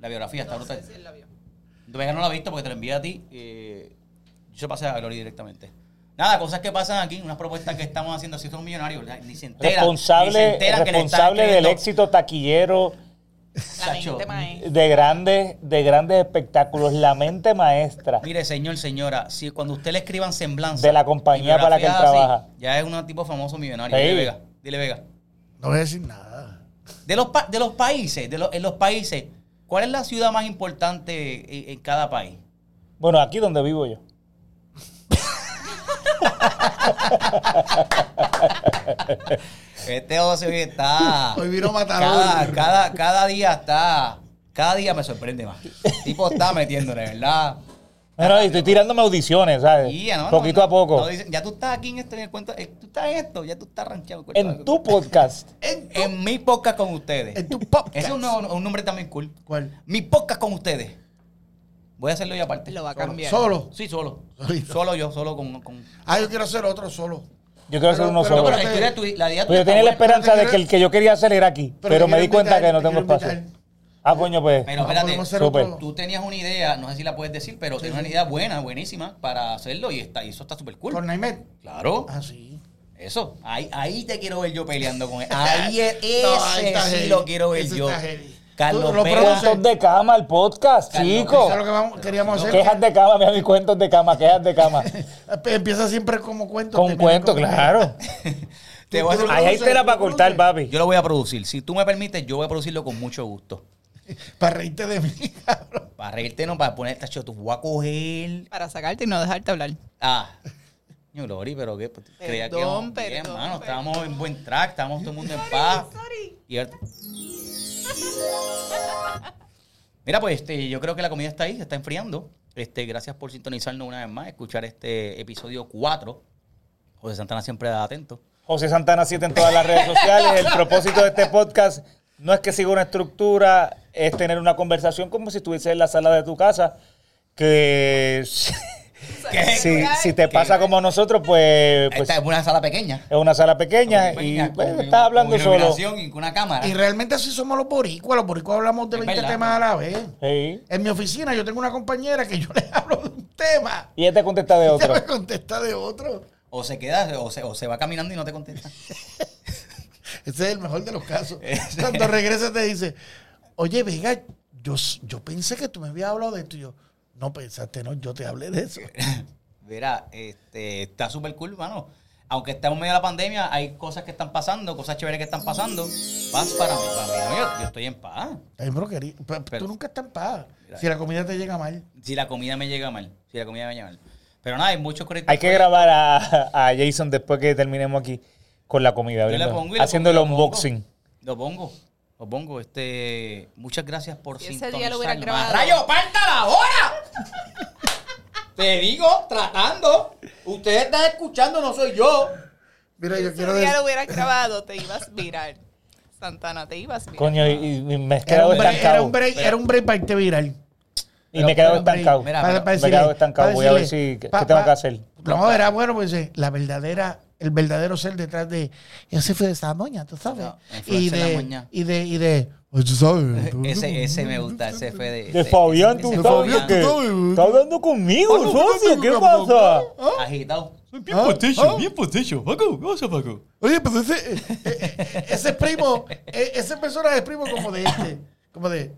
[SPEAKER 2] La biografía está brutal. Vega no la ha visto porque te la envié a ti. eh, yo se pasé a Glory directamente. Nada, cosas que pasan aquí, unas propuestas que estamos haciendo. Si son millonarios, ¿verdad? ni se entera. ni se
[SPEAKER 1] Responsable,
[SPEAKER 2] entera que le están
[SPEAKER 1] responsable del
[SPEAKER 2] escribiendo.
[SPEAKER 1] éxito taquillero,
[SPEAKER 4] La mente
[SPEAKER 2] Sacho,
[SPEAKER 4] maestra.
[SPEAKER 1] de grandes, de grandes espectáculos, la mente maestra.
[SPEAKER 2] Mire, señor, señora, si cuando usted le escriban semblanza
[SPEAKER 1] De la compañía
[SPEAKER 2] y
[SPEAKER 1] para la que él
[SPEAKER 2] biografías así,
[SPEAKER 1] trabaja.
[SPEAKER 2] Ya es un tipo famoso millonario.
[SPEAKER 1] Sí.
[SPEAKER 2] Dile Vega. Dile Vega.
[SPEAKER 3] No voy a decir nada.
[SPEAKER 2] De los, pa- de los países, de los, en los países, ¿cuál es la ciudad más importante en, en cada país?
[SPEAKER 1] Bueno, aquí donde vivo yo.
[SPEAKER 2] Este ocio hoy está.
[SPEAKER 3] Hoy vino matador.
[SPEAKER 2] cada, cada, cada día está. Cada día me sorprende más. El tipo está metiéndole, ¿verdad?
[SPEAKER 1] Bueno, y estoy tirándome audiciones, ¿sabes?
[SPEAKER 2] Y ya, no, no,
[SPEAKER 1] Poquito
[SPEAKER 2] no,
[SPEAKER 1] a poco.
[SPEAKER 2] no dicen, ya tú estás aquí en esto, en el cuento. eh, Tú estás en esto, ya tú estás ranchado. cuento
[SPEAKER 1] en
[SPEAKER 2] algo.
[SPEAKER 1] tu podcast.
[SPEAKER 2] En, en mi podcast con ustedes.
[SPEAKER 3] En tu podcast.
[SPEAKER 2] Ese es un, nuevo- un nombre también cool.
[SPEAKER 3] ¿Cuál?
[SPEAKER 2] Mi podcast con ustedes. Voy a hacerlo yo aparte.
[SPEAKER 4] Lo va a
[SPEAKER 2] Solo.
[SPEAKER 4] cambiar.
[SPEAKER 3] Solo.
[SPEAKER 2] Sí, solo.
[SPEAKER 3] Solito.
[SPEAKER 2] Solo yo, solo con. con...
[SPEAKER 3] Ah, yo quiero hacer otro solo.
[SPEAKER 1] Yo quiero hacer
[SPEAKER 3] Pero-
[SPEAKER 1] uno
[SPEAKER 3] pero-
[SPEAKER 1] solo.
[SPEAKER 2] Pero
[SPEAKER 1] Pero,
[SPEAKER 2] la idea tuya- la idea tuya
[SPEAKER 1] yo
[SPEAKER 2] está
[SPEAKER 1] tenía la
[SPEAKER 2] buena.
[SPEAKER 1] esperanza
[SPEAKER 3] pero te
[SPEAKER 1] de que el que yo quería hacer era aquí. Pero,
[SPEAKER 3] te
[SPEAKER 1] me
[SPEAKER 3] quiero
[SPEAKER 1] di cuenta
[SPEAKER 3] invitar,
[SPEAKER 1] que no
[SPEAKER 3] te
[SPEAKER 1] tengo
[SPEAKER 3] quiero
[SPEAKER 1] espacio.
[SPEAKER 3] invitar.
[SPEAKER 1] Ah, coño, pues.
[SPEAKER 2] Pero
[SPEAKER 3] Ah,
[SPEAKER 2] espérate,
[SPEAKER 3] podemos hacer
[SPEAKER 1] Súper.
[SPEAKER 3] otro.
[SPEAKER 2] Tú tenías una idea, no sé si la puedes decir, pero tenías una idea buena, buenísima para hacerlo y, está, y eso está súper cool.
[SPEAKER 3] Con Naimet.
[SPEAKER 2] Claro,
[SPEAKER 3] Ah, sí.
[SPEAKER 2] eso. Ahí, ahí te quiero ver yo peleando con él. Ahí es, ese
[SPEAKER 3] No, ahí está
[SPEAKER 2] sí
[SPEAKER 3] heavy.
[SPEAKER 2] lo quiero ver
[SPEAKER 3] Ese
[SPEAKER 2] yo.
[SPEAKER 3] está heavy.
[SPEAKER 2] Carlos
[SPEAKER 3] Tú lo
[SPEAKER 2] Vega.
[SPEAKER 3] produces.
[SPEAKER 1] Cuentos de cama al podcast,
[SPEAKER 2] Carlos,
[SPEAKER 1] chico.
[SPEAKER 3] Eso es lo que vamos- queríamos hacer.
[SPEAKER 1] Quejas de cama, mira mis cuentos de cama, quejas de cama.
[SPEAKER 3] Empieza siempre como cuento.
[SPEAKER 1] Con cuentos, claro.
[SPEAKER 2] Te voy a hacer-
[SPEAKER 1] Ahí hay tela para cortar, papi.
[SPEAKER 2] yo lo voy a producir. Si tú me permites, yo voy a producirlo con mucho gusto.
[SPEAKER 3] Para reírte de mí, cabrón.
[SPEAKER 2] Para reírte, no, para ponerte tacho, tú voy a coger.
[SPEAKER 4] Para sacarte y no dejarte hablar.
[SPEAKER 2] Ah. Yo, Lori, pero qué. Pues, creía que
[SPEAKER 4] Perdón,
[SPEAKER 2] íbamos bien,
[SPEAKER 4] perdón,
[SPEAKER 2] mano.
[SPEAKER 4] perdón.
[SPEAKER 2] Estábamos en buen track, estábamos todo el mundo en paz. Y ahorita- Mira, pues este, yo creo que la comida está ahí, se está enfriando. Este, gracias por sintonizarnos una vez más, escuchar este episodio 4. José Santana siempre da atento.
[SPEAKER 1] José Santana 7 en todas las redes sociales. El propósito de este podcast no es que siga una estructura, es tener una conversación como si estuviese en la sala de tu casa, que
[SPEAKER 2] ¿Qué?
[SPEAKER 1] Si, si te pasa como a nosotros, pues, pues
[SPEAKER 2] Esta es una sala pequeña.
[SPEAKER 1] es una sala pequeña y
[SPEAKER 2] Pequeña,
[SPEAKER 1] pues,
[SPEAKER 2] con-
[SPEAKER 1] estás hablando
[SPEAKER 2] con
[SPEAKER 1] solo.
[SPEAKER 2] iluminación Y con una cámara.
[SPEAKER 3] Y realmente así somos los boricuas. Los boricuas hablamos de
[SPEAKER 2] Es
[SPEAKER 3] 20
[SPEAKER 2] verdad.
[SPEAKER 3] temas a la vez.
[SPEAKER 1] Sí.
[SPEAKER 3] En mi oficina yo tengo una compañera que yo le hablo de un tema.
[SPEAKER 1] Y él te contesta de
[SPEAKER 3] Y ella
[SPEAKER 1] otro.
[SPEAKER 3] me contesta de otro.
[SPEAKER 2] O se queda, o se, o se va caminando y no te contesta.
[SPEAKER 3] Ese es el mejor de los casos.
[SPEAKER 2] Ese.
[SPEAKER 3] Cuando regresa te dice, oye, Vega, yo, s- yo pensé que tú me habías hablado de esto. Y yo, no pensaste, no, yo te hablé de eso.
[SPEAKER 2] Verá, este, está súper cool, mano. Aunque estamos en medio de la pandemia, hay cosas que están pasando, cosas chéveres que están pasando. Paz para mí, para mí. No, yo, yo estoy en paz.
[SPEAKER 3] Ay, pero querí- pero
[SPEAKER 2] Pero-
[SPEAKER 3] tú nunca estás en paz.
[SPEAKER 2] Mira.
[SPEAKER 3] Si la comida te llega mal.
[SPEAKER 2] Si la comida me llega mal. Si la comida me llega mal. Pero nada, hay muchos correctos.
[SPEAKER 1] Hay que grabar a, a Jason después que terminemos aquí con la comida,
[SPEAKER 2] Yo le
[SPEAKER 1] abriendo-
[SPEAKER 2] pongo y le
[SPEAKER 1] haciendo el
[SPEAKER 2] pongo, le pongo.
[SPEAKER 1] unboxing.
[SPEAKER 2] Lo pongo. Lo pongo. Este, muchas gracias por
[SPEAKER 4] Si
[SPEAKER 2] sintonizar.
[SPEAKER 4] ese día lo hubieran grabado.
[SPEAKER 2] ¡Rayo, pártala ahora! Te digo, tratando. Ustedes están escuchando, no soy yo.
[SPEAKER 3] Mira, yo
[SPEAKER 4] Si
[SPEAKER 3] quiero
[SPEAKER 4] ese día
[SPEAKER 3] decir...
[SPEAKER 4] lo hubieras grabado, te ibas a virar. Santana, te ibas a virar.
[SPEAKER 1] Coño, y, y me he
[SPEAKER 3] Era
[SPEAKER 1] quedado
[SPEAKER 3] un, break, era,
[SPEAKER 1] estancado.
[SPEAKER 3] un break, era un break para irte viral.
[SPEAKER 1] Y me he quedado
[SPEAKER 3] Era un break
[SPEAKER 1] estancado.
[SPEAKER 2] Mira, pero-
[SPEAKER 3] para- para
[SPEAKER 1] me he
[SPEAKER 3] decirle-
[SPEAKER 1] quedado estancado.
[SPEAKER 3] para
[SPEAKER 1] Voy a ver
[SPEAKER 3] decirle,
[SPEAKER 1] si- qué
[SPEAKER 3] pa-
[SPEAKER 1] tengo
[SPEAKER 3] pa-
[SPEAKER 1] que hacer.
[SPEAKER 3] No, era bueno, pues eh, la verdadera, el verdadero ser detrás de. Yo se fue de esa moña, tú sabes.
[SPEAKER 2] No,
[SPEAKER 3] y,
[SPEAKER 2] influencer la
[SPEAKER 3] de,
[SPEAKER 2] moña.
[SPEAKER 3] y de, y de. "Ay, tú sabes. tú-
[SPEAKER 2] Ese, ese me gusta, ese fue de.
[SPEAKER 1] De
[SPEAKER 2] ese-
[SPEAKER 1] Fabián,
[SPEAKER 2] ese-
[SPEAKER 1] tú
[SPEAKER 2] ese
[SPEAKER 1] sabes
[SPEAKER 2] Fabián.
[SPEAKER 1] que
[SPEAKER 3] tú sabes.
[SPEAKER 1] está hablando conmigo,
[SPEAKER 3] Ah, no,
[SPEAKER 1] socio.
[SPEAKER 3] no,
[SPEAKER 1] ¿Qué
[SPEAKER 3] no, no,
[SPEAKER 1] pasa?
[SPEAKER 2] Agitado.
[SPEAKER 3] Ah, ah.
[SPEAKER 2] potecho. Paco, ¿qué pasa, Paco?
[SPEAKER 3] Oye, pero ese, eh, eh, ese primo, eh, ese personaje es primo como de este. Como de.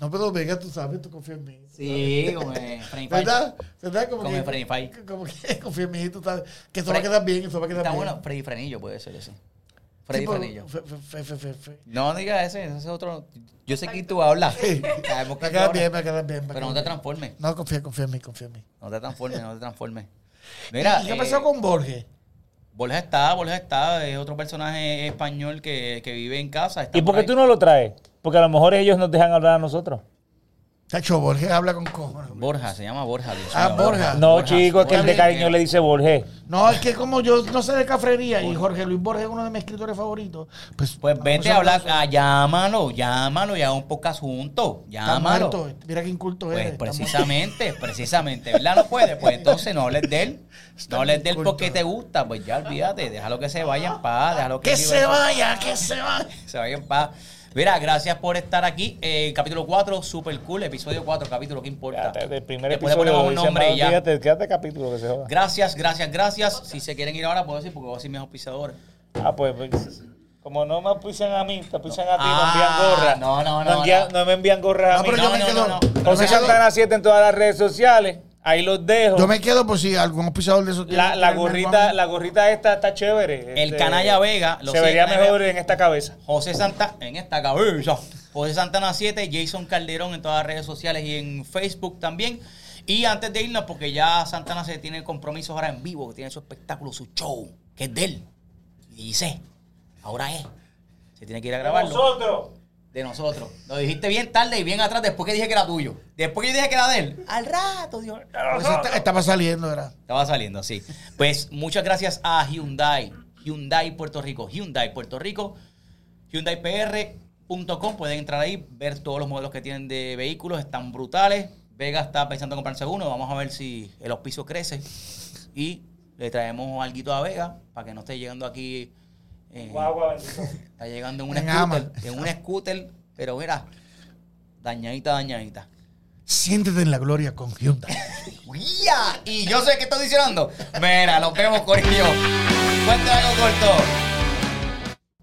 [SPEAKER 3] No, pero venga, tú sabes, tú confías en mí.
[SPEAKER 2] Sí, como eh, Frank
[SPEAKER 3] ¿Verdad? ¿Verdad? Como
[SPEAKER 2] Como
[SPEAKER 3] que,
[SPEAKER 2] el Freddy Fay.
[SPEAKER 3] Como que confía en mí, tú sabes. Que eso va a
[SPEAKER 2] Freddy-
[SPEAKER 3] quedar bien, eso va a quedar
[SPEAKER 2] Está
[SPEAKER 3] bien.
[SPEAKER 2] bueno, Freddy Frenillo puede ser ese. Freddy
[SPEAKER 3] Sí, pero-
[SPEAKER 2] Frenillo.
[SPEAKER 3] fe- fe- fe- fe- fe.
[SPEAKER 2] No diga ese, ese es otro. Yo sé que tú hablas. Sabemos
[SPEAKER 3] Va a
[SPEAKER 2] que tú
[SPEAKER 3] quedar
[SPEAKER 2] hablas.
[SPEAKER 3] bien, va a quedar bien. va a
[SPEAKER 2] Pero no te
[SPEAKER 3] quedar bien.
[SPEAKER 2] transformes.
[SPEAKER 3] No, confía, confía en mí, confía en mí.
[SPEAKER 2] No te transformes, no te transformes. Mira,
[SPEAKER 3] ¿Y qué
[SPEAKER 2] eh,
[SPEAKER 3] pasó con Borges?
[SPEAKER 2] Borja está, Borja está, es otro personaje español que, que vive en casa. está
[SPEAKER 1] ¿Y por qué
[SPEAKER 2] ahí.
[SPEAKER 1] tú no lo traes? Porque a lo mejor ellos nos dejan hablar a nosotros.
[SPEAKER 3] Tacho, Borges habla con cojones.
[SPEAKER 2] Borja, se llama Borja. Dios
[SPEAKER 3] Ah,
[SPEAKER 2] mío,
[SPEAKER 3] Borja.
[SPEAKER 1] No,
[SPEAKER 2] Borja,
[SPEAKER 1] chicos, que el de
[SPEAKER 2] Borja.
[SPEAKER 1] cariño le dice Borges.
[SPEAKER 3] No, es que como yo no sé de cafrería y Jorge Luis Borges es uno de mis escritores favoritos, pues...
[SPEAKER 2] Pues vete a hablar,
[SPEAKER 3] hablar
[SPEAKER 2] ah, llámalo, llámalo, ya un podcast juntos,
[SPEAKER 3] Está
[SPEAKER 2] llámalo.
[SPEAKER 3] muerto. Mira qué inculto
[SPEAKER 2] Pues
[SPEAKER 3] eres.
[SPEAKER 2] precisamente, precisamente, ¿verdad? No puede, pues entonces no hables de él, no hables de él
[SPEAKER 3] muy
[SPEAKER 2] porque
[SPEAKER 3] corto.
[SPEAKER 2] te gusta, pues ya olvídate, déjalo que se vaya en paz, déjalo que
[SPEAKER 3] Que
[SPEAKER 2] viva
[SPEAKER 3] se
[SPEAKER 2] en paz.
[SPEAKER 3] vaya, que se vaya.
[SPEAKER 2] Se vaya en paz. Mira, gracias por estar aquí. Eh, capítulo 4, super cool. Episodio 4, capítulo, ¿qué importa?
[SPEAKER 1] Fíjate, El primer
[SPEAKER 2] Después le ponemos
[SPEAKER 1] episodio
[SPEAKER 2] un
[SPEAKER 1] dice,
[SPEAKER 2] nombre y
[SPEAKER 1] "Mano,
[SPEAKER 2] ya.
[SPEAKER 1] Fíjate, quédate capítulo que se joda.
[SPEAKER 2] Gracias, gracias, gracias. Si se quieren ir ahora, puedo decir porque voy a decir mis auspiciadores.
[SPEAKER 1] Ah, pues, pues, como no me auspician a mí, te auspician a ti,
[SPEAKER 2] Ah,
[SPEAKER 1] no envían gorras.
[SPEAKER 2] no, no, no,
[SPEAKER 1] envían-
[SPEAKER 2] no.
[SPEAKER 1] no me envían gorras
[SPEAKER 3] No,
[SPEAKER 1] a mí.
[SPEAKER 3] pero yo
[SPEAKER 2] no,
[SPEAKER 3] me
[SPEAKER 2] no, no,
[SPEAKER 3] quedo...
[SPEAKER 2] no.
[SPEAKER 3] yo me
[SPEAKER 1] José
[SPEAKER 3] quedo-
[SPEAKER 1] Santana 7 en todas las redes sociales. Ahí los dejo.
[SPEAKER 3] Yo me quedo por si algún pisador de esos... tiene
[SPEAKER 1] la,
[SPEAKER 3] que
[SPEAKER 1] la
[SPEAKER 3] tenerme
[SPEAKER 1] gorrita,
[SPEAKER 3] guamo.
[SPEAKER 1] la gorrita esta está chévere.
[SPEAKER 2] El
[SPEAKER 1] Este,
[SPEAKER 2] Canalla Vega. lo
[SPEAKER 1] Se
[SPEAKER 2] sigue,
[SPEAKER 1] vería
[SPEAKER 2] Canalla
[SPEAKER 1] mejor
[SPEAKER 2] Vega.
[SPEAKER 1] en esta cabeza.
[SPEAKER 2] José Santa en esta cabeza. José Santana 7, Jason Calderón en todas las redes sociales y en Facebook también. Y antes de irnos, porque ya Santana se tiene compromisos ahora en vivo, que tiene su espectáculo, su show, que es de él. Y dice, ahora es. Se tiene que ir a grabarlo.
[SPEAKER 1] Nosotros.
[SPEAKER 2] De nosotros. Lo dijiste bien tarde y bien atrás, después que dije que era tuyo. Después que yo dije que era de él. Al rato, Dios.
[SPEAKER 3] Pues esta- Estaba saliendo, era.
[SPEAKER 2] Estaba saliendo, sí. Pues muchas gracias a Hyundai. Hyundai Puerto Rico. Hyundai Puerto Rico. HyundaiPR.com. Pueden entrar ahí, ver todos los modelos que tienen de vehículos. Están brutales. Vega está pensando en comprarse uno. Vamos a ver si el auspicio crece. Y le traemos algo a Vega para que no esté llegando aquí. eh, Está llegando en un
[SPEAKER 3] En
[SPEAKER 2] scooter.
[SPEAKER 3] ama.
[SPEAKER 2] En un scooter. Pero mira, dañadita, dañadita.
[SPEAKER 3] Siéntete en la gloria con Hyundai.
[SPEAKER 2] ¡Ya! Y yo sé que estoy diciendo. Mira, nos vemos, Corillo. Cuéntame algo corto.